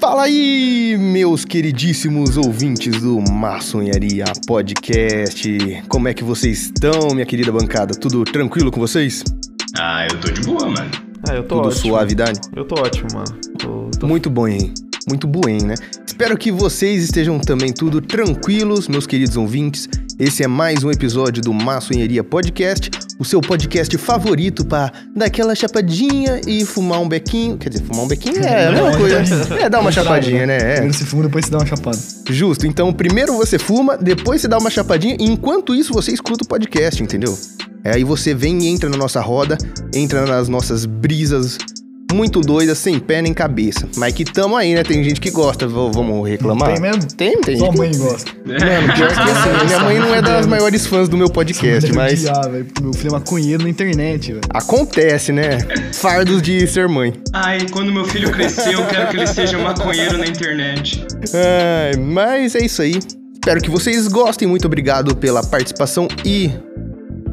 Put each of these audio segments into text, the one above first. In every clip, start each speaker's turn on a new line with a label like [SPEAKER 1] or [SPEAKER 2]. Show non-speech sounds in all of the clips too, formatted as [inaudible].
[SPEAKER 1] Fala aí, meus queridíssimos ouvintes do Maçonharia Podcast. Como é que vocês estão, minha querida bancada? Tudo tranquilo com vocês?
[SPEAKER 2] Ah, eu tô de boa, mano.
[SPEAKER 3] Ah, eu tô
[SPEAKER 1] Tudo
[SPEAKER 3] ótimo.
[SPEAKER 1] suavidade?
[SPEAKER 3] Eu tô ótimo, mano. Tô, tô...
[SPEAKER 1] Muito bom, hein? Muito bom, né? Espero que vocês estejam também tudo tranquilos, meus queridos ouvintes. Esse é mais um episódio do Maçonharia Podcast, o seu podcast favorito para dar aquela chapadinha e fumar um bequinho. Quer dizer, fumar um bequinho é a mesma coisa. É dar uma chapadinha, né? É.
[SPEAKER 4] Primeiro se fuma, depois se dá uma chapada.
[SPEAKER 1] Justo. Então, primeiro você fuma, depois você dá uma chapadinha, e enquanto isso você escuta o podcast, entendeu? É, Aí você vem e entra na nossa roda, entra nas nossas brisas muito doidas, sem pé nem cabeça. Mas que tamo aí, né? Tem gente que gosta, v- vamos reclamar.
[SPEAKER 4] Tem mesmo?
[SPEAKER 1] Tem, tem.
[SPEAKER 4] Sua
[SPEAKER 1] gente
[SPEAKER 4] mãe gosta.
[SPEAKER 1] que- Pior que assim, minha mãe não é das maiores fãs do meu podcast,
[SPEAKER 4] Deve
[SPEAKER 1] mas
[SPEAKER 4] odiar, velho, porque Meu filho é maconheiro na internet, velho.
[SPEAKER 1] acontece, né? Fardos de ser mãe.
[SPEAKER 2] Ai, quando meu filho crescer, eu quero que ele seja um maconheiro na internet. [laughs]
[SPEAKER 1] Ai, mas é isso aí. Espero que vocês gostem. Muito obrigado pela participação e.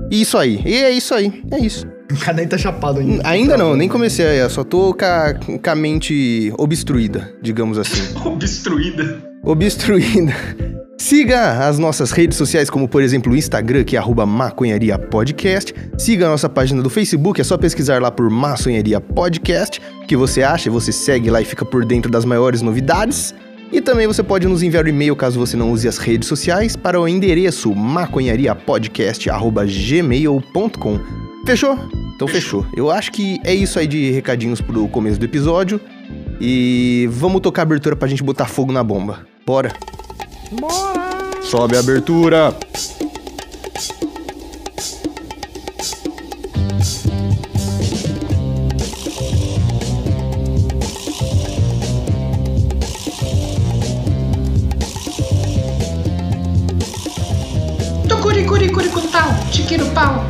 [SPEAKER 1] e Isso aí. E é isso aí. É isso.
[SPEAKER 4] O cara nem tá chapado ainda.
[SPEAKER 1] Ainda não, nem comecei aí. eu Só tô com a, com a mente obstruída, digamos assim.
[SPEAKER 2] Obstruída.
[SPEAKER 1] Obstruída. [laughs] Siga as nossas redes sociais, como por exemplo o Instagram, que é arroba maconharia podcast. Siga a nossa página do Facebook, é só pesquisar lá por maconharia podcast, que você acha, você segue lá e fica por dentro das maiores novidades. E também você pode nos enviar um e-mail caso você não use as redes sociais para o endereço maconhariapodcast@gmail.com. Fechou? Então fechou. Eu acho que é isso aí de recadinhos pro começo do episódio. E vamos tocar a abertura pra gente botar fogo na bomba. Bora. Bora. Sobe a abertura.
[SPEAKER 5] Tucuricuricuricutau, tiquiro pau.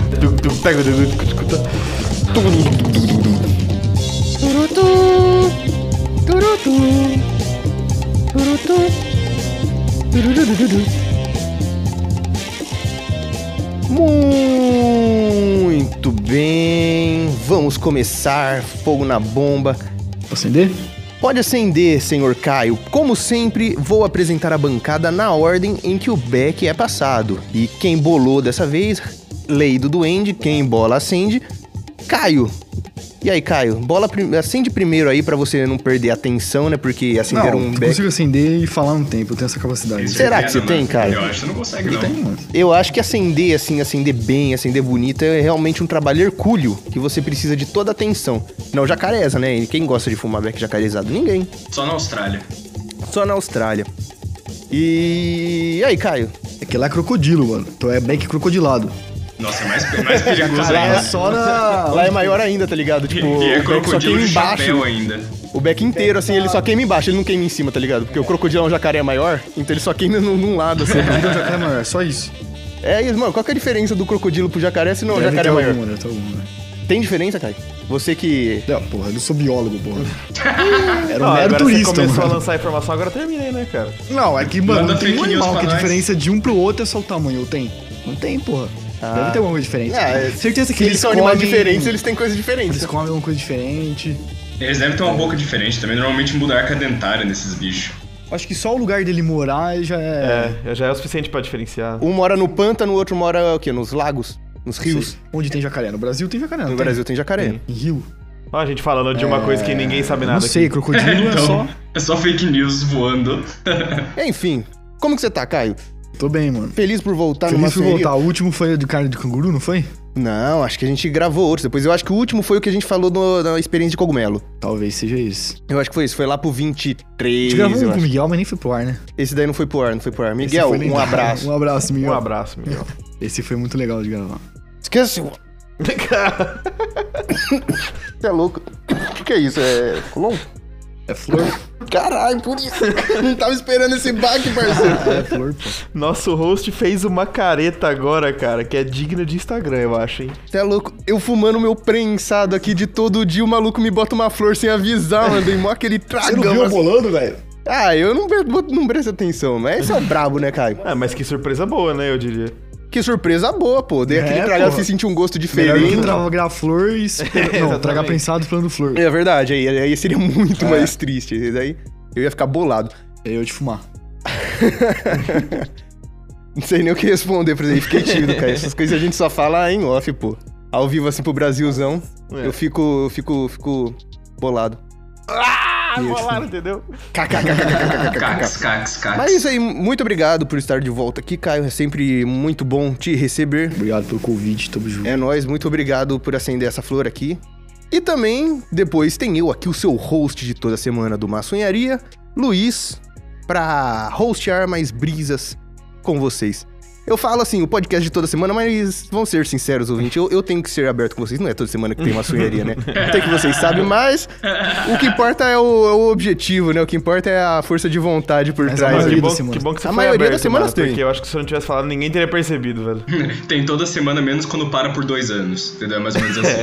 [SPEAKER 1] Muito bem. Vamos começar fogo na bomba.
[SPEAKER 4] Posso acender?
[SPEAKER 1] Pode acender, senhor Caio. Como sempre, vou apresentar a bancada na ordem em que o beck é passado. E quem bolou dessa vez, lei do duende, quem bola acende, Caio. E aí, Caio, bola prim- acende primeiro aí pra você não perder a atenção, né? Porque
[SPEAKER 4] Não,
[SPEAKER 1] acenderam um
[SPEAKER 4] eu
[SPEAKER 1] beck. é
[SPEAKER 4] consigo acender e falar um tempo, eu tenho essa capacidade. É
[SPEAKER 1] Será que você tem, cara?
[SPEAKER 2] Eu acho que você não consegue, não.
[SPEAKER 4] Tem, mano.
[SPEAKER 1] Eu acho que acender, assim, acender bem, acender bonito, é realmente um trabalho hercúleo, que você precisa de toda a atenção. Não, jacareza, né? E quem gosta de fumar beck jacarezado? Ninguém.
[SPEAKER 2] Só na Austrália.
[SPEAKER 1] Só na Austrália. E, e aí, Caio?
[SPEAKER 4] É que lá é crocodilo, mano. Então é back crocodilado.
[SPEAKER 2] Nossa, é mais, é
[SPEAKER 1] [laughs]
[SPEAKER 2] mais perigoso
[SPEAKER 4] Lá é
[SPEAKER 2] ainda.
[SPEAKER 4] só
[SPEAKER 3] Ah,
[SPEAKER 4] na...
[SPEAKER 1] Lá é maior ainda, tá ligado? Tipo,
[SPEAKER 2] E é
[SPEAKER 1] o beck só
[SPEAKER 2] crocodilo
[SPEAKER 1] queima
[SPEAKER 2] de
[SPEAKER 1] embaixo.
[SPEAKER 2] chapéu ainda.
[SPEAKER 1] O beck inteiro, assim, ele só queima embaixo, ele não queima em cima, tá ligado? Porque o crocodilo é um jacaré maior, então ele só queima num, num lado,
[SPEAKER 4] [laughs]
[SPEAKER 1] assim.
[SPEAKER 4] É, mano, é só isso.
[SPEAKER 1] é isso, mano. Qual que é a diferença do crocodilo pro jacaré se não o
[SPEAKER 4] Deve
[SPEAKER 1] jacaré
[SPEAKER 4] ter
[SPEAKER 1] é maior?
[SPEAKER 4] alguma, deve ter alguma, né?
[SPEAKER 1] Tem diferença, Caio? Você que.
[SPEAKER 4] Não, porra, eu não sou
[SPEAKER 1] [laughs]
[SPEAKER 4] biólogo, porra. Era um
[SPEAKER 3] Ah,
[SPEAKER 4] mero
[SPEAKER 3] agora
[SPEAKER 4] turista,
[SPEAKER 3] você começou
[SPEAKER 4] mano.
[SPEAKER 3] a lançar informação, agora eu terminei, né, cara?
[SPEAKER 4] Não, é que, mano,
[SPEAKER 2] Manda
[SPEAKER 4] não tem um
[SPEAKER 2] fake news
[SPEAKER 4] animal
[SPEAKER 2] pra
[SPEAKER 4] que a
[SPEAKER 2] nós.
[SPEAKER 4] diferença de um pro outro é só o tamanho, ou tem? Não tem, porra. Deve ter alguma coisa diferente.
[SPEAKER 1] Ah, é-
[SPEAKER 4] Certeza que
[SPEAKER 1] Se eles são animais
[SPEAKER 4] comem-
[SPEAKER 1] diferentes, eles têm coisas
[SPEAKER 4] Eles
[SPEAKER 1] diferentes.
[SPEAKER 4] comem alguma coisa diferente.
[SPEAKER 2] Eles devem ter uma boca diferente também. Normalmente muda a arca dentária nesses bichos.
[SPEAKER 4] Acho que só o lugar dele morar já é...
[SPEAKER 3] É, já é o suficiente pra diferenciar.
[SPEAKER 1] Um mora no pântano, o outro mora o quê? Nos lagos? Nos rios?
[SPEAKER 4] Onde tem jacaré? No Brasil tem jacaré, não
[SPEAKER 1] No
[SPEAKER 4] tem?
[SPEAKER 1] Brasil tem jacaré.
[SPEAKER 4] Em Rio.
[SPEAKER 3] Ó, a gente falando de
[SPEAKER 1] É.
[SPEAKER 3] uma coisa que ninguém sabe nada
[SPEAKER 4] não sei,
[SPEAKER 3] aqui.
[SPEAKER 2] [laughs]
[SPEAKER 1] [laughs]
[SPEAKER 4] crocodilo é,
[SPEAKER 1] Então.
[SPEAKER 4] só...
[SPEAKER 2] é só fake news voando.
[SPEAKER 1] Enfim, como que você tá, Caio?
[SPEAKER 4] Tô bem, mano.
[SPEAKER 1] Feliz por voltar numa
[SPEAKER 4] Feliz por
[SPEAKER 1] feria?
[SPEAKER 4] voltar. O último foi do cara de canguru, não foi?
[SPEAKER 1] Não, acho que a gente gravou outros. Depois eu acho que o último foi o que a gente falou do- da experiência de cogumelo.
[SPEAKER 4] Talvez seja esse.
[SPEAKER 1] Eu acho que foi isso. Foi lá pro
[SPEAKER 4] A
[SPEAKER 1] 23.
[SPEAKER 4] gente
[SPEAKER 1] eu
[SPEAKER 4] gravou um com o
[SPEAKER 1] acho.
[SPEAKER 4] Miguel, mas nem foi pro ar, né?
[SPEAKER 1] Esse daí não foi pro ar, não foi pro ar.
[SPEAKER 4] Esse
[SPEAKER 1] Miguel,
[SPEAKER 4] foi lendário.
[SPEAKER 1] um abraço.
[SPEAKER 4] [laughs] Um abraço, Miguel.
[SPEAKER 3] Um abraço, Miguel.
[SPEAKER 4] Esse foi muito legal
[SPEAKER 1] [laughs]
[SPEAKER 4] de gravar.
[SPEAKER 1] Esquece.
[SPEAKER 3] Cara,
[SPEAKER 1] Você é louco. [laughs] O que, que é isso? É. Colom?
[SPEAKER 4] É flor?
[SPEAKER 1] Caralho, por isso. [laughs] não tava esperando esse baque, parceiro.
[SPEAKER 4] é flor, pô.
[SPEAKER 3] [laughs] nosso host fez uma careta agora, cara, que é digna de Instagram, eu acho, hein?
[SPEAKER 1] Você é louco. Eu fumando meu prensado aqui de todo dia, o maluco me bota uma flor sem avisar, mano. Dei mó aquele tragão. assim.
[SPEAKER 4] bolando, velho?
[SPEAKER 1] Ah, eu não, pre- não presto atenção, mas
[SPEAKER 4] [laughs]
[SPEAKER 1] esse é o brabo, né, Caio?
[SPEAKER 3] Ah, mas que surpresa boa, né, eu diria.
[SPEAKER 1] Que surpresa boa, pô. Dei
[SPEAKER 4] É,
[SPEAKER 1] aquele tragão,
[SPEAKER 4] porra.
[SPEAKER 1] você sentiu um gosto diferente.
[SPEAKER 4] Melhor do que tragar
[SPEAKER 1] [laughs]
[SPEAKER 4] flor e... esper- não,
[SPEAKER 3] exatamente.
[SPEAKER 4] tragar prensado esperando flor. É.
[SPEAKER 1] É verdade, aí, aí seria muito mais triste. Daí, Eu ia ficar bolado.
[SPEAKER 4] Eu de fumar.
[SPEAKER 1] Não sei nem o que responder pra ele. Fiquei tímido, cara. Essas coisas a gente só fala em off, pô. Ao vivo, assim, pro Brasilzão,
[SPEAKER 3] É.
[SPEAKER 1] eu fico, eu fico, fico bolado.
[SPEAKER 4] [laughs]
[SPEAKER 3] Ah, [laughs] bolaram, entendeu?
[SPEAKER 2] [laughs] Cax, cax, cax.
[SPEAKER 1] Mas é isso aí, muito obrigado por estar de volta aqui, Caio. É sempre muito bom te receber.
[SPEAKER 4] Obrigado pelo convite, tamo junto.
[SPEAKER 1] É nóis, muito obrigado por acender essa flor aqui. E também, depois tem eu aqui, o seu host de toda semana do Maçonharia, Luiz, pra hostear mais brisas com vocês. Eu falo assim, o podcast de toda semana, mas vão ser sinceros, ouvinte, eu, eu tenho que ser aberto com vocês. Não é toda semana que tem maçonharia, né? Até que vocês sabem, mas o que importa é o, é o objetivo, né? O que importa é a força de vontade por
[SPEAKER 4] Mas a
[SPEAKER 1] trás.
[SPEAKER 4] maioria
[SPEAKER 1] ali.
[SPEAKER 3] Que bom,
[SPEAKER 4] das semanas.
[SPEAKER 3] que bom que você
[SPEAKER 1] A
[SPEAKER 3] foi
[SPEAKER 1] maioria
[SPEAKER 3] aberto,
[SPEAKER 1] das semanas
[SPEAKER 3] mano,
[SPEAKER 1] tem.
[SPEAKER 3] Porque eu acho que se eu não tivesse falado, ninguém teria percebido, velho.
[SPEAKER 2] Tem toda semana, menos quando para por dois anos. Entendeu? É mais ou
[SPEAKER 1] [laughs]
[SPEAKER 2] menos assim.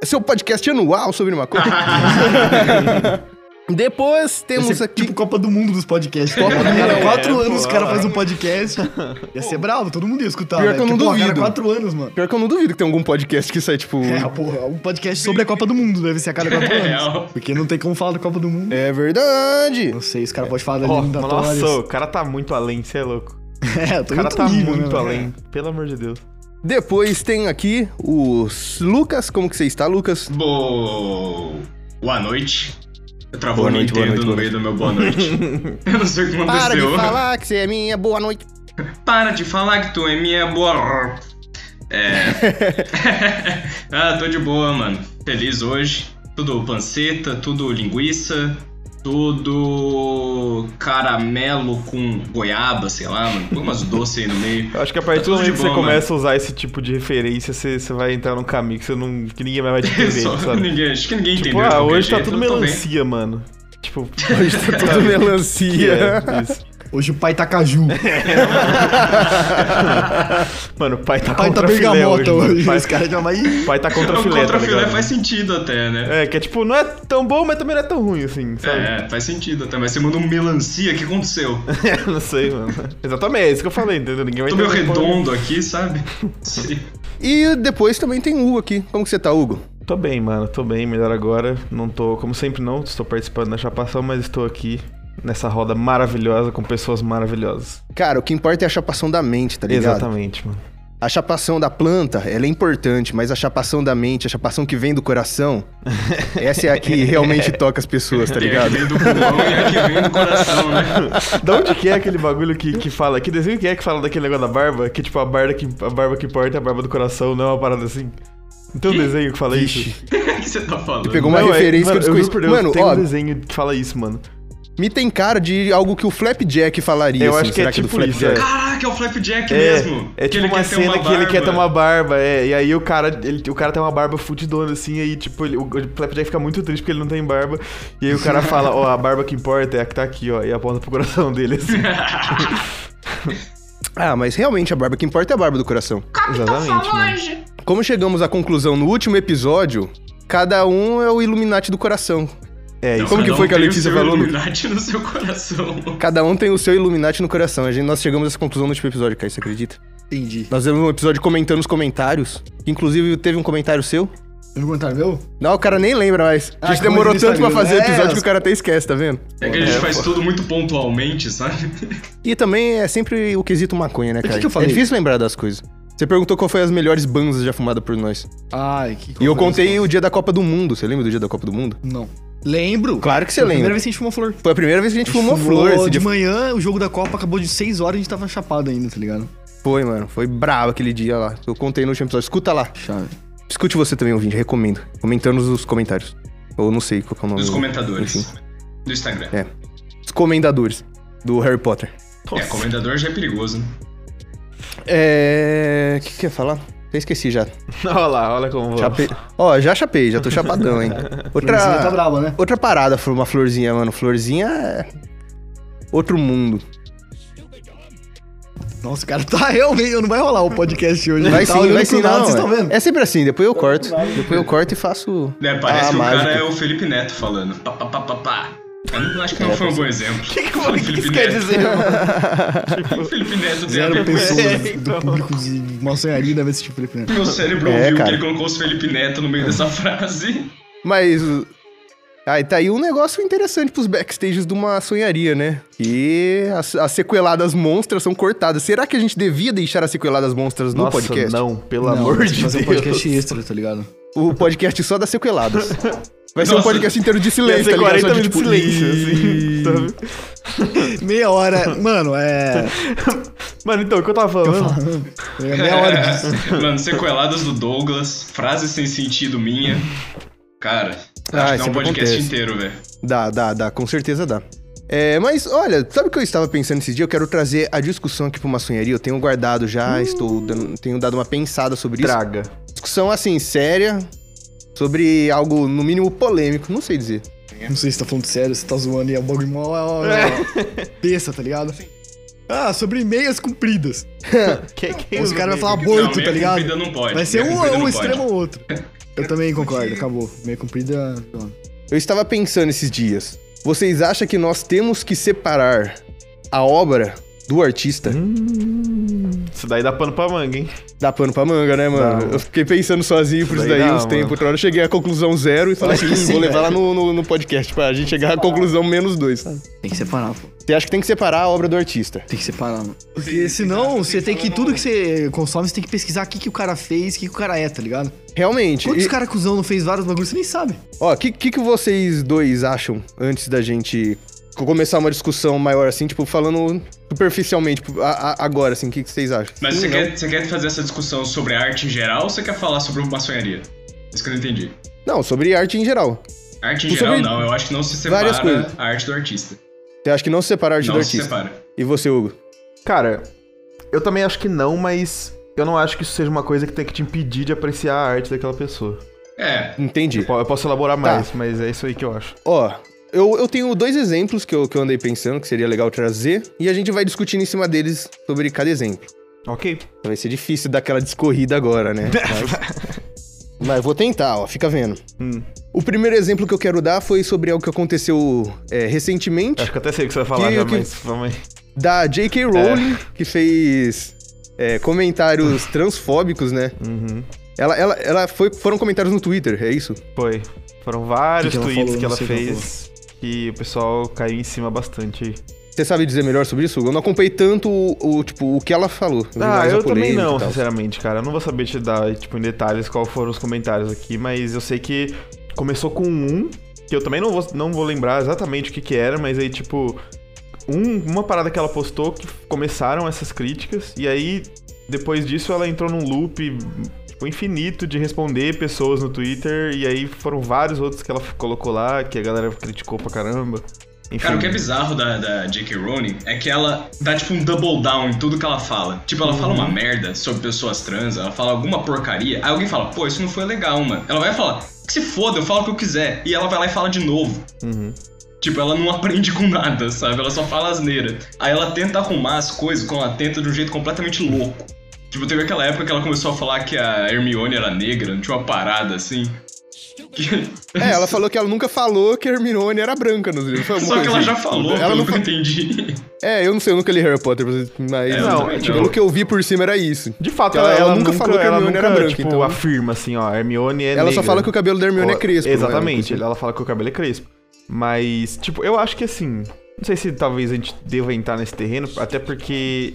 [SPEAKER 1] É seu podcast anual sobre uma coisa. [laughs] Depois temos
[SPEAKER 4] Esse é
[SPEAKER 1] aqui.
[SPEAKER 4] Tipo Copa do Mundo dos podcasts. Copa do Mundo.
[SPEAKER 3] É,
[SPEAKER 4] Cada quatro anos o cara faz um podcast. Ia ser bravo, todo mundo ia escutar.
[SPEAKER 1] Pior
[SPEAKER 4] velho,
[SPEAKER 1] que eu não
[SPEAKER 4] porque, pô, a
[SPEAKER 1] duvido.
[SPEAKER 4] Cada quatro anos, mano.
[SPEAKER 1] Pior que eu não duvido que tem algum podcast que sai, tipo.
[SPEAKER 4] É, porra, um podcast sobre a Copa do Mundo deve ser a
[SPEAKER 3] [laughs]
[SPEAKER 4] cada quatro
[SPEAKER 2] É
[SPEAKER 3] É,
[SPEAKER 2] Real.
[SPEAKER 4] anos. Porque não tem como falar da Copa do Mundo.
[SPEAKER 1] É verdade!
[SPEAKER 4] [laughs] Não sei, os caras podem falar da
[SPEAKER 3] Ó,
[SPEAKER 4] linda
[SPEAKER 3] nossa, o cara tá muito além, você é louco.
[SPEAKER 4] [laughs] É, eu tô
[SPEAKER 3] O cara
[SPEAKER 4] muito
[SPEAKER 3] tá
[SPEAKER 4] nível,
[SPEAKER 3] muito
[SPEAKER 4] né,
[SPEAKER 3] além, pelo amor de Deus.
[SPEAKER 1] Depois tem aqui os Lucas. Como que você está, Lucas?
[SPEAKER 2] Bo... Boa noite. Eu travou
[SPEAKER 1] Boa
[SPEAKER 2] o
[SPEAKER 1] noite, boa
[SPEAKER 2] Nintendo
[SPEAKER 1] noite,
[SPEAKER 2] no
[SPEAKER 1] boa
[SPEAKER 2] meio do meu boa noite.
[SPEAKER 3] [laughs]
[SPEAKER 2] Eu não sei o que
[SPEAKER 1] Para
[SPEAKER 2] aconteceu.
[SPEAKER 1] de falar que você é minha, boa noite.
[SPEAKER 2] Para de falar que tu é minha boa.
[SPEAKER 3] [laughs]
[SPEAKER 2] É. ah, tô de boa, mano. Feliz hoje. Tudo panceta, tudo linguiça, tudo caramelo com goiaba, sei lá, mano. Põe umas doces aí no meio.
[SPEAKER 3] Eu acho que a partir
[SPEAKER 2] Tá
[SPEAKER 3] do
[SPEAKER 2] tudo de
[SPEAKER 3] momento que você
[SPEAKER 2] bom,
[SPEAKER 3] começa a usar esse tipo de referência, você, você vai entrar num caminho que, você não, que
[SPEAKER 2] [laughs]
[SPEAKER 3] ninguém mais vai te entender,
[SPEAKER 2] É Só
[SPEAKER 3] sabe?
[SPEAKER 2] ninguém, acho que ninguém
[SPEAKER 3] Tipo,
[SPEAKER 2] entendeu. de
[SPEAKER 3] ah,
[SPEAKER 2] qualquer
[SPEAKER 3] hoje tá
[SPEAKER 2] jeito,
[SPEAKER 3] tudo
[SPEAKER 2] eu tô bem. É
[SPEAKER 3] melancia, mano.
[SPEAKER 2] [laughs]
[SPEAKER 3] Tipo,
[SPEAKER 1] Hoje tá tudo melancia.
[SPEAKER 3] é, isso.
[SPEAKER 4] velho? Hoje o pai tá
[SPEAKER 3] É
[SPEAKER 4] caju.
[SPEAKER 3] [laughs] Mano, o pai tá
[SPEAKER 4] O pai tá
[SPEAKER 3] contra filé hoje.
[SPEAKER 4] bergamota
[SPEAKER 3] mano.
[SPEAKER 4] hoje.
[SPEAKER 3] Pai-
[SPEAKER 4] Os caras já vai.
[SPEAKER 3] O pai tá contra
[SPEAKER 2] O
[SPEAKER 3] filé, tá
[SPEAKER 2] contrafilé
[SPEAKER 3] ligado?
[SPEAKER 2] faz sentido até, né?
[SPEAKER 3] É, que é tipo, não é tão bom, mas também não é tão ruim, assim, [laughs] sabe?
[SPEAKER 2] É, faz sentido até. Mas você mandou um melancia, o que aconteceu?
[SPEAKER 3] não sei, mano. Exatamente, é isso que eu falei, entendeu? Ninguém vai
[SPEAKER 2] Tô meio
[SPEAKER 3] entender.
[SPEAKER 2] redondo aqui, sabe? Sim.
[SPEAKER 1] E depois também tem o Hugo aqui. Como que você tá, Hugo?
[SPEAKER 3] Tô bem, mano, tô bem, melhor agora. Não tô, como sempre, não, estou participando da chapação, mas estou aqui nessa roda maravilhosa com pessoas maravilhosas.
[SPEAKER 1] Cara, o que importa é a chapação da mente, tá ligado?
[SPEAKER 3] Exatamente, mano.
[SPEAKER 1] A chapação da planta, ela é importante, mas a chapação da mente, a chapação que vem do [laughs] coração, essa é a que realmente toca as pessoas, tá
[SPEAKER 2] Tem a que
[SPEAKER 1] [laughs] ligado?
[SPEAKER 2] vem do pulmão e a que vem do coração,
[SPEAKER 3] [laughs]
[SPEAKER 2] né?
[SPEAKER 3] [laughs] da onde que é aquele bagulho que, que fala? Que desenho que é que fala daquele negócio da barba? Que tipo, a barba que, a barba que importa é a barba do coração, não é uma parada assim? Não tem um desenho que fala isso?
[SPEAKER 2] O que você tá falando?
[SPEAKER 1] Pegou uma
[SPEAKER 3] Não, é-
[SPEAKER 1] referência
[SPEAKER 3] mano,
[SPEAKER 1] que eu
[SPEAKER 3] juro por
[SPEAKER 1] desconheço.
[SPEAKER 3] Deus,
[SPEAKER 1] Mano,
[SPEAKER 3] tem um
[SPEAKER 1] ó,
[SPEAKER 3] desenho que fala isso, mano.
[SPEAKER 1] Me tem cara de algo que o Flapjack falaria.
[SPEAKER 3] Eu
[SPEAKER 1] assim.
[SPEAKER 3] acho que é
[SPEAKER 1] Será
[SPEAKER 3] tipo isso, é.
[SPEAKER 2] Caraca, é o Flapjack
[SPEAKER 3] É,
[SPEAKER 2] mesmo.
[SPEAKER 3] é
[SPEAKER 2] Que
[SPEAKER 3] tipo
[SPEAKER 2] ele
[SPEAKER 3] uma
[SPEAKER 2] quer ter uma
[SPEAKER 3] cena que ele quer ter uma
[SPEAKER 2] barba.
[SPEAKER 3] barba, é. E aí o cara, ele, o cara tem uma barba fudidona, assim, aí tipo, ele, o, o Flapjack fica muito triste porque ele não tem barba. E aí o
[SPEAKER 2] [laughs]
[SPEAKER 3] cara fala, ó, a barba que importa é a que tá aqui, ó, e aponta pro coração dele,
[SPEAKER 2] [laughs]
[SPEAKER 3] assim.
[SPEAKER 1] Ah, mas realmente a barba que importa é a barba do coração.
[SPEAKER 3] Exatamente, mano.
[SPEAKER 5] Longe.
[SPEAKER 1] Como chegamos à conclusão no último episódio, cada um é o Illuminati do coração.
[SPEAKER 3] É isso.
[SPEAKER 1] Como que
[SPEAKER 2] Cada um
[SPEAKER 1] foi que a
[SPEAKER 2] tem o
[SPEAKER 1] Letícia
[SPEAKER 2] seu
[SPEAKER 1] falou, Lu?
[SPEAKER 2] Illuminati no seu coração.
[SPEAKER 1] Cada um tem o seu Illuminati no coração. A gente, nós chegamos a essa conclusão no último episódio, cara, você acredita?
[SPEAKER 4] Entendi.
[SPEAKER 1] Nós fizemos um episódio comentando os comentários. Inclusive, teve um comentário seu.
[SPEAKER 4] Eu vou contar um meu?
[SPEAKER 1] Não, o cara nem lembra mais.
[SPEAKER 4] Ah,
[SPEAKER 1] A gente
[SPEAKER 4] como
[SPEAKER 1] demorou
[SPEAKER 4] ele
[SPEAKER 1] tanto pra
[SPEAKER 4] sabia.
[SPEAKER 1] fazer o
[SPEAKER 4] É,
[SPEAKER 1] episódio que o
[SPEAKER 4] as-
[SPEAKER 1] cara até esquece, tá vendo?
[SPEAKER 2] É que a gente
[SPEAKER 3] É,
[SPEAKER 2] faz
[SPEAKER 3] pô.
[SPEAKER 2] tudo muito pontualmente, sabe?
[SPEAKER 1] E também é sempre o quesito maconha, né,
[SPEAKER 4] que
[SPEAKER 1] cara?
[SPEAKER 4] que eu falei?
[SPEAKER 1] É difícil lembrar das coisas. Você perguntou qual foi as melhores bandas já fumadas por nós.
[SPEAKER 4] Ai, que
[SPEAKER 1] E eu
[SPEAKER 4] coisa.
[SPEAKER 1] contei o dia da Copa do Mundo. Você lembra do dia da Copa do Mundo?
[SPEAKER 4] Não. Lembro?
[SPEAKER 1] Claro que você
[SPEAKER 4] Foi a Primeira
[SPEAKER 1] lembra.
[SPEAKER 4] vez que a gente fumou flor.
[SPEAKER 1] Foi a primeira vez que a gente fumou
[SPEAKER 4] Fumou
[SPEAKER 1] flor esse
[SPEAKER 4] de
[SPEAKER 1] dia.
[SPEAKER 4] manhã, o jogo da Copa acabou de 6 horas e a gente tava chapado ainda, tá ligado?
[SPEAKER 1] Foi, mano. Foi brabo aquele dia lá. Eu contei no último episódio. Escuta lá.
[SPEAKER 4] Chave.
[SPEAKER 1] Escute você também, ouvinte. Recomendo. Comentando nos comentários. Ou não sei qual que é o nome.
[SPEAKER 2] Dos
[SPEAKER 1] né? Enfim.
[SPEAKER 2] comentadores. Do Instagram.
[SPEAKER 1] É. Os comendadores do Harry Potter.
[SPEAKER 2] É, comentador já é perigoso, né?
[SPEAKER 1] É... O que que eu ia falar? Eu esqueci já.
[SPEAKER 2] Então.
[SPEAKER 3] [laughs] Olha lá, olha como vai.
[SPEAKER 1] Chapei. Ó, já chapei. Já tô
[SPEAKER 4] [laughs]
[SPEAKER 1] chapadão, hein.
[SPEAKER 4] Florzinha tá
[SPEAKER 1] Outra...
[SPEAKER 4] brava, né?
[SPEAKER 1] Outra parada foi uma florzinha, mano. Florzinha é... Outro mundo.
[SPEAKER 4] Nossa, o cara tá [laughs] realmente. Não vai rolar o podcast hoje.
[SPEAKER 1] Vai
[SPEAKER 4] Ele tá
[SPEAKER 1] sim,
[SPEAKER 4] olhando
[SPEAKER 1] vai
[SPEAKER 4] pro
[SPEAKER 1] sim,
[SPEAKER 4] nada,
[SPEAKER 1] não.
[SPEAKER 4] Vocês
[SPEAKER 1] é.
[SPEAKER 4] estão vendo?
[SPEAKER 1] É sempre assim, depois eu corto. Depois eu corto e faço.
[SPEAKER 2] Né, parece
[SPEAKER 1] a
[SPEAKER 2] que o
[SPEAKER 1] mágica. [laughs]
[SPEAKER 2] cara é o Felipe Neto falando. Pá, pá, pá, pá, pá. Eu não, acho que não foi um bom exemplo. O que, que,
[SPEAKER 3] O que isso quer dizer, mano?
[SPEAKER 2] O Felipe Neto tem a
[SPEAKER 3] [laughs]
[SPEAKER 4] Zero
[SPEAKER 2] ver com
[SPEAKER 4] pessoas
[SPEAKER 3] É,
[SPEAKER 4] do
[SPEAKER 3] então.
[SPEAKER 4] público de maçonharia deve assistir o Felipe Neto.
[SPEAKER 2] Meu cérebro
[SPEAKER 1] É,
[SPEAKER 2] ouviu
[SPEAKER 1] cara.
[SPEAKER 2] que ele colocou os Felipe Neto no meio dessa frase.
[SPEAKER 1] [laughs] Mas. o- Ah, e tá aí um negócio interessante pros backstages de uma sonharia, né? E as, as sequeladas monstras são cortadas. Será que a gente devia deixar as sequeladas monstras no
[SPEAKER 3] Nossa,
[SPEAKER 1] podcast?
[SPEAKER 3] não, pelo
[SPEAKER 4] Não,
[SPEAKER 3] amor
[SPEAKER 4] tem que
[SPEAKER 3] de Deus.
[SPEAKER 4] fazer
[SPEAKER 3] [laughs]
[SPEAKER 4] um podcast extra, tá ligado?
[SPEAKER 1] O podcast só das sequeladas. Vai ser um
[SPEAKER 2] Nossa.
[SPEAKER 1] podcast inteiro de
[SPEAKER 3] Ia
[SPEAKER 1] silêncio,
[SPEAKER 3] ser
[SPEAKER 1] tá ligado?
[SPEAKER 3] 40
[SPEAKER 1] Só de,
[SPEAKER 3] minutos de
[SPEAKER 1] tipo,
[SPEAKER 3] silêncio,
[SPEAKER 1] "Ih".
[SPEAKER 3] assim, sabe?
[SPEAKER 4] Meia hora, mano, é.
[SPEAKER 3] Mano, então, o que eu tava
[SPEAKER 4] eu
[SPEAKER 3] falando?
[SPEAKER 4] falo, é meia hora
[SPEAKER 3] [laughs]
[SPEAKER 4] disso.
[SPEAKER 2] [laughs] Mano, sequeladas do Douglas, frases sem sentido minha. Cara,
[SPEAKER 1] Ah,
[SPEAKER 2] acho que dá um
[SPEAKER 1] sempre
[SPEAKER 2] podcast
[SPEAKER 1] acontece.
[SPEAKER 2] inteiro, velho.
[SPEAKER 1] Dá, dá, dá, com certeza dá. É, mas olha, sabe o que eu estava pensando esse dia? Eu quero trazer a discussão aqui pra uma sonharia. Eu tenho guardado já, estou dando- tenho dado uma pensada sobre isso.
[SPEAKER 3] Hum. Traga.
[SPEAKER 1] Discussão assim, séria, sobre algo no mínimo polêmico, não sei dizer.
[SPEAKER 4] Não sei se tá falando sério, se tá zoando e é um bagulho mó ó, ó,
[SPEAKER 3] É.
[SPEAKER 4] besta, tá ligado? Ah, sobre meias compridas.
[SPEAKER 3] Que, que
[SPEAKER 4] Os
[SPEAKER 3] isso,
[SPEAKER 4] caras vão falar
[SPEAKER 2] Não,
[SPEAKER 4] aborto,
[SPEAKER 2] meia
[SPEAKER 4] tá ligado?
[SPEAKER 2] comprida não pode,
[SPEAKER 4] Vai
[SPEAKER 1] É,
[SPEAKER 4] ser
[SPEAKER 2] meia
[SPEAKER 4] um,
[SPEAKER 2] comprida
[SPEAKER 4] um
[SPEAKER 2] não
[SPEAKER 4] extremo
[SPEAKER 2] pode.
[SPEAKER 4] ou outro. Eu também concordo, acabou. é, Meia comprida. mano.
[SPEAKER 1] Eu estava pensando esses dias. Vocês acham que nós temos que separar a obra do artista?
[SPEAKER 3] Hum? Isso daí dá pano pra manga, hein?
[SPEAKER 1] Dá pano pra manga, né, mano?
[SPEAKER 3] Dá.
[SPEAKER 1] Eu fiquei pensando sozinho por
[SPEAKER 3] Isso
[SPEAKER 1] isso
[SPEAKER 3] daí
[SPEAKER 1] daí
[SPEAKER 3] dá,
[SPEAKER 1] uns
[SPEAKER 3] mano.
[SPEAKER 1] tempos. Outra hora eu cheguei à conclusão zero e
[SPEAKER 3] [laughs]
[SPEAKER 1] falei assim, "Hum, vou levar lá no, no, no podcast pra gente chegar à conclusão menos dois. Você
[SPEAKER 4] Tem que separar, pô.
[SPEAKER 1] acha que tem que separar a obra do artista?
[SPEAKER 4] Tem que separar, mano. Porque senão você tem que. Tudo que você consome, você tem que pesquisar o que, que o cara fez, o que, que o cara é, tá ligado?
[SPEAKER 1] Realmente.
[SPEAKER 4] Quantos
[SPEAKER 1] E-
[SPEAKER 4] cara cuzão não fez vários bagulhos, você nem sabe.
[SPEAKER 1] Ó, o que, que, que vocês dois acham antes da gente co- começar uma discussão maior assim, tipo, falando superficialmente tipo, a- a- agora, assim, o que, que vocês acham?
[SPEAKER 2] Mas
[SPEAKER 1] Sim,
[SPEAKER 2] você
[SPEAKER 1] não?
[SPEAKER 2] quer, você quer fazer essa discussão sobre a arte em geral ou você quer falar sobre maçonharia? Isso que eu não entendi.
[SPEAKER 1] Não, sobre arte em geral.
[SPEAKER 2] Arte em
[SPEAKER 1] Sobre
[SPEAKER 2] geral, não. Eu acho que não se
[SPEAKER 1] várias
[SPEAKER 2] separa
[SPEAKER 1] coisas.
[SPEAKER 2] a arte do artista.
[SPEAKER 1] Você acha que não se separa a arte
[SPEAKER 2] não
[SPEAKER 1] do
[SPEAKER 2] se
[SPEAKER 1] artista?
[SPEAKER 2] separa.
[SPEAKER 1] E você, Hugo?
[SPEAKER 3] Cara, eu também acho que não, mas eu não acho que isso seja uma coisa que tem que te impedir de apreciar a arte daquela pessoa.
[SPEAKER 2] É.
[SPEAKER 1] Entendi.
[SPEAKER 3] Po- Eu posso elaborar
[SPEAKER 4] Tá.
[SPEAKER 3] mais, mas é isso aí que eu acho.
[SPEAKER 1] Ó, eu, eu tenho dois exemplos que eu, que eu andei pensando que seria legal trazer, e a gente vai discutindo em cima deles sobre cada exemplo.
[SPEAKER 3] Ok.
[SPEAKER 1] Tá, Vai ser difícil dar aquela descorrida agora,
[SPEAKER 3] [laughs]
[SPEAKER 1] né? Mas, mas eu vou tentar, ó, fica vendo.
[SPEAKER 3] Hum.
[SPEAKER 1] O primeiro exemplo que eu quero dar foi sobre algo que aconteceu é, recentemente,
[SPEAKER 3] Acho que eu até sei o que você vai falar
[SPEAKER 1] Que-
[SPEAKER 3] já,
[SPEAKER 1] que-
[SPEAKER 3] mas vamos aí.
[SPEAKER 1] da
[SPEAKER 3] É.
[SPEAKER 1] J.K. Rowling, que fez é,
[SPEAKER 3] [laughs]
[SPEAKER 1] comentários transfóbicos, né?
[SPEAKER 3] Uhum.
[SPEAKER 1] Ela, ela, ela foi, foram comentários no Twitter, é isso?
[SPEAKER 3] Foi. Foram vários
[SPEAKER 4] Que que ela
[SPEAKER 3] tweets
[SPEAKER 4] falou?
[SPEAKER 3] que
[SPEAKER 4] Não
[SPEAKER 3] ela
[SPEAKER 4] sei o que ela
[SPEAKER 3] fez e o pessoal caiu em cima bastante aí.
[SPEAKER 1] Você sabe dizer melhor sobre isso? Eu não acompanhei tanto o, o, tipo, o que ela falou.
[SPEAKER 3] Ah,
[SPEAKER 1] mais a
[SPEAKER 3] eu também
[SPEAKER 1] polêmica e
[SPEAKER 3] não,
[SPEAKER 1] tal.
[SPEAKER 3] sinceramente, cara. Eu não vou saber te dar, tipo, em detalhes qual foram os comentários aqui, mas eu sei que começou com um, que eu também não vou, não vou lembrar exatamente o que que era, mas aí, tipo, um- uma parada que ela postou que começaram essas críticas, e aí, depois disso, ela entrou num loop, tipo, infinito de responder pessoas no Twitter, e aí foram vários outros que ela colocou lá, que a galera criticou pra caramba. Enfim.
[SPEAKER 2] Cara, o que é bizarro da, da J.K. Rowling é que ela dá tipo um double down em tudo que ela fala. Tipo, ela fala uma
[SPEAKER 1] Uhum.
[SPEAKER 2] merda sobre pessoas trans, ela fala alguma porcaria, aí alguém fala, pô, isso não foi legal, mano. Ela vai falar, que se foda, eu falo o que eu quiser. E ela vai lá e fala de novo.
[SPEAKER 3] Uhum.
[SPEAKER 2] Tipo, ela não [laughs] aprende com nada, sabe? Ela só fala asneira. Aí ela tenta arrumar as coisas quando ela tenta de um jeito completamente louco. Tipo, teve aquela época que ela começou a falar que a Hermione era negra, tinha uma parada assim.
[SPEAKER 1] É, ela falou que ela nunca falou que a Hermione era branca nos livros. Foi alguma
[SPEAKER 2] [laughs] Só que ela
[SPEAKER 1] coisa
[SPEAKER 2] já
[SPEAKER 1] assim.
[SPEAKER 2] falou,
[SPEAKER 1] Ela
[SPEAKER 2] pelo
[SPEAKER 1] não
[SPEAKER 2] [laughs] que eu
[SPEAKER 1] fa-
[SPEAKER 2] entendi.
[SPEAKER 1] É, eu não sei, eu nunca li Harry Potter, mas
[SPEAKER 2] É, eu
[SPEAKER 1] não,
[SPEAKER 3] também
[SPEAKER 1] tipo,
[SPEAKER 3] não.
[SPEAKER 1] pelo que eu vi por cima era isso.
[SPEAKER 3] De fato,
[SPEAKER 1] Ela-
[SPEAKER 3] ela,
[SPEAKER 1] ela
[SPEAKER 3] nunca, falou que a Hermione era branca, tipo,
[SPEAKER 1] então-
[SPEAKER 3] afirma assim, ó, a Hermione é
[SPEAKER 1] ela
[SPEAKER 3] negra.
[SPEAKER 1] só fala que o cabelo da Hermione é
[SPEAKER 3] Ó,
[SPEAKER 1] crespo. né?
[SPEAKER 3] Exatamente, ela fala que o cabelo é crespo. Mas, tipo, eu acho que assim. Não sei se talvez a gente deva entrar nesse terreno, até porque.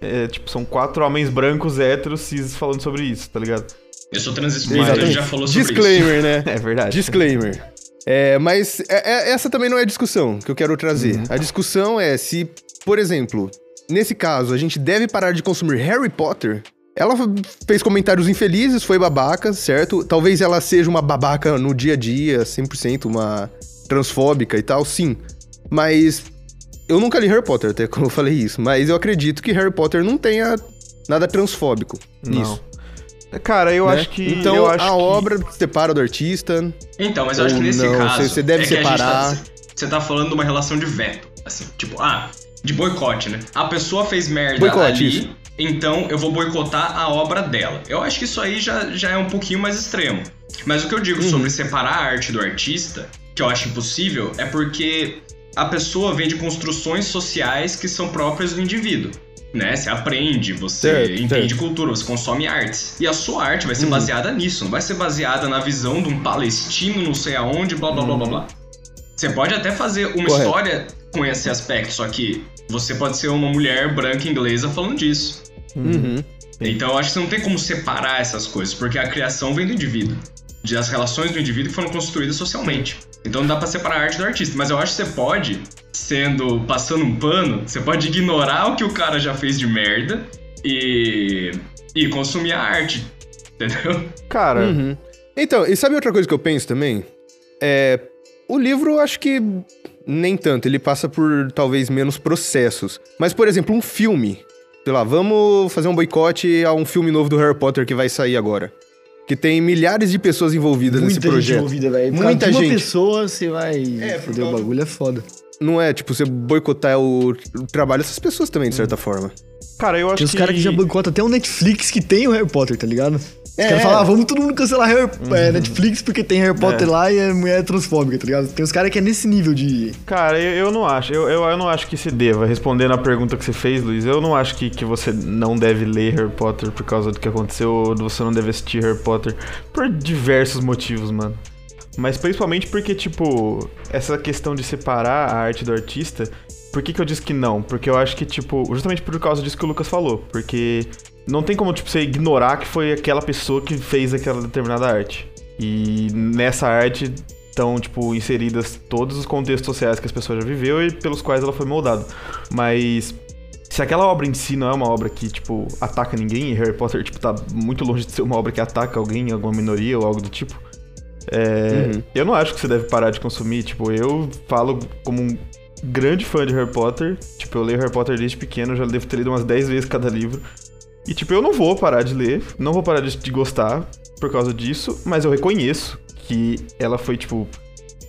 [SPEAKER 3] é, tipo, são quatro homens brancos héteros cis falando sobre isso, tá ligado? [laughs]
[SPEAKER 2] Eu sou transexual, a gente
[SPEAKER 1] Exatamente.
[SPEAKER 2] já falou sobre isso.
[SPEAKER 1] Disclaimer, né?
[SPEAKER 3] É
[SPEAKER 1] [laughs]
[SPEAKER 3] verdade.
[SPEAKER 1] Disclaimer. É, mas é- é- essa também não é a discussão que eu quero
[SPEAKER 3] Uhum.
[SPEAKER 1] trazer. A discussão é se, por exemplo, nesse caso, a gente deve parar de consumir Harry Potter. Ela fez comentários infelizes, foi babaca, certo? Talvez ela seja uma babaca no dia a dia, 100%, uma transfóbica e tal, sim. Mas eu nunca li Harry Potter, até como eu falei isso. Mas eu acredito que Harry Potter não tenha nada transfóbico
[SPEAKER 3] Não.
[SPEAKER 1] nisso.
[SPEAKER 3] Cara, eu
[SPEAKER 1] né?
[SPEAKER 3] acho que.
[SPEAKER 1] então,
[SPEAKER 3] eu acho
[SPEAKER 1] a
[SPEAKER 3] que-
[SPEAKER 1] obra separa do artista.
[SPEAKER 2] Então, mas eu acho
[SPEAKER 1] Ou
[SPEAKER 2] que nesse
[SPEAKER 1] não,
[SPEAKER 2] caso.
[SPEAKER 1] você- você deve
[SPEAKER 2] é que a gente
[SPEAKER 1] separar.
[SPEAKER 2] tá- você tá falando de uma relação de veto. Assim, tipo, ah, de boicote, né? A pessoa fez merda
[SPEAKER 1] Boicote,
[SPEAKER 2] ali,
[SPEAKER 1] isso.
[SPEAKER 2] então eu vou boicotar a obra dela. Eu acho que isso aí já, já é um pouquinho mais extremo. Mas o que eu digo
[SPEAKER 1] Uhum.
[SPEAKER 2] sobre separar a arte do artista, que eu acho impossível, é porque a pessoa vem de construções sociais que são próprias do indivíduo. Né? Você aprende, você
[SPEAKER 1] Certo,
[SPEAKER 2] entende
[SPEAKER 1] certo. Uhum.
[SPEAKER 2] cultura, você consome artes. E a sua arte vai ser baseada nisso, não vai ser baseada na visão de um palestino, não sei aonde, blá blá blá blá blá. Você pode até fazer uma
[SPEAKER 1] Uhum. Correto.
[SPEAKER 2] história com esse aspecto, só que você pode ser uma mulher branca inglesa falando disso.
[SPEAKER 1] Uhum.
[SPEAKER 2] Então eu acho que você não tem como separar essas coisas, porque a criação vem do indivíduo. De as relações do indivíduo que foram construídas socialmente. Então não dá pra separar a arte do artista. Mas eu acho que você pode, sendo. passando um pano, você pode ignorar o que o cara já fez de merda e. e consumir a arte. Entendeu?
[SPEAKER 3] Cara,
[SPEAKER 1] Então, e sabe outra coisa que eu penso também? É. O livro, eu acho que nem tanto. Ele passa por talvez menos processos. Mas, por exemplo, um filme. Sei lá, vamos fazer um boicote a um filme novo do Harry Potter que vai sair agora. Que tem milhares de pessoas envolvidas nesse
[SPEAKER 4] Muita gente
[SPEAKER 1] projeto.
[SPEAKER 4] envolvida, velho. Por
[SPEAKER 1] Muita
[SPEAKER 4] causa de
[SPEAKER 1] gente.
[SPEAKER 4] Uma pessoa, você vai
[SPEAKER 1] É, por
[SPEAKER 4] foder o
[SPEAKER 1] causa-
[SPEAKER 4] bagulho, é foda.
[SPEAKER 1] Não é, tipo, você boicotar o, o trabalho dessas pessoas também, de certa
[SPEAKER 3] Uhum.
[SPEAKER 1] forma.
[SPEAKER 3] cara, eu acho
[SPEAKER 4] Tem uns
[SPEAKER 3] que.
[SPEAKER 4] caras que já boicotam até o Netflix que tem o Harry Potter, tá ligado? Os
[SPEAKER 1] É.
[SPEAKER 4] caras falam, ah, vamos todo mundo cancelar Harry, é, Netflix porque tem Harry Potter lá e é mulher transfóbica, tá ligado? Tem uns caras que é nesse nível de.
[SPEAKER 3] Cara, eu, eu não acho. Eu, eu, eu não acho que se deva. Respondendo a pergunta que você fez, Luiz, eu não acho que, que você não deve ler Harry Potter por causa do que aconteceu, ou você não deve assistir Harry Potter por diversos motivos, mano. Mas principalmente porque, tipo, essa questão de separar a arte do artista, por que, que eu disse que não? Porque eu acho que, tipo, justamente por causa disso que o Lucas falou. Porque não tem como, tipo, você ignorar que foi aquela pessoa que fez aquela determinada arte. E nessa arte estão, tipo, inseridas todos os contextos sociais que as pessoas já viveu e pelos quais ela foi moldada. Mas se aquela obra em si não é uma obra que, tipo, ataca ninguém, e Harry Potter, tipo, tá muito longe de ser uma obra que ataca alguém, alguma minoria ou algo do tipo. É,
[SPEAKER 1] Uhum.
[SPEAKER 3] Eu não acho que você deve parar de consumir. Tipo, eu falo como um grande fã de Harry Potter. Tipo, eu leio Harry Potter desde pequeno, eu já devo ter lido umas 10 vezes cada livro. E, tipo, eu não vou parar de ler, não vou parar de, de gostar por causa disso, mas eu reconheço que ela foi, tipo,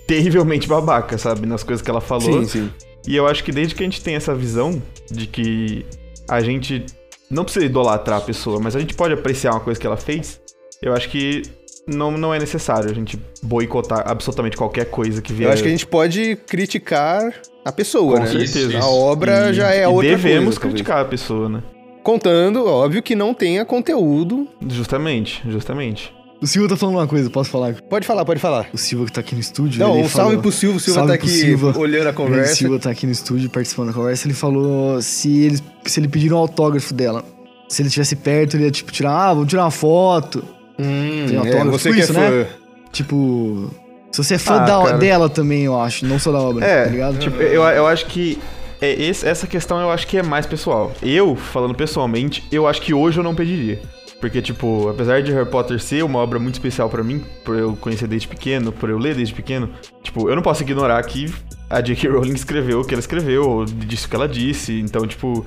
[SPEAKER 3] terrivelmente babaca, sabe? Nas coisas que ela falou.
[SPEAKER 1] Sim, sim.
[SPEAKER 3] E eu acho que desde que a gente tem essa visão de que a gente não precisa idolatrar a pessoa, mas a gente pode apreciar uma coisa que ela fez, eu acho que não, não é necessário a gente boicotar absolutamente qualquer coisa que vier.
[SPEAKER 1] Eu acho que a gente pode criticar a pessoa,
[SPEAKER 3] Com
[SPEAKER 1] né?
[SPEAKER 3] certeza.
[SPEAKER 1] A obra
[SPEAKER 3] E-
[SPEAKER 1] já é
[SPEAKER 3] e
[SPEAKER 1] outra
[SPEAKER 3] devemos
[SPEAKER 1] coisa. talvez.
[SPEAKER 3] criticar a pessoa, né?
[SPEAKER 1] Contando, óbvio, que não tenha conteúdo.
[SPEAKER 3] Justamente, justamente.
[SPEAKER 4] O Silva tá falando uma coisa, posso falar?
[SPEAKER 1] Pode falar, pode falar.
[SPEAKER 4] O Silva que tá aqui no estúdio.
[SPEAKER 1] Não,
[SPEAKER 4] ele
[SPEAKER 1] um salve
[SPEAKER 4] falou-
[SPEAKER 1] pro Silvio. O Silva
[SPEAKER 4] Salve
[SPEAKER 1] tá
[SPEAKER 4] pro
[SPEAKER 1] aqui
[SPEAKER 4] Silva.
[SPEAKER 1] olhando a
[SPEAKER 4] O
[SPEAKER 1] conversa.
[SPEAKER 4] Silva tá aqui no estúdio participando da conversa. Ele falou se eles, se ele pedir um autógrafo dela. Se ele estivesse perto, ele ia, tipo, tirar, ah, vamos tirar uma foto.
[SPEAKER 1] Hum,
[SPEAKER 4] Tem
[SPEAKER 1] é,
[SPEAKER 4] autógrafo,
[SPEAKER 1] você
[SPEAKER 4] tipo
[SPEAKER 1] que é
[SPEAKER 4] isso,
[SPEAKER 1] fã.
[SPEAKER 4] né? Tipo. Se você é fã
[SPEAKER 3] Ah,
[SPEAKER 4] da-
[SPEAKER 3] cara.
[SPEAKER 4] dela também, eu acho, não só da obra,
[SPEAKER 3] É,
[SPEAKER 4] tá
[SPEAKER 1] [laughs]
[SPEAKER 4] ligado?
[SPEAKER 3] Tipo, eu, eu acho que é esse- essa questão eu acho que é mais pessoal. Eu, falando pessoalmente, eu acho que hoje eu não pediria. Porque, tipo, apesar de Harry Potter ser uma obra muito especial pra mim, por eu conhecer desde pequeno, por eu ler desde pequeno, tipo, eu não posso ignorar que a J.K. Rowling escreveu o que ela escreveu, ou disse o que ela disse. Então, tipo,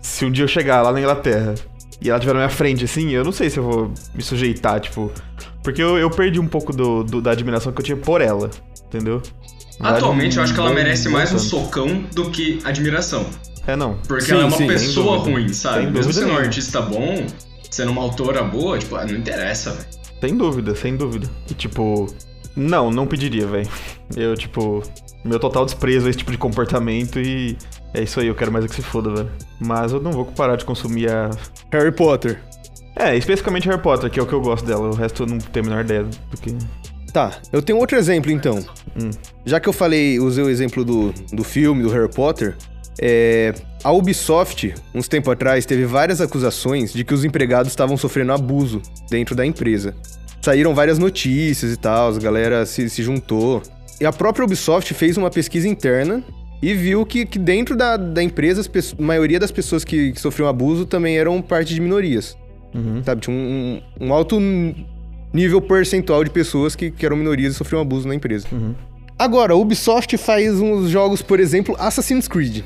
[SPEAKER 3] se um dia eu chegar lá na Inglaterra e ela estiver na minha frente, assim, eu não sei se eu vou me sujeitar, tipo. Porque eu, eu perdi um pouco do, do- da admiração que eu tinha por ela, entendeu?
[SPEAKER 2] Atualmente eu acho que ela
[SPEAKER 3] Vale-
[SPEAKER 2] merece mais um
[SPEAKER 3] Nossa.
[SPEAKER 2] socão do que admiração.
[SPEAKER 3] É, não.
[SPEAKER 2] Porque
[SPEAKER 3] Sim,
[SPEAKER 2] ela é uma
[SPEAKER 3] sim,
[SPEAKER 2] pessoa
[SPEAKER 3] sem dúvida.
[SPEAKER 2] ruim, sabe?
[SPEAKER 3] Sem
[SPEAKER 2] Mesmo
[SPEAKER 3] dúvida
[SPEAKER 2] sendo um
[SPEAKER 3] nenhuma.
[SPEAKER 2] artista bom, sendo uma autora boa, tipo, ah, não interessa, velho.
[SPEAKER 3] Sem dúvida, sem dúvida. E tipo, não, não pediria, velho. Eu, tipo, meu total desprezo a esse tipo de comportamento e é isso aí, eu quero mais é que se foda, velho. Mas eu não vou parar de consumir a.
[SPEAKER 1] Harry Potter.
[SPEAKER 3] É, especificamente Harry Potter, que é o que eu gosto dela. O resto eu não tenho a menor ideia do que.
[SPEAKER 1] Tá, eu tenho outro exemplo então.
[SPEAKER 3] Hum.
[SPEAKER 1] Já que eu falei, usei o exemplo do, do filme, do Harry Potter, é, a Ubisoft, uns tempo atrás, teve várias acusações de que os empregados estavam sofrendo abuso dentro da empresa. Saíram várias notícias e tal, a galera se, se juntou. E a própria Ubisoft fez uma pesquisa interna e viu que, que dentro da, da empresa, as pesso- a maioria das pessoas que, que sofriam abuso também eram parte de minorias.
[SPEAKER 3] Uhum.
[SPEAKER 1] Sabe, tinha um, um- um alto n- nível percentual de pessoas que, que eram minorias e sofriam abuso na empresa.
[SPEAKER 3] Uhum.
[SPEAKER 1] Agora, a Ubisoft faz uns jogos, por exemplo, Assassin's Creed.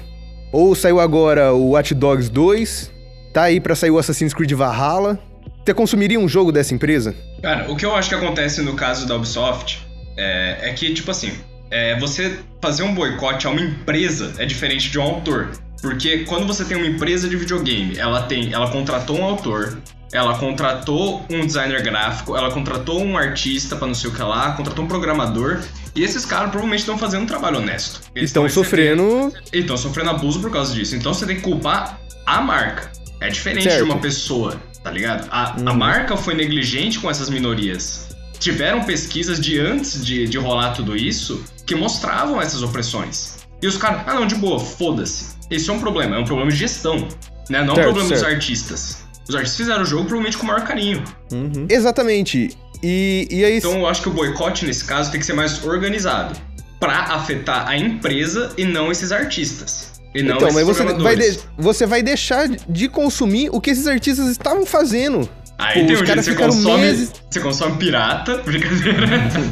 [SPEAKER 1] Ou saiu agora o Watch Dogs 2, tá aí pra sair o Assassin's Creed Valhalla. Você consumiria um jogo dessa empresa?
[SPEAKER 2] Cara, o que eu acho que acontece no caso da Ubisoft é, é que, tipo assim, é, você fazer um boicote a uma empresa é diferente de um autor. Porque quando você tem uma empresa de videogame, ela tem. Ela contratou um autor, ela contratou um designer gráfico, ela contratou um artista pra não sei o que lá, contratou um programador. E esses caras provavelmente estão fazendo um trabalho honesto. Eles
[SPEAKER 1] Estão
[SPEAKER 2] recebendo-
[SPEAKER 1] sofrendo.
[SPEAKER 2] e estão Então, sofrendo abuso por causa disso. Então você tem que culpar a marca. É diferente
[SPEAKER 1] Certo. Uhum.
[SPEAKER 2] de uma pessoa, tá ligado? A, a marca foi negligente com essas minorias. Tiveram pesquisas de antes de, de rolar tudo isso que mostravam essas opressões. E os caras, ah não, de boa, foda-se. Esse é um problema, é um problema de gestão, né? Não é um
[SPEAKER 1] Certo,
[SPEAKER 2] problema dos
[SPEAKER 1] certo.
[SPEAKER 2] artistas. Os artistas fizeram o jogo provavelmente com o maior carinho.
[SPEAKER 3] Uhum.
[SPEAKER 1] Exatamente. E, e é isso.
[SPEAKER 2] Então eu acho que o boicote nesse caso tem que ser mais organizado pra afetar a empresa e não esses artistas. E não é
[SPEAKER 1] Então,
[SPEAKER 2] esses
[SPEAKER 1] mas você vai,
[SPEAKER 2] programadores.
[SPEAKER 1] de- você vai deixar de consumir o que esses artistas estavam fazendo.
[SPEAKER 2] Aí
[SPEAKER 1] Pô,
[SPEAKER 2] tem
[SPEAKER 1] Tipo, os
[SPEAKER 2] um jeito,
[SPEAKER 1] caras
[SPEAKER 2] você
[SPEAKER 1] ficaram
[SPEAKER 2] consome,
[SPEAKER 1] meses-
[SPEAKER 2] você consome pirata, [laughs] brincadeira.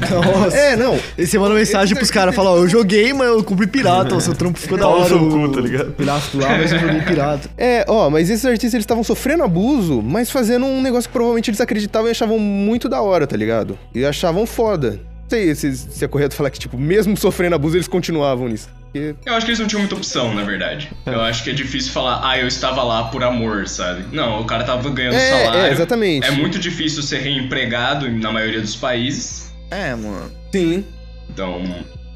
[SPEAKER 4] Nossa.
[SPEAKER 1] É, não.
[SPEAKER 4] E você manda mensagem pros caras, fala, ó, eu joguei, mas eu cumpri pirata, ó, seu trampo ficou da
[SPEAKER 3] Pau no
[SPEAKER 4] hora.
[SPEAKER 3] seu cu,
[SPEAKER 4] o-
[SPEAKER 3] tá ligado?
[SPEAKER 4] o Gráfico lá, mas eu joguei pirata.
[SPEAKER 1] É, ó, mas esses artistas eles estavam sofrendo abuso, mas fazendo um negócio que provavelmente eles acreditavam e achavam muito da hora, tá ligado? E achavam foda. Não sei se, se é correto falar que, tipo, mesmo [laughs] sofrendo abuso, eles continuavam nisso. Porque
[SPEAKER 2] Eu acho que eles não tinham muita opção, na verdade. Eu acho que é difícil falar, ah, eu estava lá por amor, sabe? Não, o cara tava ganhando
[SPEAKER 1] É,
[SPEAKER 2] salário.
[SPEAKER 1] é, exatamente.
[SPEAKER 2] É muito difícil ser reempregado na maioria dos países.
[SPEAKER 4] É, mano.
[SPEAKER 1] Sim.
[SPEAKER 2] Então,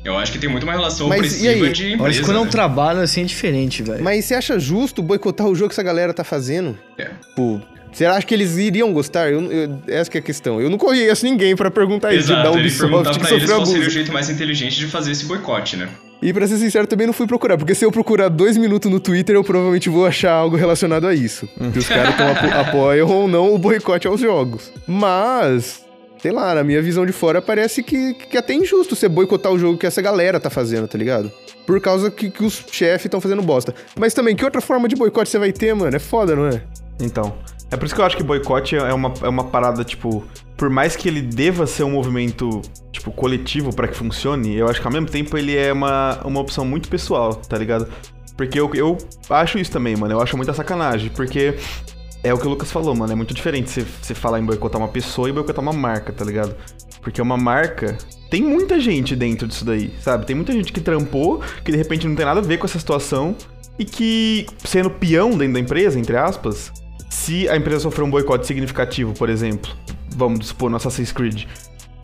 [SPEAKER 2] eu acho que tem muito uma relação
[SPEAKER 1] Mas e
[SPEAKER 2] opressiva
[SPEAKER 1] aí?
[SPEAKER 2] de
[SPEAKER 4] Olha,
[SPEAKER 2] empresa.
[SPEAKER 4] isso quando é um
[SPEAKER 2] né?
[SPEAKER 4] trabalho assim é diferente, velho.
[SPEAKER 1] Mas você acha justo boicotar o jogo que essa galera tá fazendo?
[SPEAKER 2] É.
[SPEAKER 1] Tipo, será que eles iriam gostar? Eu- eu- essa que é a questão. Eu não conheço ninguém pra perguntar isso
[SPEAKER 2] Exato,
[SPEAKER 1] da
[SPEAKER 2] ele perguntar
[SPEAKER 1] Ubisoft que
[SPEAKER 2] pra eles
[SPEAKER 1] sofreu
[SPEAKER 2] qual seria o
[SPEAKER 1] abuso.
[SPEAKER 2] jeito mais inteligente de fazer esse boicote, né?
[SPEAKER 1] E pra ser sincero, também não fui procurar, porque se eu procurar dois minutos no Twitter, eu provavelmente vou achar algo relacionado a isso. Que os caras tão apo- apoiam ou não o boicote aos jogos. Mas, sei lá, na minha visão de fora, parece que, que é até injusto você boicotar o jogo que essa galera tá fazendo, tá ligado? Por causa que, que os chefes estão fazendo bosta. Mas também, que outra forma de boicote você vai ter, mano? É foda, não é?
[SPEAKER 3] Então. É por isso que eu acho que boicote é uma, é uma parada, tipo, por mais que ele deva ser um movimento, tipo, coletivo pra que funcione, eu acho que ao mesmo tempo ele é uma, uma opção muito pessoal, tá ligado? Porque eu, eu acho isso também, mano. Eu acho muita sacanagem. Porque é o que o Lucas falou, mano. É muito diferente você- você falar em boicotar uma pessoa e boicotar uma marca, tá ligado? Porque uma marca. Tem muita gente dentro disso daí, sabe? Tem muita gente que trampou, que de repente não tem nada a ver com essa situação. E que, sendo peão dentro da empresa, entre aspas, se a empresa sofrer um boicote significativo, por exemplo, vamos supor no Assassin's Creed,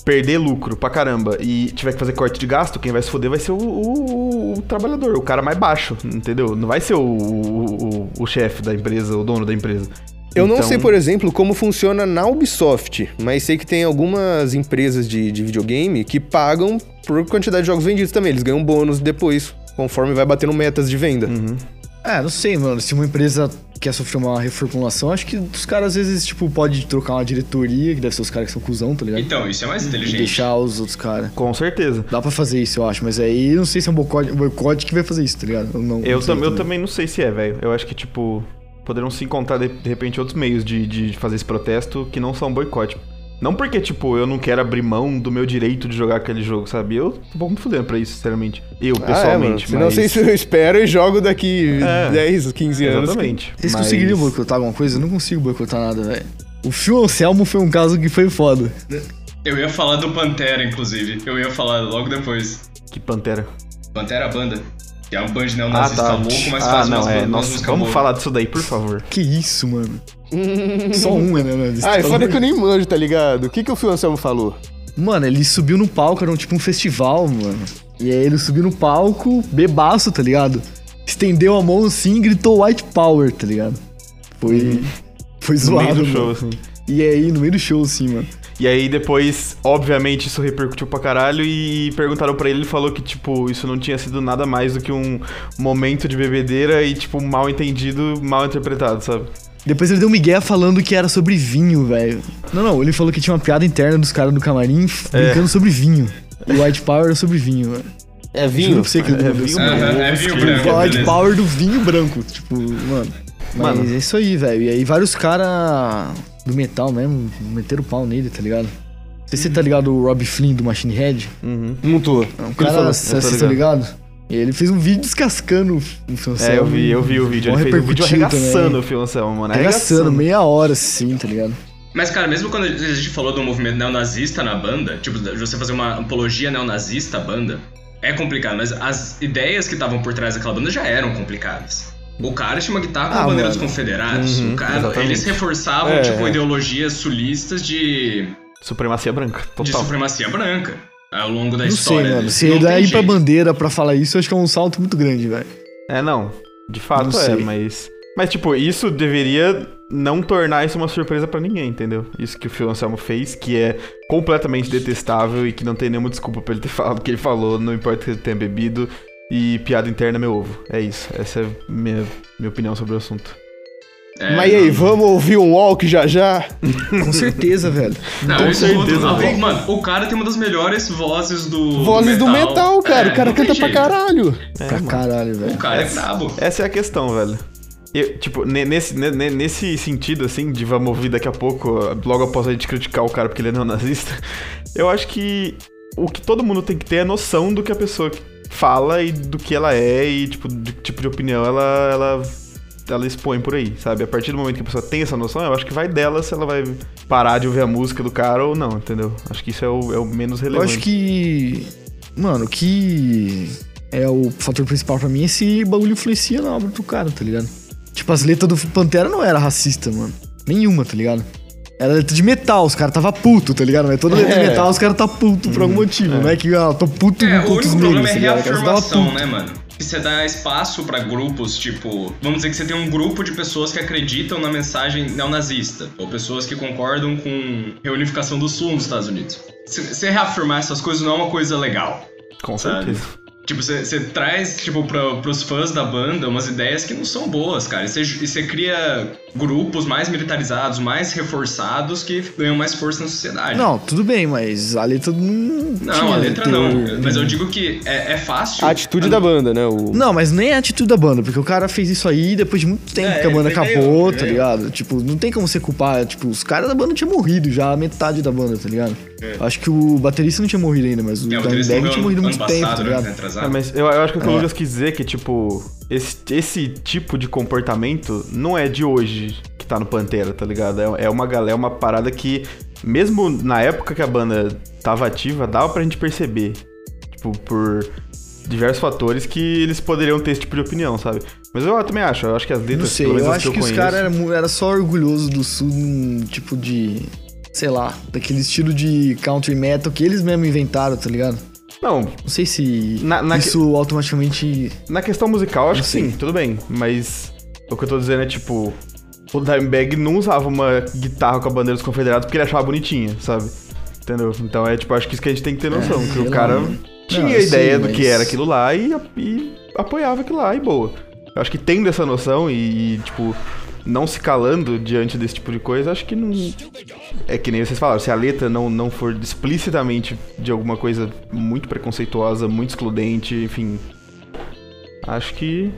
[SPEAKER 3] perder lucro pra caramba e tiver que fazer corte de gasto, quem vai se foder vai ser o, o- o trabalhador, o cara mais baixo, entendeu? Não vai ser o, o- o- o chefe da empresa, o dono da empresa.
[SPEAKER 1] Eu não
[SPEAKER 3] Então,
[SPEAKER 1] sei, por exemplo, como funciona na Ubisoft, mas sei que tem algumas empresas de, de videogame que pagam por quantidade de jogos vendidos também. Eles ganham bônus depois, conforme vai batendo metas de venda.
[SPEAKER 3] Uhum,
[SPEAKER 4] É, não sei, mano. Se uma empresa quer sofrer uma reformulação, acho que os caras às vezes, tipo, pode trocar uma diretoria, que deve ser os caras que são cuzão, tá ligado?
[SPEAKER 2] Então, isso é
[SPEAKER 1] Uhum,
[SPEAKER 2] mais
[SPEAKER 4] E
[SPEAKER 2] inteligente.
[SPEAKER 4] deixar os outros caras.
[SPEAKER 3] Com certeza.
[SPEAKER 4] Dá pra fazer isso, eu acho, mas aí eu não sei se é um boicote, um boicote que vai fazer isso, tá ligado? Eu, não,
[SPEAKER 3] Eu,
[SPEAKER 4] não sei
[SPEAKER 3] tam- eu também não sei se é, velho. Eu acho que, tipo, poderão se encontrar de, de repente outros meios de, de fazer esse protesto que não são boicote. Não porque, tipo, eu não quero abrir mão do meu direito de jogar aquele jogo, sabe? Eu tô pouco me fudendo pra isso, sinceramente. Eu, pessoalmente,
[SPEAKER 1] Não
[SPEAKER 3] mas...
[SPEAKER 1] sei Ah, é, se eu espero e jogo daqui
[SPEAKER 3] É.
[SPEAKER 1] 10, 15 anos.
[SPEAKER 3] Exatamente.
[SPEAKER 4] Vocês
[SPEAKER 3] mas-
[SPEAKER 4] conseguiriam boicotar alguma coisa? Eu não consigo boicotar nada, velho. O Phil Anselmo foi um caso que foi foda.
[SPEAKER 2] Eu ia falar do Pantera, inclusive. Eu ia falar logo depois.
[SPEAKER 3] Que pantera.
[SPEAKER 2] Pantera a banda. Que é um band neonazista louco, mas
[SPEAKER 3] ah,
[SPEAKER 2] faz
[SPEAKER 3] não,
[SPEAKER 2] umas,
[SPEAKER 3] é.
[SPEAKER 2] umas
[SPEAKER 3] Nossa,
[SPEAKER 2] músicas
[SPEAKER 3] vamos
[SPEAKER 2] boas.
[SPEAKER 3] falar disso daí, por favor.
[SPEAKER 4] Que
[SPEAKER 1] [laughs]
[SPEAKER 4] isso, mano. Só um, né, né?
[SPEAKER 1] Ah, é foda que eu nem manjo, tá ligado? O que, que o Phil Anselmo falou?
[SPEAKER 4] Mano, ele subiu no palco, era um, tipo um festival, mano. E aí ele subiu no palco, bebaço, tá ligado? Estendeu a mão assim e gritou White Power, tá ligado? Foi. Foi
[SPEAKER 3] Uhum. No meio
[SPEAKER 4] zoado,
[SPEAKER 3] do
[SPEAKER 4] mano.
[SPEAKER 3] show, assim.
[SPEAKER 4] E aí, no meio do show, assim, mano.
[SPEAKER 3] E aí depois, obviamente, isso repercutiu pra caralho e perguntaram pra ele, ele falou que, tipo, isso não tinha sido nada mais do que um momento de bebedeira e, tipo, mal entendido, mal interpretado, sabe?
[SPEAKER 4] Depois ele deu um migué falando que era sobre vinho, velho. Não, não, ele falou que tinha uma piada interna dos caras do camarim f-
[SPEAKER 3] É.
[SPEAKER 4] brincando sobre vinho. E White Power era sobre vinho, velho.
[SPEAKER 1] É
[SPEAKER 4] Juro pra você que ele
[SPEAKER 3] É
[SPEAKER 4] deu
[SPEAKER 3] vinho
[SPEAKER 4] essa-
[SPEAKER 3] branco.
[SPEAKER 2] Aham, é vinho
[SPEAKER 4] Ele
[SPEAKER 2] branco,
[SPEAKER 4] fala White
[SPEAKER 2] beleza.
[SPEAKER 4] Power do vinho branco. Tipo, mano. Mas
[SPEAKER 3] Mano.
[SPEAKER 4] é isso aí, velho. E aí vários caras do metal mesmo meteram o pau nele, tá ligado? Não sei se você tá ligado o Rob Flynn do Machine Head.
[SPEAKER 3] Uhum.
[SPEAKER 1] Não tô.
[SPEAKER 4] É um
[SPEAKER 1] que ele falou?
[SPEAKER 4] cara, você
[SPEAKER 3] Eu tô
[SPEAKER 4] você tá ligado? E ele fez um vídeo descascando o Phil
[SPEAKER 3] É,
[SPEAKER 4] Anselmo.
[SPEAKER 3] eu vi, eu vi o vídeo.
[SPEAKER 4] Bom,
[SPEAKER 3] Ele fez um vídeo
[SPEAKER 4] repercutiu
[SPEAKER 3] arregaçando
[SPEAKER 4] também.
[SPEAKER 3] o filme, Anselmo, mano.
[SPEAKER 4] Arregaçando, meia hora assim, tá ligado?
[SPEAKER 2] Mas, cara, mesmo quando a gente falou do movimento neonazista na banda, tipo, de você fazer uma apologia neonazista à banda, é complicado, mas as ideias que estavam por trás daquela banda já eram complicadas. O cara tinha uma guitarra com
[SPEAKER 4] Ah,
[SPEAKER 2] a bandeira
[SPEAKER 4] mano.
[SPEAKER 2] dos confederados. o cara,
[SPEAKER 3] exatamente.
[SPEAKER 2] eles reforçavam,
[SPEAKER 1] É,
[SPEAKER 2] tipo,
[SPEAKER 1] é.
[SPEAKER 2] ideologias sulistas de,
[SPEAKER 3] Supremacia branca,
[SPEAKER 2] de
[SPEAKER 3] total.
[SPEAKER 2] supremacia branca ao longo da
[SPEAKER 4] não sei,
[SPEAKER 2] história. né?
[SPEAKER 4] mano.
[SPEAKER 2] Não
[SPEAKER 4] Se ele
[SPEAKER 2] tem
[SPEAKER 4] daí pra
[SPEAKER 2] jeito.
[SPEAKER 4] bandeira pra falar isso, eu acho que é um salto muito grande, velho.
[SPEAKER 3] É, não. De fato
[SPEAKER 4] Não
[SPEAKER 3] é,
[SPEAKER 4] sei.
[SPEAKER 3] mas. Mas, tipo, isso deveria não tornar isso uma surpresa pra ninguém, entendeu? Isso que o Phil Anselmo fez, que é completamente detestável e que não tem nenhuma desculpa pra ele ter [laughs] falado o que ele falou, não importa o que ele tenha bebido. E piada interna, meu ovo. É isso. Essa é minha, minha opinião sobre o assunto.
[SPEAKER 2] É,
[SPEAKER 1] Mas e aí, vamos ouvir um walk já já?
[SPEAKER 4] Com certeza, velho.
[SPEAKER 2] Não,
[SPEAKER 3] Com
[SPEAKER 2] eu escuto-
[SPEAKER 3] certeza,
[SPEAKER 2] Ah,
[SPEAKER 3] velho.
[SPEAKER 2] Mano, o cara tem uma das melhores vozes do.
[SPEAKER 1] Vozes do metal, cara.
[SPEAKER 2] É,
[SPEAKER 1] o cara
[SPEAKER 2] não tem
[SPEAKER 1] canta pra
[SPEAKER 2] jeito.
[SPEAKER 1] caralho.
[SPEAKER 3] É,
[SPEAKER 4] pra
[SPEAKER 3] mano.
[SPEAKER 4] caralho,
[SPEAKER 2] O
[SPEAKER 4] velho.
[SPEAKER 2] cara é brabo.
[SPEAKER 3] Essa é a questão, velho. Eu, tipo, ne- nesse, ne- ne- nesse sentido, assim, de vamos ouvir daqui a pouco, logo após a gente criticar o cara porque ele é neonazista, [laughs] eu acho que o que todo mundo tem que ter é noção do que a pessoa fala e do que ela é e, tipo, do que tipo de opinião ela, ela, ela expõe por aí, sabe? A partir do momento que a pessoa tem essa noção, eu acho que vai dela se ela vai parar de ouvir a música do cara ou não, entendeu? Acho que isso é o, é o menos
[SPEAKER 4] Eu
[SPEAKER 3] relevante.
[SPEAKER 4] acho que. Mano, o que é o fator principal pra mim é se bagulho influencia na obra do cara, tá ligado? Tipo, as letras do Pantera não era racista, mano. Nenhuma, tá ligado? Era letra de metal, os caras tava puto, tá ligado? Mas toda letra de
[SPEAKER 1] É. Uhum.
[SPEAKER 4] metal os caras tá puto por algum motivo, não é que ah, tô puto
[SPEAKER 2] É,
[SPEAKER 4] com
[SPEAKER 2] o
[SPEAKER 4] outros
[SPEAKER 2] único problema
[SPEAKER 4] negros,
[SPEAKER 2] é
[SPEAKER 4] tá ligado? Os caras tava
[SPEAKER 2] reafirmação,
[SPEAKER 4] puto.
[SPEAKER 2] né, mano? Que você dá espaço pra grupos, tipo. Vamos dizer que você tem um grupo de pessoas que acreditam na mensagem neonazista, ou pessoas que concordam com reunificação do Sul nos Estados Unidos. Você você reafirmar essas coisas não é uma coisa legal.
[SPEAKER 3] Com
[SPEAKER 2] sabe?
[SPEAKER 3] certeza.
[SPEAKER 2] Tipo, você- você traz, tipo, pra, pros fãs da banda umas ideias que não são boas, cara. E você- E você cria grupos mais militarizados, mais reforçados, que ganham mais força na sociedade.
[SPEAKER 4] Não, tudo bem, mas a letra não.
[SPEAKER 2] né? Não,
[SPEAKER 4] tinha um-
[SPEAKER 2] a letra
[SPEAKER 4] teu-
[SPEAKER 2] não. Mas eu digo que é, é fácil.
[SPEAKER 1] A atitude da banda, né? O...
[SPEAKER 4] Não, mas nem é a atitude da banda, porque o cara fez isso aí depois de muito tempo
[SPEAKER 2] É,
[SPEAKER 4] que a banda
[SPEAKER 2] ele ganhou,
[SPEAKER 4] acabou,
[SPEAKER 2] ele
[SPEAKER 4] tá ligado? Tipo, não tem como você culpar. Tipo, os caras da banda tinham morrido já, a metade da banda, tá ligado? Acho que o baterista não tinha morrido ainda, mas o
[SPEAKER 2] É,
[SPEAKER 4] é,
[SPEAKER 2] o Dres
[SPEAKER 4] Dimebag
[SPEAKER 2] morreu
[SPEAKER 4] tinha morrido há
[SPEAKER 2] ano
[SPEAKER 4] muito tempo,
[SPEAKER 2] passado,
[SPEAKER 4] tá
[SPEAKER 2] né,
[SPEAKER 4] ligado?
[SPEAKER 2] retrasado.
[SPEAKER 3] É, mas eu, eu acho que o que o Lucas quis dizer é que, tipo, esse, esse tipo de comportamento não é de hoje que tá no Pantera, tá ligado? É, é uma galera, é uma parada que, mesmo na época que a banda tava ativa, dava pra gente perceber. Tipo, por diversos fatores que eles poderiam ter esse tipo de opinião, sabe? Mas eu também acho, eu acho que as letras,
[SPEAKER 4] Não sei,
[SPEAKER 3] pelo menos
[SPEAKER 4] eu
[SPEAKER 3] as
[SPEAKER 4] acho que,
[SPEAKER 3] eu
[SPEAKER 4] os
[SPEAKER 3] conheço-
[SPEAKER 4] caras eram era só orgulhoso do sul, num tipo de. Sei lá, daquele estilo de country metal que eles mesmos inventaram, tá ligado?
[SPEAKER 3] Não,
[SPEAKER 4] Não sei se
[SPEAKER 3] Na- na-
[SPEAKER 4] isso automaticamente.
[SPEAKER 3] Na questão musical, acho que
[SPEAKER 4] Sim.
[SPEAKER 3] sim, tudo bem. Mas o que eu tô dizendo é tipo. O Dimebag não usava uma guitarra com a bandeira dos confederados porque ele achava bonitinha, sabe? Entendeu? Então é tipo, acho que isso que a gente tem que ter noção. que
[SPEAKER 4] É, sei
[SPEAKER 3] o
[SPEAKER 4] lá, né?
[SPEAKER 3] cara
[SPEAKER 4] mano.
[SPEAKER 3] tinha
[SPEAKER 4] Não,
[SPEAKER 3] a
[SPEAKER 4] eu
[SPEAKER 3] ideia
[SPEAKER 4] sei,
[SPEAKER 3] do
[SPEAKER 4] mas-
[SPEAKER 3] que era aquilo lá e, e apoiava aquilo lá e boa. Eu acho que tendo essa noção e, e, tipo, não se calando diante desse tipo de coisa, acho que não. É que nem vocês falaram, se a letra não, não for explicitamente de alguma coisa muito preconceituosa, muito excludente, enfim, Acho que.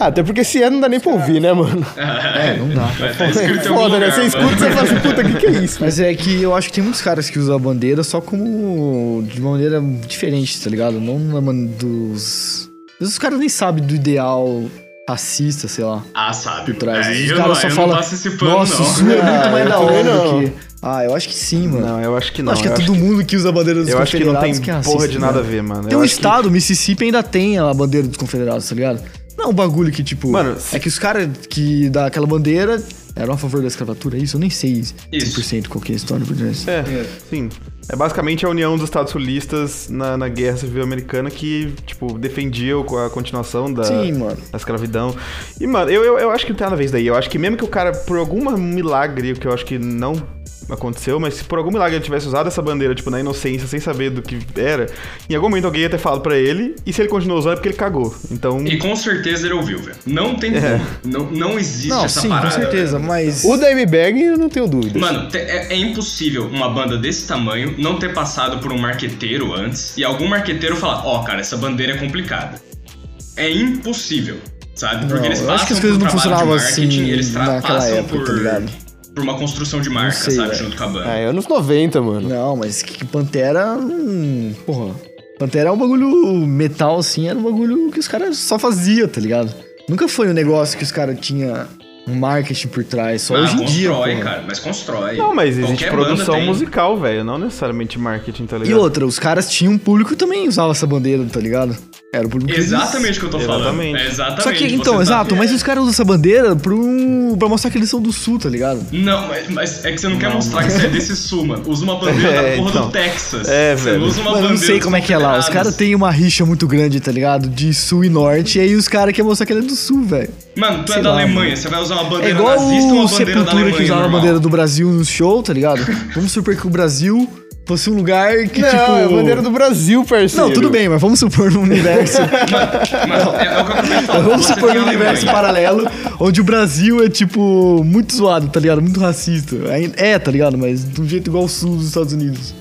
[SPEAKER 1] Ah, até porque se é, não dá nem pra ouvir, né, mano?
[SPEAKER 4] [laughs] É, não dá.
[SPEAKER 2] Vai tá
[SPEAKER 1] É
[SPEAKER 2] escrito em algum
[SPEAKER 1] foda, né?
[SPEAKER 2] lugar,
[SPEAKER 1] Você escuta
[SPEAKER 2] mano.
[SPEAKER 1] e você fala assim, puta, o que, que é isso?
[SPEAKER 4] Mas é que eu acho que tem muitos caras que usam a bandeira só como. de uma maneira diferente, tá ligado? Não na man... dos. Às vezes Os caras nem sabem do ideal racista, sei lá,
[SPEAKER 2] [laughs] Ah, sabe.
[SPEAKER 4] por trás.
[SPEAKER 2] É,
[SPEAKER 4] Às vezes
[SPEAKER 2] eu
[SPEAKER 4] Os caras
[SPEAKER 2] não-
[SPEAKER 4] só
[SPEAKER 2] eu não
[SPEAKER 4] falam.
[SPEAKER 2] passo esse pano,
[SPEAKER 4] Nossa, o
[SPEAKER 2] não.
[SPEAKER 3] [laughs]
[SPEAKER 4] sul é muito mais
[SPEAKER 1] eu
[SPEAKER 4] da
[SPEAKER 1] também
[SPEAKER 4] hora do
[SPEAKER 1] não.
[SPEAKER 4] que. Ah, eu acho que sim, mano.
[SPEAKER 3] Não, eu acho que não.
[SPEAKER 4] acho que é
[SPEAKER 3] eu
[SPEAKER 4] todo mundo que usa a bandeira dos
[SPEAKER 3] eu acho que não tem
[SPEAKER 4] confederados que é racista.
[SPEAKER 3] porra de nada
[SPEAKER 4] mano.
[SPEAKER 3] a ver, mano.
[SPEAKER 4] Tem
[SPEAKER 3] eu
[SPEAKER 4] um
[SPEAKER 3] acho que-
[SPEAKER 4] estado, o Mississippi ainda tem a bandeira dos confederados, tá ligado? Não é um bagulho que, tipo.
[SPEAKER 3] Mano, se-
[SPEAKER 4] É que os caras que dá aquela bandeira eram a favor da escravatura, é isso? Eu nem sei 100% qual que é a história por trás.
[SPEAKER 3] É, sim. É basicamente a união dos Estados Sulistas na, na Guerra Civil Americana que, tipo, defendia o- a continuação da,
[SPEAKER 4] Sim, mano.
[SPEAKER 3] da escravidão. E, mano, eu, eu, eu acho que não tem nada a ver isso daí. Eu acho que mesmo que o cara, por algum milagre, que eu acho que não aconteceu, mas se por algum milagre ele tivesse usado essa bandeira, tipo, na inocência, sem saber do que era, em algum momento alguém ia ter falado pra ele, e se ele continuou usando é porque ele cagou. Então...
[SPEAKER 2] E com certeza ele ouviu, velho. Não tem como. Não, não existe
[SPEAKER 4] É. Não,
[SPEAKER 2] essa
[SPEAKER 4] sim,
[SPEAKER 2] parada. né?
[SPEAKER 4] com certeza, mas.
[SPEAKER 1] O Dimebag, eu não tenho dúvida.
[SPEAKER 2] Mano, te- é, é impossível uma banda desse tamanho não ter passado por um marqueteiro antes e algum marqueteiro falar, ó, cara, essa bandeira é complicada. É impossível, sabe? Porque
[SPEAKER 4] Não,
[SPEAKER 2] eles
[SPEAKER 4] eu
[SPEAKER 2] passam
[SPEAKER 4] acho que as
[SPEAKER 2] por
[SPEAKER 4] coisas
[SPEAKER 2] um
[SPEAKER 4] não
[SPEAKER 2] trabalho de
[SPEAKER 4] funcionavam
[SPEAKER 2] marketing,
[SPEAKER 4] assim
[SPEAKER 2] eles tra-
[SPEAKER 4] naquela
[SPEAKER 2] passam
[SPEAKER 4] época,
[SPEAKER 2] por,
[SPEAKER 4] tá ligado?
[SPEAKER 2] por uma construção de marca,
[SPEAKER 4] sei,
[SPEAKER 2] sabe?
[SPEAKER 4] velho.
[SPEAKER 2] Junto com a
[SPEAKER 1] Ah,
[SPEAKER 2] banda.
[SPEAKER 1] é anos 90, mano.
[SPEAKER 4] Não, mas que que Pantera. Hum, porra. Pantera é um bagulho metal, assim, era um bagulho que os caras só faziam, tá ligado? Nunca foi um negócio que os caras tinham um marketing por trás, só
[SPEAKER 2] Ah,
[SPEAKER 4] hoje em dia.
[SPEAKER 2] constrói,
[SPEAKER 4] porra.
[SPEAKER 2] cara, mas constrói.
[SPEAKER 3] Não, mas existe
[SPEAKER 2] Qualquer banda
[SPEAKER 3] produção
[SPEAKER 2] tem.
[SPEAKER 3] musical, velho. Não necessariamente marketing, tá ligado?
[SPEAKER 4] E outra, os caras tinham um público que também usava essa bandeira, tá ligado? Era o público que eles-
[SPEAKER 2] Exatamente o que eu tô falando.
[SPEAKER 3] Exatamente.
[SPEAKER 2] É exatamente.
[SPEAKER 4] Só que,
[SPEAKER 2] você
[SPEAKER 4] então,
[SPEAKER 2] tá-
[SPEAKER 4] exato, mas os caras usam essa bandeira pro, pra mostrar que eles são do sul, tá ligado?
[SPEAKER 2] Não, mas, mas é que você não, quer mostrar que você é desse sul, mano. Usa uma
[SPEAKER 4] [laughs]
[SPEAKER 2] bandeira
[SPEAKER 3] É,
[SPEAKER 2] da porra
[SPEAKER 3] então.
[SPEAKER 2] do Texas.
[SPEAKER 3] É,
[SPEAKER 2] Você
[SPEAKER 3] velho.
[SPEAKER 2] Usa uma
[SPEAKER 4] Mano, eu
[SPEAKER 2] bandeira
[SPEAKER 4] não sei
[SPEAKER 2] dos
[SPEAKER 4] como é que é lá. Os caras
[SPEAKER 2] Confederados.
[SPEAKER 4] têm uma rixa muito grande, tá ligado? De sul e norte, e aí os caras querem mostrar que ele é do sul, velho.
[SPEAKER 2] Mano, tu é
[SPEAKER 4] sei
[SPEAKER 2] da
[SPEAKER 4] lá,
[SPEAKER 2] Alemanha, você vai usar uma
[SPEAKER 4] É
[SPEAKER 2] bandeira
[SPEAKER 4] igual
[SPEAKER 2] nazista ou
[SPEAKER 4] o
[SPEAKER 2] uma bandeira da
[SPEAKER 4] Sepultura
[SPEAKER 2] Alemanha
[SPEAKER 4] que usava a
[SPEAKER 2] normal?
[SPEAKER 4] bandeira do Brasil no show, tá ligado? Vamos supor que o Brasil fosse um lugar que,
[SPEAKER 1] Não,
[SPEAKER 4] tipo.
[SPEAKER 1] é a bandeira do Brasil, parceiro.
[SPEAKER 4] Não, tudo bem, mas vamos supor num universo.
[SPEAKER 1] [laughs]
[SPEAKER 2] Mano, é, é o que eu acabei de falar.
[SPEAKER 4] [laughs] vamos
[SPEAKER 2] você
[SPEAKER 4] supor
[SPEAKER 2] tem
[SPEAKER 4] num
[SPEAKER 2] a
[SPEAKER 4] universo
[SPEAKER 2] Alemanha.
[SPEAKER 4] paralelo onde o Brasil é, tipo, muito zoado, tá ligado? Muito racista. É, é, tá ligado? Mas de um jeito igual o sul dos Estados Unidos.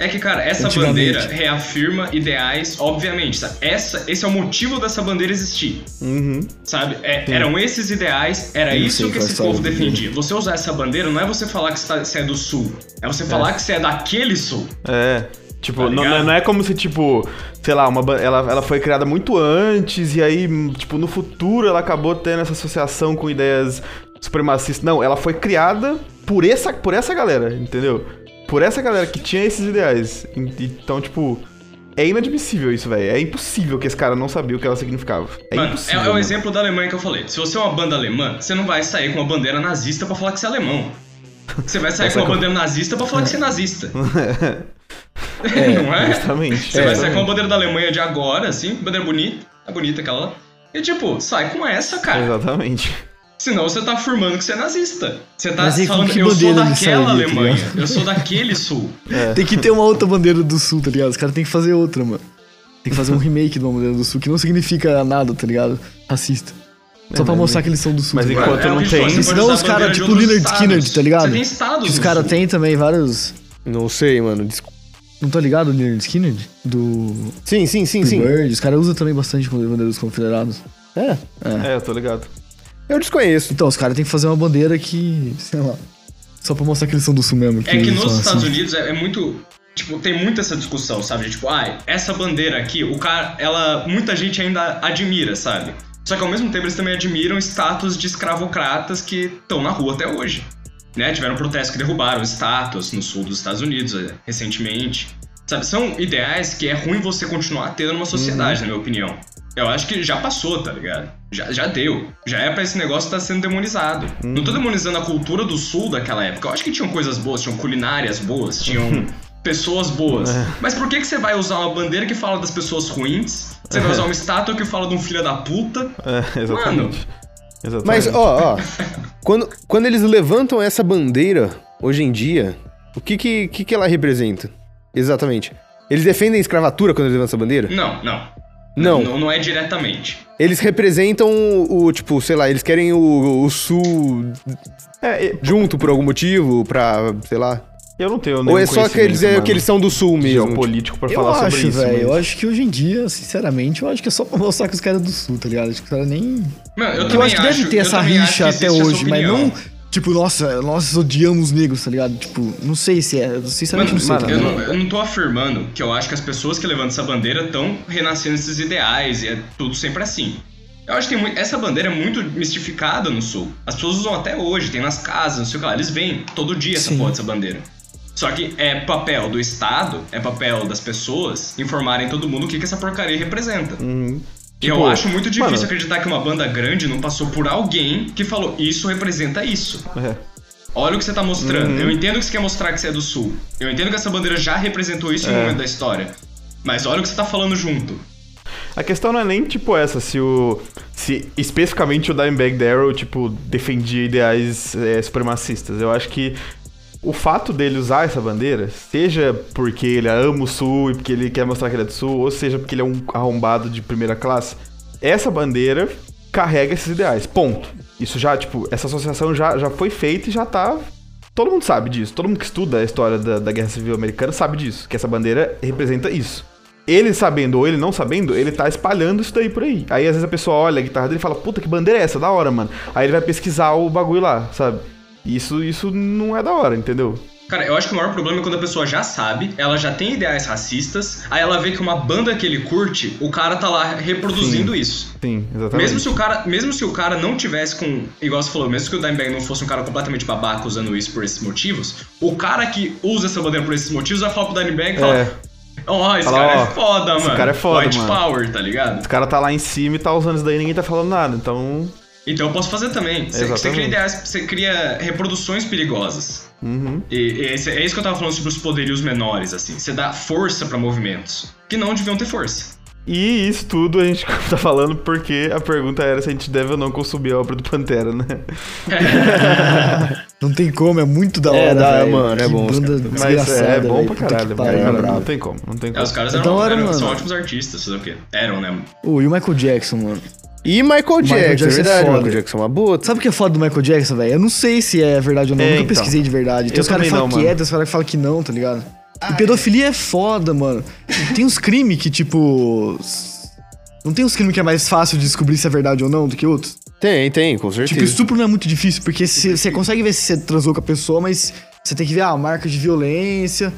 [SPEAKER 2] É que, cara, essa
[SPEAKER 4] Antigamente.
[SPEAKER 2] bandeira reafirma ideais, obviamente, sabe? Essa, esse é o motivo dessa bandeira existir.
[SPEAKER 4] Uhum.
[SPEAKER 2] Sabe? É, eram esses ideais, era isso
[SPEAKER 4] sei
[SPEAKER 2] que
[SPEAKER 4] qual
[SPEAKER 2] esse
[SPEAKER 4] sabe,
[SPEAKER 2] povo
[SPEAKER 4] né?
[SPEAKER 2] defendia. Você usar essa bandeira não é você falar que você, tá- você é do sul, é você falar que você é daquele sul.
[SPEAKER 3] É. Tipo,
[SPEAKER 2] Tá
[SPEAKER 3] não,
[SPEAKER 2] ligado?
[SPEAKER 3] não é como se, tipo, sei lá, uma, ban- ela, ela foi criada muito antes e aí, hum, tipo, no futuro ela acabou tendo essa associação com ideias supremacistas. Não, ela foi criada por essa, por essa galera, entendeu? Por essa galera que tinha esses ideais. En- Então, tipo, é inadmissível isso, velho. É impossível que esse cara não sabia o que ela significava. É
[SPEAKER 2] Mano, é,
[SPEAKER 3] impossível.
[SPEAKER 2] é o
[SPEAKER 3] mano.
[SPEAKER 2] exemplo da Alemanha que eu falei. Se você é uma banda alemã, você não vai sair com uma bandeira nazista pra falar que você é alemão. Você vai
[SPEAKER 3] [laughs] É,
[SPEAKER 2] sair com uma bandeira nazista pra falar que você é nazista. [laughs] não é?
[SPEAKER 3] Justamente.
[SPEAKER 2] Você
[SPEAKER 3] É,
[SPEAKER 2] vai sair com a
[SPEAKER 3] exatamente.
[SPEAKER 2] bandeira da Alemanha de agora, assim, bandeira bonita, é bonita aquela lá. E tipo, sai com essa, cara.
[SPEAKER 3] Exatamente.
[SPEAKER 2] Senão você tá afirmando que você é nazista. Você tá
[SPEAKER 4] Mas e com
[SPEAKER 2] falando,
[SPEAKER 4] que
[SPEAKER 2] eu sou
[SPEAKER 4] bandeira ele
[SPEAKER 2] daquela
[SPEAKER 4] sairia, tá
[SPEAKER 2] Alemanha,
[SPEAKER 4] ligado?
[SPEAKER 2] eu sou daquele sul.
[SPEAKER 3] É.
[SPEAKER 4] Tem que ter uma outra bandeira do sul, tá ligado? Os caras têm que fazer outra, mano. Tem que fazer um remake de uma bandeira do sul, que não significa nada, tá ligado? Racista. Só pra mostrar que eles são do sul.
[SPEAKER 3] É, mas é
[SPEAKER 4] tá ligado?
[SPEAKER 3] enquanto
[SPEAKER 2] É o
[SPEAKER 3] não
[SPEAKER 2] que eu
[SPEAKER 3] tem-
[SPEAKER 2] falo, você pode
[SPEAKER 4] Senão
[SPEAKER 2] usar
[SPEAKER 4] os
[SPEAKER 2] bandeira
[SPEAKER 4] caras,
[SPEAKER 2] de
[SPEAKER 4] tipo
[SPEAKER 2] outros
[SPEAKER 4] Leonard
[SPEAKER 2] estados.
[SPEAKER 4] Skinner, tá ligado?
[SPEAKER 2] Você tem estados.
[SPEAKER 4] Os
[SPEAKER 2] no
[SPEAKER 4] caras
[SPEAKER 2] sul.
[SPEAKER 4] têm também vários.
[SPEAKER 1] Não sei, mano. Des-
[SPEAKER 4] Não tô ligado, Leonard Skinner? Do.
[SPEAKER 1] Sim, sim, sim,
[SPEAKER 4] Free
[SPEAKER 1] sim.
[SPEAKER 4] Bird. Os caras usam também bastante com a bandeira dos confederados.
[SPEAKER 1] É,
[SPEAKER 3] É, eu tô ligado.
[SPEAKER 1] eu desconheço.
[SPEAKER 4] Então, os caras têm que fazer uma bandeira que. sei lá. Só pra mostrar que eles são do sul mesmo.
[SPEAKER 2] É que
[SPEAKER 4] eles
[SPEAKER 2] nos
[SPEAKER 4] são
[SPEAKER 2] Estados
[SPEAKER 4] assim.
[SPEAKER 2] Unidos é, é muito. Tipo, tem muito essa discussão, sabe? De, Tipo, ai, essa bandeira aqui, o cara, ela. Muita gente ainda admira, sabe? Só que ao mesmo tempo eles também admiram status de escravocratas que estão na rua até hoje. Né? Tiveram protestos que derrubaram estátuas no sul dos Estados Unidos eh, recentemente. Sabe, são ideais que é ruim você continuar tendo numa sociedade, na minha opinião. Eu acho que já passou, tá ligado? Já, já deu. Já é pra esse negócio estar sendo demonizado. Não tô demonizando a cultura do sul daquela época. Eu acho que tinham coisas boas, tinham culinárias boas, tinham pessoas boas. Mas por que, que você vai usar uma bandeira que fala das pessoas ruins? Você vai usar uma estátua que fala de um filho da puta?
[SPEAKER 3] É, exatamente. exatamente.
[SPEAKER 1] Mas, ó, ó. quando, quando eles levantam essa bandeira, hoje em dia, o que que, que que ela representa? Exatamente. Eles defendem a escravatura quando eles levantam essa bandeira?
[SPEAKER 2] Não, não.
[SPEAKER 1] Não.
[SPEAKER 2] Não, não é diretamente.
[SPEAKER 1] Eles representam o, o, tipo, sei lá, eles querem o, o sul
[SPEAKER 3] É, e-
[SPEAKER 1] junto por algum motivo, pra, sei lá.
[SPEAKER 3] eu não tenho
[SPEAKER 1] Ou
[SPEAKER 3] nenhum
[SPEAKER 1] é só que eles, é,
[SPEAKER 3] conhecimento,
[SPEAKER 1] que eles são do sul
[SPEAKER 3] mano,
[SPEAKER 1] mesmo. tipo.
[SPEAKER 3] geopolítico pra
[SPEAKER 4] Eu
[SPEAKER 3] falar
[SPEAKER 4] acho,
[SPEAKER 3] sobre isso.
[SPEAKER 4] velho. Eu
[SPEAKER 3] mas-
[SPEAKER 4] acho que hoje em dia, sinceramente, eu acho que é só pra mostrar que os caras é do sul, tá ligado? Acho que os caras nem.
[SPEAKER 2] Mano, eu,
[SPEAKER 4] Que eu
[SPEAKER 2] também
[SPEAKER 4] acho que deve ter
[SPEAKER 2] eu
[SPEAKER 4] essa
[SPEAKER 2] também acho
[SPEAKER 4] rixa
[SPEAKER 2] que
[SPEAKER 4] até
[SPEAKER 2] existe essa
[SPEAKER 4] hoje, mas
[SPEAKER 2] opinião.
[SPEAKER 4] não. Tipo, nossa, nós odiamos os negros, tá ligado? Tipo, não sei se é. Sinceramente,
[SPEAKER 2] Mano,
[SPEAKER 4] não sei. tá
[SPEAKER 2] eu,
[SPEAKER 4] ligado?
[SPEAKER 2] não, eu não tô afirmando que eu acho que as pessoas que levantam essa bandeira estão renascendo esses ideais e é tudo sempre assim. Eu acho que tem muito, essa bandeira é muito mistificada no sul. As pessoas usam até hoje, tem nas casas, não sei o que lá. Eles veem todo dia essa
[SPEAKER 4] Sim.
[SPEAKER 2] porra dessa bandeira. Só que é papel do Estado, é papel das pessoas informarem todo mundo o que, que essa porcaria representa.
[SPEAKER 4] Uhum.
[SPEAKER 2] E eu
[SPEAKER 3] Tipo,
[SPEAKER 2] acho muito difícil
[SPEAKER 3] mano-
[SPEAKER 2] acreditar que uma banda grande não passou por alguém que falou isso representa isso.
[SPEAKER 3] É.
[SPEAKER 2] Olha o que você tá mostrando.
[SPEAKER 3] Uhum.
[SPEAKER 2] Eu entendo que você quer mostrar que você é do sul. Eu entendo que essa bandeira já representou isso em
[SPEAKER 3] É.
[SPEAKER 2] um momento da história. Mas olha o que você tá falando junto.
[SPEAKER 3] A questão não é nem, tipo, essa, se o... Se especificamente o Dimebag Darrell, tipo, defendia ideais é, supremacistas. Eu acho que o fato dele usar essa bandeira, seja porque ele ama o Sul e porque ele quer mostrar que ele é do Sul, ou seja porque ele é um arrombado de primeira classe, essa bandeira carrega esses ideais, ponto. Isso já, tipo, essa associação já, já foi feita e já tá... Todo mundo sabe disso, todo mundo que estuda a história da, da Guerra Civil Americana sabe disso, que essa bandeira representa isso ele sabendo ou ele não sabendo, ele tá espalhando isso daí por aí. Aí às vezes a pessoa olha a guitarra dele e fala, puta, que bandeira é essa? Da hora, mano. Aí ele vai pesquisar o bagulho lá, sabe? Isso, isso não é da hora, entendeu?
[SPEAKER 2] Cara, eu acho que o maior problema é quando a pessoa já sabe, ela já tem ideais racistas, aí ela vê que uma banda que ele curte, o cara tá lá reproduzindo isso.
[SPEAKER 3] Sim, exatamente.
[SPEAKER 2] Mesmo se, o cara, mesmo se o cara não tivesse com. Igual você falou, mesmo que o Dimebag não fosse um cara completamente babaca usando isso por esses motivos, o cara que usa essa bandeira por esses motivos vai falar pro Dimebag e falar:
[SPEAKER 3] É.
[SPEAKER 2] Ó, esse
[SPEAKER 3] Fala,
[SPEAKER 2] cara
[SPEAKER 3] ó,
[SPEAKER 2] é foda,
[SPEAKER 3] esse
[SPEAKER 2] mano.
[SPEAKER 3] cara é foda,
[SPEAKER 2] White
[SPEAKER 3] mano.
[SPEAKER 2] Power, tá ligado?
[SPEAKER 3] O cara tá lá em cima e tá usando isso daí e ninguém tá falando nada. Então.
[SPEAKER 2] Então eu posso fazer também. Você, você cria
[SPEAKER 3] Exatamente.
[SPEAKER 2] ideias, você cria reproduções perigosas.
[SPEAKER 3] Uhum.
[SPEAKER 2] E, e esse- é isso que eu tava falando sobre os poderios menores, assim. Você dá força pra movimentos que não deviam ter força. [laughs]
[SPEAKER 3] E isso tudo a gente [laughs] tá falando porque a pergunta era se a gente deve ou não consumir a obra do Pantera, né?
[SPEAKER 2] É,
[SPEAKER 4] Não tem como, é muito da hora.
[SPEAKER 1] É, dá,
[SPEAKER 4] velho.
[SPEAKER 1] mano, é
[SPEAKER 4] que
[SPEAKER 1] bom, os
[SPEAKER 4] Banda
[SPEAKER 3] Mas
[SPEAKER 4] desgraçada,
[SPEAKER 3] é, é bom
[SPEAKER 4] velho.
[SPEAKER 3] pra
[SPEAKER 4] Puta que
[SPEAKER 3] caralho, é bom pra
[SPEAKER 4] pariu,
[SPEAKER 3] caralho.
[SPEAKER 4] brabo.
[SPEAKER 3] Não tem como, não tem
[SPEAKER 2] É,
[SPEAKER 3] como.
[SPEAKER 2] os caras
[SPEAKER 4] É
[SPEAKER 2] eram,
[SPEAKER 4] da
[SPEAKER 3] Então
[SPEAKER 4] hora,
[SPEAKER 2] eram- são
[SPEAKER 4] mano.
[SPEAKER 2] ótimos artistas, sei lá o quê. Eram, né?
[SPEAKER 4] O, e o Michael Jackson, mano.
[SPEAKER 1] E Michael Jackson,
[SPEAKER 4] Jackson
[SPEAKER 1] é
[SPEAKER 4] é
[SPEAKER 1] verdade.
[SPEAKER 4] foda.
[SPEAKER 1] Michael Jackson é uma boa.
[SPEAKER 4] Sabe o que é foda do Michael Jackson, velho? Eu não sei se é verdade ou não.
[SPEAKER 3] É,
[SPEAKER 4] eu nunca
[SPEAKER 3] então.
[SPEAKER 4] pesquisei de verdade. Tem
[SPEAKER 3] Eu
[SPEAKER 4] os caras que
[SPEAKER 3] também
[SPEAKER 4] falam
[SPEAKER 3] não,
[SPEAKER 4] que é,
[SPEAKER 3] mano.
[SPEAKER 4] tem os caras que falam que não, tá ligado? E pedofilia é foda, mano. Tem uns crimes que, tipo. s- Não tem uns crimes que é mais fácil de descobrir se é verdade ou não do que outros?
[SPEAKER 1] Tem, tem, com certeza.
[SPEAKER 4] Tipo, estupro não é muito difícil, porque você consegue ver se você transou com a pessoa, mas você tem que ver a marca de violência,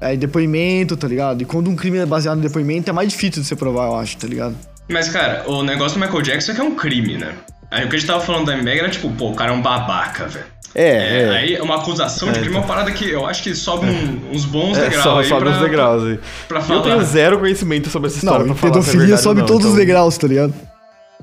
[SPEAKER 4] aí depoimento, tá ligado? E quando um crime é baseado em depoimento, é mais difícil de você provar, eu acho, tá ligado?
[SPEAKER 2] Mas, cara, o negócio do Michael Jackson é que é um crime, né? Aí o que a gente tava falando da Meg era tipo, pô, o cara é um babaca, velho.
[SPEAKER 1] É,
[SPEAKER 2] É,
[SPEAKER 1] é.
[SPEAKER 2] aí uma acusação de crime é uma parada que eu acho que sobe um- uns bons
[SPEAKER 3] então. É,
[SPEAKER 2] degraus
[SPEAKER 3] só,
[SPEAKER 2] aí
[SPEAKER 3] sobe
[SPEAKER 2] pra,
[SPEAKER 3] os degraus aí.
[SPEAKER 2] pra
[SPEAKER 3] Eu
[SPEAKER 2] falar. né?
[SPEAKER 3] tenho zero conhecimento sobre essa história
[SPEAKER 4] Não,
[SPEAKER 3] pra
[SPEAKER 4] e
[SPEAKER 3] falar se é
[SPEAKER 4] pedofilia
[SPEAKER 3] verdade ou
[SPEAKER 4] sobe
[SPEAKER 3] não,
[SPEAKER 4] todos os
[SPEAKER 3] então-
[SPEAKER 4] degraus, tá ligado?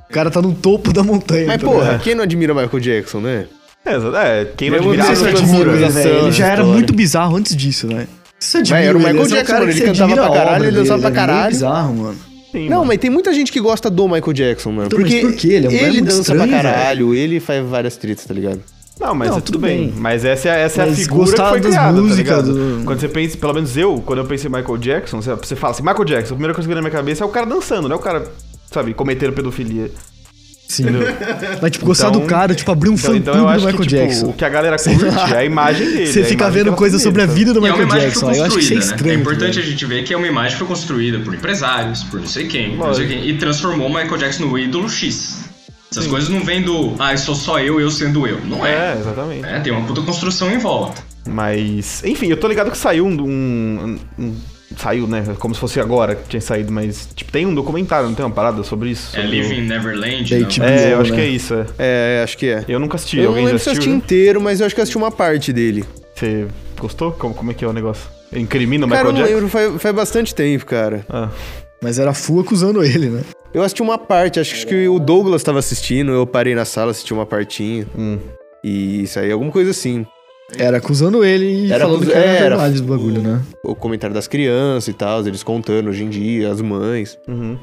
[SPEAKER 4] O cara tá no topo da montanha.
[SPEAKER 1] Mas,
[SPEAKER 4] tá
[SPEAKER 1] porra,
[SPEAKER 4] ligado?
[SPEAKER 1] quem não admira Michael Jackson, né?
[SPEAKER 3] É, exa- é, quem não
[SPEAKER 1] Eu
[SPEAKER 3] admira
[SPEAKER 1] não sei se
[SPEAKER 4] Você
[SPEAKER 3] não
[SPEAKER 1] eu
[SPEAKER 3] admira.
[SPEAKER 1] admiro
[SPEAKER 4] admira ele,
[SPEAKER 1] essa
[SPEAKER 4] velho. Ele já era
[SPEAKER 1] história.
[SPEAKER 4] muito bizarro antes disso, né? Você admira
[SPEAKER 1] Velho, era o
[SPEAKER 4] ele,
[SPEAKER 1] Michael
[SPEAKER 4] esse é
[SPEAKER 1] Jackson,
[SPEAKER 4] cara
[SPEAKER 1] mano,
[SPEAKER 4] que
[SPEAKER 1] ele
[SPEAKER 4] você
[SPEAKER 1] cantava
[SPEAKER 4] admira
[SPEAKER 1] pra
[SPEAKER 4] a obra
[SPEAKER 1] caralho, ele
[SPEAKER 4] dele,
[SPEAKER 1] dançava
[SPEAKER 4] ele
[SPEAKER 1] pra
[SPEAKER 4] é meio
[SPEAKER 1] caralho.
[SPEAKER 4] bizarro, mano.
[SPEAKER 1] Não,
[SPEAKER 3] Sim, mano.
[SPEAKER 1] mas tem muita gente que gosta do Michael Jackson, mano.
[SPEAKER 4] Então, mas
[SPEAKER 1] porque
[SPEAKER 4] por quê? Ele é um velho muito
[SPEAKER 1] dança
[SPEAKER 4] estranho,
[SPEAKER 1] pra
[SPEAKER 4] velho.
[SPEAKER 1] caralho, ele faz várias tretas, tá ligado?
[SPEAKER 3] Não, mas
[SPEAKER 4] Não,
[SPEAKER 3] é
[SPEAKER 4] tudo
[SPEAKER 3] tudo bem.
[SPEAKER 4] bem.
[SPEAKER 3] Mas essa, é- essa é a
[SPEAKER 4] Mas
[SPEAKER 3] figura que
[SPEAKER 4] gostar
[SPEAKER 3] foi
[SPEAKER 4] das
[SPEAKER 3] criada, tá
[SPEAKER 4] músicas,
[SPEAKER 3] ligado?
[SPEAKER 4] do-
[SPEAKER 3] Quando você pensa, pelo menos eu, quando eu pensei em Michael Jackson, você, você fala assim, Michael Jackson, a primeira coisa que vem na minha cabeça é o cara dançando, não é o cara, sabe, cometendo pedofilia.
[SPEAKER 4] Sim. Mas, tipo, gostar
[SPEAKER 3] Então-
[SPEAKER 4] do cara, tipo, abrir um
[SPEAKER 3] Então,
[SPEAKER 4] fã
[SPEAKER 3] então
[SPEAKER 4] clube
[SPEAKER 3] eu
[SPEAKER 4] do
[SPEAKER 3] acho
[SPEAKER 4] Michael
[SPEAKER 3] que, tipo,
[SPEAKER 4] Jackson.
[SPEAKER 3] o que a galera curte é a imagem dele.
[SPEAKER 4] Você
[SPEAKER 3] é a
[SPEAKER 4] fica
[SPEAKER 3] imagem que
[SPEAKER 4] vendo
[SPEAKER 3] ela
[SPEAKER 4] coisa
[SPEAKER 3] tem
[SPEAKER 4] sobre a
[SPEAKER 3] dele,
[SPEAKER 4] vida
[SPEAKER 2] E
[SPEAKER 4] do
[SPEAKER 2] é uma
[SPEAKER 4] Michael
[SPEAKER 2] imagem que
[SPEAKER 4] Jackson.
[SPEAKER 2] foi
[SPEAKER 4] aí Eu acho que isso é
[SPEAKER 2] construída, né? É
[SPEAKER 4] estranho.
[SPEAKER 2] importante a gente ver que é uma imagem que foi construída por empresários, por não sei quem, por não sei quem, e transformou o Michael Jackson no ídolo X. Essas coisas não vêm do, ah, eu sou só eu, eu sendo eu. Não
[SPEAKER 3] sabe?
[SPEAKER 2] é.
[SPEAKER 3] É, exatamente.
[SPEAKER 2] né? Tem uma puta construção em volta.
[SPEAKER 3] Mas, enfim, eu tô ligado que saiu um, um- um- Saiu, né? Como se fosse agora que tinha saído, mas, tipo, tem um documentário, não tem uma parada sobre isso?
[SPEAKER 2] É
[SPEAKER 3] Sobre o-
[SPEAKER 2] Living Neverland.
[SPEAKER 4] É,
[SPEAKER 2] não.
[SPEAKER 4] tipo-
[SPEAKER 3] É, eu acho
[SPEAKER 4] né?
[SPEAKER 3] que é isso. é.
[SPEAKER 1] É, acho que é.
[SPEAKER 3] Eu nunca assisti.
[SPEAKER 1] Eu não
[SPEAKER 3] Alguém
[SPEAKER 1] lembro se eu
[SPEAKER 3] já
[SPEAKER 1] assisti
[SPEAKER 3] assistiu? já?
[SPEAKER 1] inteiro, mas eu acho que eu assisti uma parte dele.
[SPEAKER 3] Você gostou? Como, como é que é o negócio? Incrimina o
[SPEAKER 1] cara, eu
[SPEAKER 3] Michael
[SPEAKER 1] não
[SPEAKER 3] Jackson?
[SPEAKER 1] lembro, faz, faz bastante tempo, cara.
[SPEAKER 3] Ah,
[SPEAKER 4] Mas era full acusando ele, né?
[SPEAKER 1] Eu assisti uma parte, acho que o Douglas tava assistindo, eu parei na sala, assisti uma partinha.
[SPEAKER 3] hum.
[SPEAKER 1] E isso aí, alguma coisa assim.
[SPEAKER 4] Era acusando ele e
[SPEAKER 1] Era
[SPEAKER 4] falando
[SPEAKER 1] acusa-
[SPEAKER 4] que era,
[SPEAKER 1] era.
[SPEAKER 4] verdade do bagulho, né?
[SPEAKER 1] O comentário das crianças e tal, eles contando hoje em dia, as mães.
[SPEAKER 3] Uhum.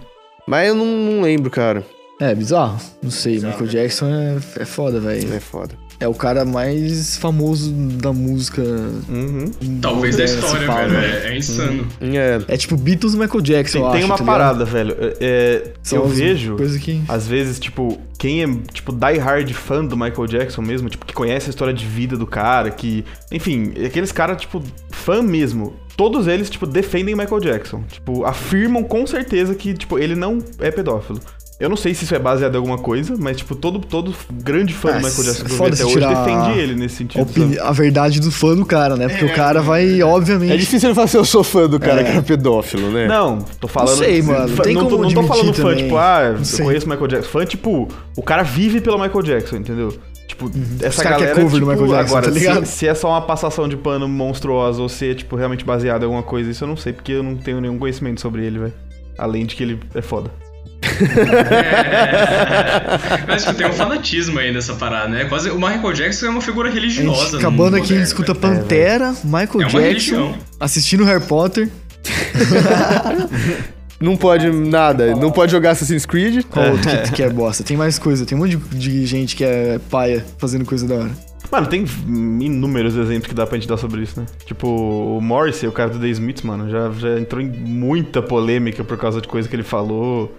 [SPEAKER 1] Mas eu não, não lembro, cara.
[SPEAKER 4] É, bizarro. Não sei, Michael Jackson é, é foda, velho.
[SPEAKER 1] É foda.
[SPEAKER 4] É o cara mais famoso da música.
[SPEAKER 3] Uhum.
[SPEAKER 2] Talvez da
[SPEAKER 4] é,
[SPEAKER 2] história,
[SPEAKER 4] se fala,
[SPEAKER 2] velho.
[SPEAKER 4] né?
[SPEAKER 2] É, é insano.
[SPEAKER 1] É.
[SPEAKER 4] É tipo Beatles e Michael Jackson,
[SPEAKER 3] Tem,
[SPEAKER 4] eu
[SPEAKER 3] tem
[SPEAKER 4] acho,
[SPEAKER 3] uma
[SPEAKER 4] tá ligado?
[SPEAKER 3] parada, velho. É,
[SPEAKER 4] São
[SPEAKER 3] eu
[SPEAKER 4] as
[SPEAKER 3] vejo,
[SPEAKER 4] Coisa que...
[SPEAKER 3] às vezes, tipo, quem é, tipo, die hard fã do Michael Jackson mesmo, tipo, que conhece a história de vida do cara, que. Enfim, aqueles caras, tipo, fã mesmo. Todos eles, tipo, defendem Michael Jackson. Tipo, afirmam com certeza que, tipo, ele não é pedófilo. Eu não sei se isso é baseado em alguma coisa, mas, tipo, todo, todo grande fã
[SPEAKER 4] Ah,
[SPEAKER 3] do Michael Jackson que eu vi
[SPEAKER 4] foda-se
[SPEAKER 3] até hoje
[SPEAKER 4] tirar
[SPEAKER 3] defende ele nesse
[SPEAKER 4] A,
[SPEAKER 3] sentido. sabe?
[SPEAKER 4] opini- a verdade do fã do cara, né?
[SPEAKER 3] É,
[SPEAKER 4] Porque o cara vai, obviamente.
[SPEAKER 1] É difícil ele falar assim, eu sou fã do cara que era pedófilo, né?
[SPEAKER 3] Não, tô falando.
[SPEAKER 4] Não sei, mano,
[SPEAKER 3] fã-
[SPEAKER 4] tem
[SPEAKER 3] não, tô-
[SPEAKER 4] como
[SPEAKER 3] não tô falando
[SPEAKER 4] admitir
[SPEAKER 3] fã,
[SPEAKER 4] também.
[SPEAKER 3] tipo, ah,
[SPEAKER 4] Não sei.
[SPEAKER 3] eu conheço o Michael Jackson. Fã, tipo, o cara vive pelo Michael Jackson, entendeu? Tipo, essa
[SPEAKER 4] Os cara que é
[SPEAKER 3] galera.
[SPEAKER 4] cover do
[SPEAKER 3] tipo,
[SPEAKER 4] Michael Jackson,
[SPEAKER 3] agora,
[SPEAKER 4] tá ligado?
[SPEAKER 3] Se, se é só uma passação de pano monstruosa ou se é, tipo, realmente baseado em alguma coisa, isso eu não sei, porque eu não tenho nenhum conhecimento sobre ele, velho. Além de que ele é foda.
[SPEAKER 2] Mas tipo, tem um fanatismo aí nessa parada, né? Quase, o Michael Jackson é uma figura
[SPEAKER 4] A gente,
[SPEAKER 2] religiosa. no
[SPEAKER 4] acabando
[SPEAKER 2] mundo
[SPEAKER 4] aqui, a gente
[SPEAKER 2] moderno, né?
[SPEAKER 4] escuta Pantera, Michael
[SPEAKER 2] É uma
[SPEAKER 4] Jackson,
[SPEAKER 2] religião.
[SPEAKER 4] assistindo Harry Potter.
[SPEAKER 1] Não pode nada, não pode jogar Assassin's Creed.
[SPEAKER 4] Qual outro que, que é bosta? Tem mais coisa, tem um monte de, de gente que é paia fazendo coisa da hora.
[SPEAKER 3] Mano, tem inúmeros exemplos que dá pra gente dar sobre isso, né? Tipo, o Morrissey, o cara do The Smiths, mano, já, já entrou em muita polêmica por causa de coisa que ele falou.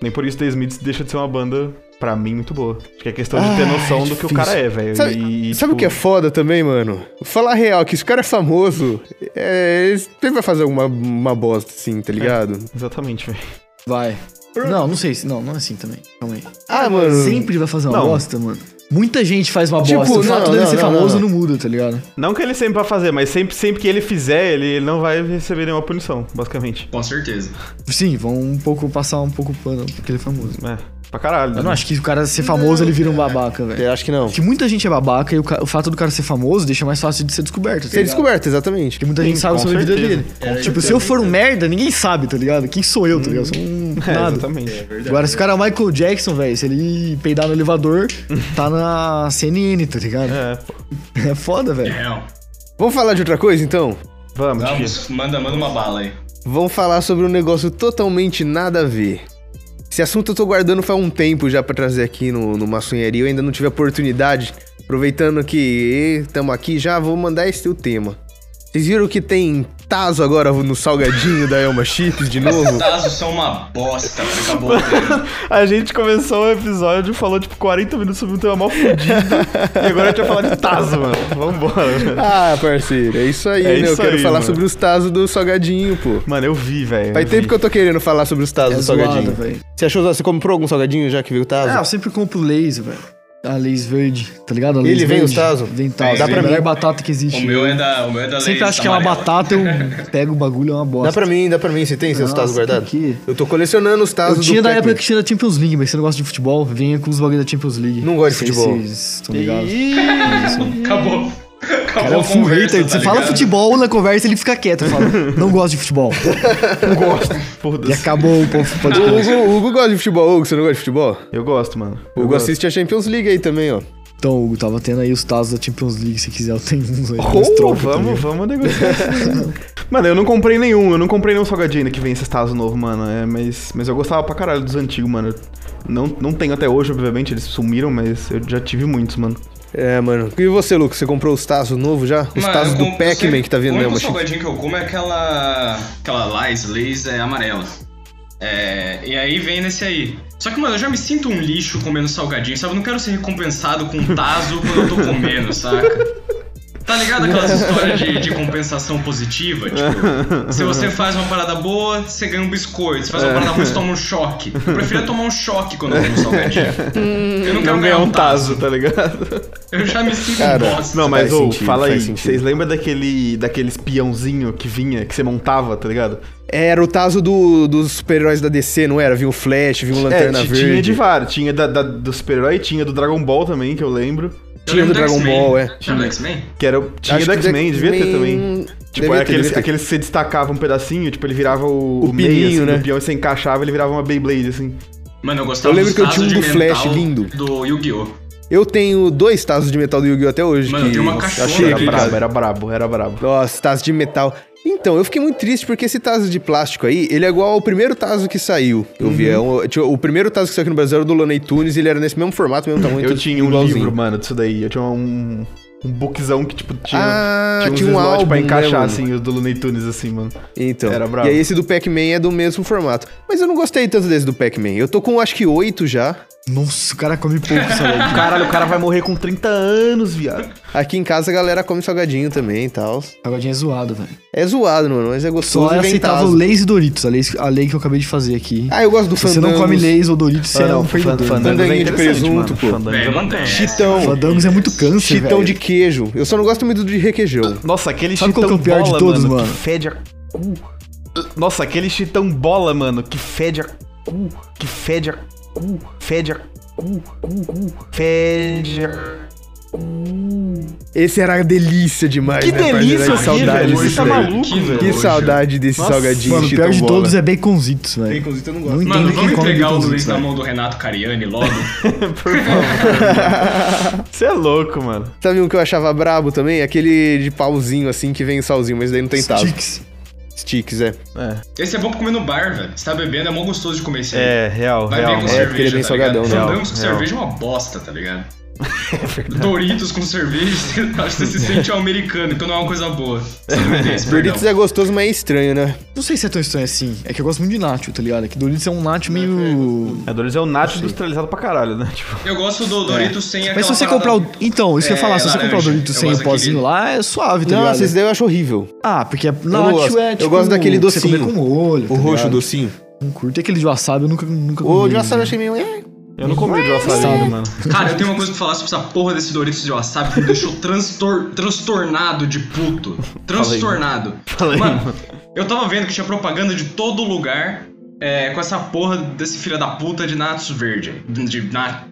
[SPEAKER 3] Nem por isso The Smiths deixa de ser uma banda, pra mim, muito boa. Acho que é questão de ter
[SPEAKER 4] Ah,
[SPEAKER 3] noção
[SPEAKER 4] é
[SPEAKER 3] do que o
[SPEAKER 4] difícil.
[SPEAKER 3] cara é, velho.
[SPEAKER 1] Sabe,
[SPEAKER 3] E,
[SPEAKER 1] sabe
[SPEAKER 3] tipo,
[SPEAKER 1] o que é foda também, mano? Falar real, que esse cara é famoso, é, ele sempre vai fazer alguma uma bosta assim, tá ligado?
[SPEAKER 3] Exatamente, velho.
[SPEAKER 4] Vai. Não, não sei. se- Não, não é assim também. Calma aí.
[SPEAKER 1] Ah, mano.
[SPEAKER 4] Sempre vai fazer uma
[SPEAKER 3] Não.
[SPEAKER 4] bosta, mano. Muita gente faz uma
[SPEAKER 1] Tipo,
[SPEAKER 4] bosta. O
[SPEAKER 1] não,
[SPEAKER 4] fato dele
[SPEAKER 1] não,
[SPEAKER 4] ser
[SPEAKER 1] não,
[SPEAKER 4] famoso
[SPEAKER 1] não.
[SPEAKER 4] não. muda, tá ligado?
[SPEAKER 3] Não que ele sempre vai fazer, mas sempre, sempre que ele fizer, ele, ele não vai receber nenhuma punição, basicamente.
[SPEAKER 2] Com certeza.
[SPEAKER 4] Sim, vão um pouco passar um pouco o pano porque ele é famoso.
[SPEAKER 3] É. Pra caralho.
[SPEAKER 4] Eu não acho que o cara ser famoso, ele vira um babaca, velho.
[SPEAKER 1] Eu acho que não.
[SPEAKER 4] Que muita gente é babaca e o, ca- o fato do cara ser famoso deixa mais fácil de ser descoberto. tá
[SPEAKER 1] Ser
[SPEAKER 4] ligado?
[SPEAKER 1] descoberto, exatamente.
[SPEAKER 4] Porque muita
[SPEAKER 3] Sim,
[SPEAKER 4] gente sabe
[SPEAKER 3] com
[SPEAKER 4] sobre a vida
[SPEAKER 3] certeza.
[SPEAKER 4] dele.
[SPEAKER 1] É,
[SPEAKER 4] tipo, se eu for um merda, ninguém sabe, tá ligado? Quem sou eu, tá ligado? Eu sou
[SPEAKER 1] Hum. [laughs]
[SPEAKER 4] um
[SPEAKER 3] [laughs] É,
[SPEAKER 4] nada.
[SPEAKER 3] exatamente.
[SPEAKER 4] Agora, se o cara é o Michael Jackson, velho, se ele peidar no elevador, tá na CNN, tá ligado?
[SPEAKER 3] É, pô.
[SPEAKER 4] É foda, velho.
[SPEAKER 2] Real.
[SPEAKER 1] Vamos falar de outra coisa, então?
[SPEAKER 3] Vamos, Vamos.
[SPEAKER 2] Vamos, manda, manda uma bala aí.
[SPEAKER 1] Vamos falar sobre um negócio totalmente nada a ver. Esse assunto eu tô guardando faz um tempo já pra trazer aqui no, no Maçonharia. Eu ainda não tive a oportunidade. Aproveitando que estamos aqui já, vou mandar esse o tema. Vocês viram que tem Tazo agora no salgadinho da Elma Chips de
[SPEAKER 2] Os
[SPEAKER 1] novo?
[SPEAKER 4] [laughs]
[SPEAKER 2] Tazos são uma bosta, velho. acabou. velho.
[SPEAKER 3] A gente começou o episódio, falou tipo 40 minutos sobre um tema mal fudido. e agora a gente vai falar de Tazo, mano. Vambora, mano.
[SPEAKER 1] Ah, parceiro, é isso aí,
[SPEAKER 3] É
[SPEAKER 1] né? eu
[SPEAKER 3] isso
[SPEAKER 1] quero
[SPEAKER 3] aí,
[SPEAKER 1] falar
[SPEAKER 3] mano.
[SPEAKER 1] sobre os Tazos do salgadinho, pô.
[SPEAKER 3] Mano, eu vi, velho.
[SPEAKER 1] Faz tempo que eu tô querendo falar sobre os Tazos
[SPEAKER 4] É
[SPEAKER 1] do
[SPEAKER 4] zoado,
[SPEAKER 1] um salgadinho.
[SPEAKER 4] velho.
[SPEAKER 1] Você achou, você comprou algum salgadinho já que veio o
[SPEAKER 4] Ah, eu
[SPEAKER 1] Tazo?
[SPEAKER 4] sempre compro Lays, velho. A Lays verde, tá ligado? A
[SPEAKER 1] Ele
[SPEAKER 4] Lays
[SPEAKER 1] vem
[SPEAKER 4] verde.
[SPEAKER 1] o Tazo?
[SPEAKER 4] Vem Tazo.
[SPEAKER 2] Dá
[SPEAKER 4] Dá
[SPEAKER 2] pra
[SPEAKER 4] pra
[SPEAKER 2] mim.
[SPEAKER 4] melhor batata
[SPEAKER 2] O
[SPEAKER 4] que existe.
[SPEAKER 2] meu é da, o meu é da
[SPEAKER 4] Sempre
[SPEAKER 2] Lay's
[SPEAKER 4] acho que é uma
[SPEAKER 2] amarela.
[SPEAKER 4] batata, eu
[SPEAKER 1] [laughs]
[SPEAKER 4] pego o bagulho, é uma bosta.
[SPEAKER 1] dá pra mim, dá pra mim. Você tem seus
[SPEAKER 4] Nossa,
[SPEAKER 1] Tazos guardados?
[SPEAKER 4] que-
[SPEAKER 1] Eu tô colecionando os Tazos
[SPEAKER 4] Eu tinha
[SPEAKER 1] do
[SPEAKER 4] da época
[SPEAKER 1] Pac-Man.
[SPEAKER 4] que tinha da Champions League, mas você não gosta de futebol, venha com os bagulhos da Champions League.
[SPEAKER 1] Não gosto de
[SPEAKER 4] Não sei
[SPEAKER 1] futebol.
[SPEAKER 4] se vocês Estão ligados?
[SPEAKER 2] Acabou. Acabou
[SPEAKER 4] Cara, é um
[SPEAKER 2] a
[SPEAKER 4] full
[SPEAKER 2] conversa,
[SPEAKER 4] hater.
[SPEAKER 2] tá
[SPEAKER 4] Você fala
[SPEAKER 2] ligado?
[SPEAKER 4] futebol na conversa, ele fica quieto. Fala, não gosto de futebol.
[SPEAKER 3] eu gosto.
[SPEAKER 4] E
[SPEAKER 3] Foda-se.
[SPEAKER 4] acabou o povo
[SPEAKER 1] O
[SPEAKER 2] [laughs]
[SPEAKER 4] podcast.
[SPEAKER 1] Hugo, o Hugo gosta de futebol, Hugo, você não gosta de futebol?
[SPEAKER 3] Eu gosto, mano.
[SPEAKER 1] O
[SPEAKER 3] Eu
[SPEAKER 1] Hugo
[SPEAKER 3] gosto.
[SPEAKER 1] assiste a Champions League aí também, ó.
[SPEAKER 4] Então, Hugo, tava tendo aí os tazos da Champions League, se quiser eu tenho uns aí.
[SPEAKER 3] Oh,
[SPEAKER 4] uns troca, tá
[SPEAKER 3] vamos,
[SPEAKER 4] ligado?
[SPEAKER 3] vamos negociar. isso, mano. mano, eu não comprei nenhum, eu não comprei nenhum salgadinho ainda que vem esse Tazo novo, mano. É, mas, mas eu gostava pra caralho dos antigos, mano. Não, não tenho até hoje, obviamente, eles sumiram, mas eu já tive muitos, mano.
[SPEAKER 1] É, mano. E você, Lucas, você comprou os Tazos novos já? Os
[SPEAKER 2] Mano,
[SPEAKER 1] Tazos
[SPEAKER 2] eu
[SPEAKER 1] do
[SPEAKER 2] compro
[SPEAKER 1] Pac-Man
[SPEAKER 2] sempre-
[SPEAKER 1] que tá vindo,
[SPEAKER 2] O
[SPEAKER 1] né,
[SPEAKER 2] único
[SPEAKER 1] Machi?
[SPEAKER 2] salgadinho que eu como é aquela. aquela Lies, Lays é amarela. É, e aí vem nesse aí. Só que, mano, eu já me sinto um lixo comendo salgadinho, sabe? Eu não quero ser recompensado com um taso quando eu tô
[SPEAKER 1] [laughs]
[SPEAKER 2] comendo, saca? Tá ligado aquelas histórias de, de compensação positiva? Tipo, se você faz uma parada boa, você ganha um biscoito. Se faz
[SPEAKER 1] É.
[SPEAKER 2] uma parada ruim, você toma um choque. Eu prefiro tomar um choque quando eu como
[SPEAKER 1] [laughs]
[SPEAKER 2] salgadinho. Eu não quero
[SPEAKER 3] Não
[SPEAKER 2] ganhar um taso.
[SPEAKER 3] Tazo, tá ligado?
[SPEAKER 2] Eu já me sinto
[SPEAKER 1] Cara,
[SPEAKER 2] um bosta.
[SPEAKER 3] Não, mas
[SPEAKER 1] Faz
[SPEAKER 3] ô,
[SPEAKER 1] sentido,
[SPEAKER 3] fala aí,
[SPEAKER 1] faz sentido.
[SPEAKER 3] vocês lembram daquele, daqueles peãozinho que vinha, que você montava, tá ligado?
[SPEAKER 1] Era o Tazo do- dos super-heróis da DC, não era? Vinha o Flash, vinha o Lanterna
[SPEAKER 3] ti-
[SPEAKER 1] Verde.
[SPEAKER 3] É, tinha de vários, tinha da, da- do super-herói, tinha do Dragon Ball também, que eu lembro.
[SPEAKER 2] Eu
[SPEAKER 1] tinha
[SPEAKER 2] lembro
[SPEAKER 1] do Dragon
[SPEAKER 2] X-Men.
[SPEAKER 1] Ball, é.
[SPEAKER 2] Tinha do X-Men?
[SPEAKER 3] Que era, o- tinha
[SPEAKER 1] Acho
[SPEAKER 3] do
[SPEAKER 1] que
[SPEAKER 3] X-Men, devia ter
[SPEAKER 1] X-Men-
[SPEAKER 3] também. Tipo,
[SPEAKER 1] devia
[SPEAKER 3] era
[SPEAKER 1] ter,
[SPEAKER 3] aqueles,
[SPEAKER 1] devia ter.
[SPEAKER 3] aqueles que você destacava um pedacinho, tipo, ele virava o,
[SPEAKER 1] O pininho,
[SPEAKER 3] assim,
[SPEAKER 1] né?
[SPEAKER 3] do peão e você encaixava, ele virava uma Beyblade, assim.
[SPEAKER 2] Mano, eu gostava
[SPEAKER 1] Eu lembro
[SPEAKER 2] dos
[SPEAKER 1] que eu tinha
[SPEAKER 2] tazos
[SPEAKER 1] um
[SPEAKER 2] de
[SPEAKER 1] do Flash
[SPEAKER 2] metal
[SPEAKER 1] lindo.
[SPEAKER 2] Do Yu-Gi-Oh!
[SPEAKER 1] Eu tenho dois Tazos de metal do Yu-Gi-Oh! até hoje.
[SPEAKER 2] Mano,
[SPEAKER 1] que
[SPEAKER 2] tem uma
[SPEAKER 1] eu
[SPEAKER 2] caixona
[SPEAKER 1] achei
[SPEAKER 3] Era
[SPEAKER 1] aqui, cara.
[SPEAKER 2] aqui,
[SPEAKER 3] brabo, era brabo, era brabo.
[SPEAKER 1] Nossa, tazo de metal. Então, eu fiquei muito triste porque esse tazo de plástico aí, ele é igual ao primeiro tazo que saiu. Eu vi, é um- tinha- o primeiro tazo que saiu aqui no Brasil era o do Loney Tunes, ele era nesse mesmo formato, mesmo tamanho.
[SPEAKER 3] Eu
[SPEAKER 1] tudo
[SPEAKER 3] tinha um
[SPEAKER 1] igualzinho.
[SPEAKER 3] livro, mano, disso daí. Eu tinha um, um bookzão que, tipo, tinha,
[SPEAKER 1] Ah,
[SPEAKER 3] uns
[SPEAKER 1] tinha um
[SPEAKER 3] slot
[SPEAKER 1] álbum,
[SPEAKER 3] pra
[SPEAKER 1] né,
[SPEAKER 3] encaixar,
[SPEAKER 1] mano?
[SPEAKER 3] assim, os do Looney Tunes, assim, mano.
[SPEAKER 1] Então.
[SPEAKER 3] Era brabo.
[SPEAKER 1] E aí esse do Pac-Man é do mesmo formato. Mas eu não gostei tanto desse do Pac-Man. Eu tô com acho que oito já.
[SPEAKER 4] Nossa, o cara come pouco, sabe?
[SPEAKER 2] [laughs]
[SPEAKER 3] Caralho, o cara vai morrer com 30 anos, viado.
[SPEAKER 1] Aqui em casa a galera come salgadinho também e tal.
[SPEAKER 4] Salgadinho é zoado, velho.
[SPEAKER 1] É zoado, mano, mas é gostoso.
[SPEAKER 4] Só é
[SPEAKER 1] e vem
[SPEAKER 4] aceitável
[SPEAKER 1] tazo.
[SPEAKER 4] Leis e Doritos, a lei, a lei que eu acabei de fazer aqui.
[SPEAKER 1] Ah, eu gosto do
[SPEAKER 4] Se você não
[SPEAKER 1] Fandangos.
[SPEAKER 4] come Leis ou Doritos, você é um
[SPEAKER 3] Fandango
[SPEAKER 4] perdedor.
[SPEAKER 1] Fandanguinho de presunto, pô.
[SPEAKER 2] Velho, não tem essa.
[SPEAKER 1] Chitão.
[SPEAKER 4] Fandangos é muito câncer,
[SPEAKER 1] Um Chitão
[SPEAKER 4] velho.
[SPEAKER 1] de queijo. Eu só não gosto muito de requeijão.
[SPEAKER 3] Nossa, aquele
[SPEAKER 4] Sabe qual
[SPEAKER 3] chitão
[SPEAKER 4] que é o pior de
[SPEAKER 3] bola,
[SPEAKER 4] todos,
[SPEAKER 3] mano,
[SPEAKER 4] mano?
[SPEAKER 3] que fede a cu. Nossa, aquele chitão bola, mano, que fede a cu, que fede a cu, fede a cu, cu, cu, fede a...
[SPEAKER 1] Esse era delícia demais,
[SPEAKER 3] Que
[SPEAKER 1] né, parceiro?
[SPEAKER 3] delícia
[SPEAKER 1] Ai,
[SPEAKER 3] aqui,
[SPEAKER 1] saudade
[SPEAKER 3] velho,
[SPEAKER 1] desse
[SPEAKER 3] você tá
[SPEAKER 1] velho.
[SPEAKER 3] maluco,
[SPEAKER 2] Que
[SPEAKER 3] velho.
[SPEAKER 1] Que
[SPEAKER 2] nojo.
[SPEAKER 1] salgadinho desse
[SPEAKER 3] Nossa,
[SPEAKER 1] salgadinho
[SPEAKER 4] Mano, o pior
[SPEAKER 1] Chitão
[SPEAKER 4] de
[SPEAKER 1] bola.
[SPEAKER 4] todos é baconzitos, velho.
[SPEAKER 1] Baconzito eu não
[SPEAKER 4] Não
[SPEAKER 2] Mano,
[SPEAKER 4] entendo
[SPEAKER 2] vamos
[SPEAKER 4] quem come
[SPEAKER 2] entregar os
[SPEAKER 4] baconzitos,
[SPEAKER 2] leis na
[SPEAKER 4] velho.
[SPEAKER 2] mão do Renato Cariani logo?
[SPEAKER 3] Por favor. Você é louco, mano.
[SPEAKER 1] Sabe um que eu achava brabo também? Aquele de pauzinho assim que vem o salzinho, mas daí não tem tazo.
[SPEAKER 4] Sticks.
[SPEAKER 1] Sticks, é.
[SPEAKER 3] É,
[SPEAKER 2] Esse é bom pra comer no bar, velho. Você tá bebendo, é mó gostoso de comer esse aí.
[SPEAKER 3] é real,
[SPEAKER 2] Vai
[SPEAKER 3] real.
[SPEAKER 2] bem com
[SPEAKER 1] é,
[SPEAKER 2] cerveja,
[SPEAKER 1] porque ele é bem
[SPEAKER 2] tá
[SPEAKER 1] salgadão,
[SPEAKER 2] ligado?
[SPEAKER 1] real, É
[SPEAKER 2] Fandangos com
[SPEAKER 3] real.
[SPEAKER 2] cerveja é uma bosta, tá ligado?
[SPEAKER 1] [laughs]
[SPEAKER 2] Doritos com cerveja, [laughs] você- acho que você se sente um americano, que não é uma coisa boa. Sorvetes, perdão.
[SPEAKER 1] Doritos é gostoso, mas é estranho, né?
[SPEAKER 4] Não sei se é tão estranho assim. É que eu gosto muito de nacho, tá ligado? É que Doritos é um nacho meio...
[SPEAKER 3] É, Doritos é o nacho industrializado pra caralho, né? Tipo,
[SPEAKER 2] Eu gosto do Doritos sem aquela
[SPEAKER 4] É. Mas se você
[SPEAKER 2] parada-
[SPEAKER 4] comprar o... Então, isso que eu ia
[SPEAKER 2] É,
[SPEAKER 4] falar. Se você
[SPEAKER 2] laranja.
[SPEAKER 4] comprar o Doritos
[SPEAKER 2] Eu
[SPEAKER 4] sem o
[SPEAKER 2] gosto
[SPEAKER 4] pozinho
[SPEAKER 2] daquele-
[SPEAKER 4] lá, é suave, tá
[SPEAKER 1] Nossa,
[SPEAKER 4] ligado?
[SPEAKER 1] esse daí eu acho horrível.
[SPEAKER 4] Ah, porque
[SPEAKER 1] não
[SPEAKER 4] nacho
[SPEAKER 1] gosto.
[SPEAKER 4] é
[SPEAKER 1] Eu
[SPEAKER 4] tipo...
[SPEAKER 1] gosto daquele
[SPEAKER 4] que Você
[SPEAKER 1] docinho.
[SPEAKER 4] comer com molho,
[SPEAKER 1] O
[SPEAKER 4] tá
[SPEAKER 1] roxo,
[SPEAKER 4] ligado?
[SPEAKER 1] docinho.
[SPEAKER 4] Não curto. E aquele de wasabi eu nunca, nunca comi.
[SPEAKER 1] O de wasabi eu
[SPEAKER 4] né?
[SPEAKER 1] achei meio... é.
[SPEAKER 3] eu não comi de wasabi
[SPEAKER 4] é
[SPEAKER 3] ainda, mano.
[SPEAKER 2] Cara, eu tenho uma coisa pra falar sobre essa porra desse Doritos de wasabi que me deixou transtor- transtornado de puto. Transtornado.
[SPEAKER 3] Fala aí,
[SPEAKER 2] mano, eu tava vendo que tinha propaganda de todo lugar. é, com essa porra desse filho da puta de Natsu verde. De na,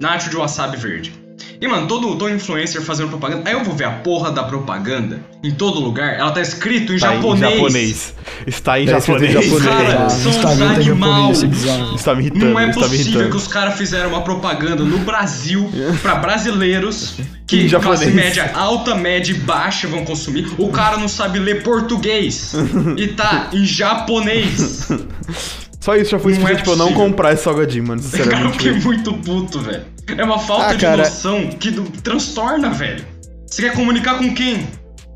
[SPEAKER 2] Nacho de wasabi verde. E, mano, todo, todo influencer fazendo propaganda. Aí eu vou ver a porra da propaganda em todo lugar. Ela tá escrito em
[SPEAKER 3] Está em
[SPEAKER 2] japonês.
[SPEAKER 3] japonês. Está em
[SPEAKER 4] Tá escrito em
[SPEAKER 3] japonês.
[SPEAKER 4] japonês.
[SPEAKER 2] Cara,
[SPEAKER 4] Ah,
[SPEAKER 2] são
[SPEAKER 4] no
[SPEAKER 2] uns
[SPEAKER 4] Instagram tá em japonês,
[SPEAKER 2] animais.
[SPEAKER 4] isso é bizarro.
[SPEAKER 3] Está tá me irritando,
[SPEAKER 2] Não é
[SPEAKER 3] está me
[SPEAKER 2] possível que
[SPEAKER 3] irritando.
[SPEAKER 2] os caras fizeram uma propaganda no Brasil pra
[SPEAKER 3] [laughs]
[SPEAKER 2] brasileiros que
[SPEAKER 3] Em japonês.
[SPEAKER 2] classe média alta, média e baixa vão consumir. O cara não sabe ler
[SPEAKER 3] [laughs]
[SPEAKER 2] português e tá em japonês.
[SPEAKER 3] Só isso já foi
[SPEAKER 2] Não é
[SPEAKER 3] suficiente pra eu
[SPEAKER 2] possível.
[SPEAKER 3] não
[SPEAKER 2] é
[SPEAKER 3] comprar esse
[SPEAKER 2] [laughs]
[SPEAKER 3] salgadinho, mano,
[SPEAKER 2] Cara, eu
[SPEAKER 3] sinceramente.
[SPEAKER 2] fiquei muito puto, velho. É uma falta
[SPEAKER 1] Ah,
[SPEAKER 2] de
[SPEAKER 1] cara.
[SPEAKER 2] noção que do- transtorna, velho. Você quer comunicar com quem?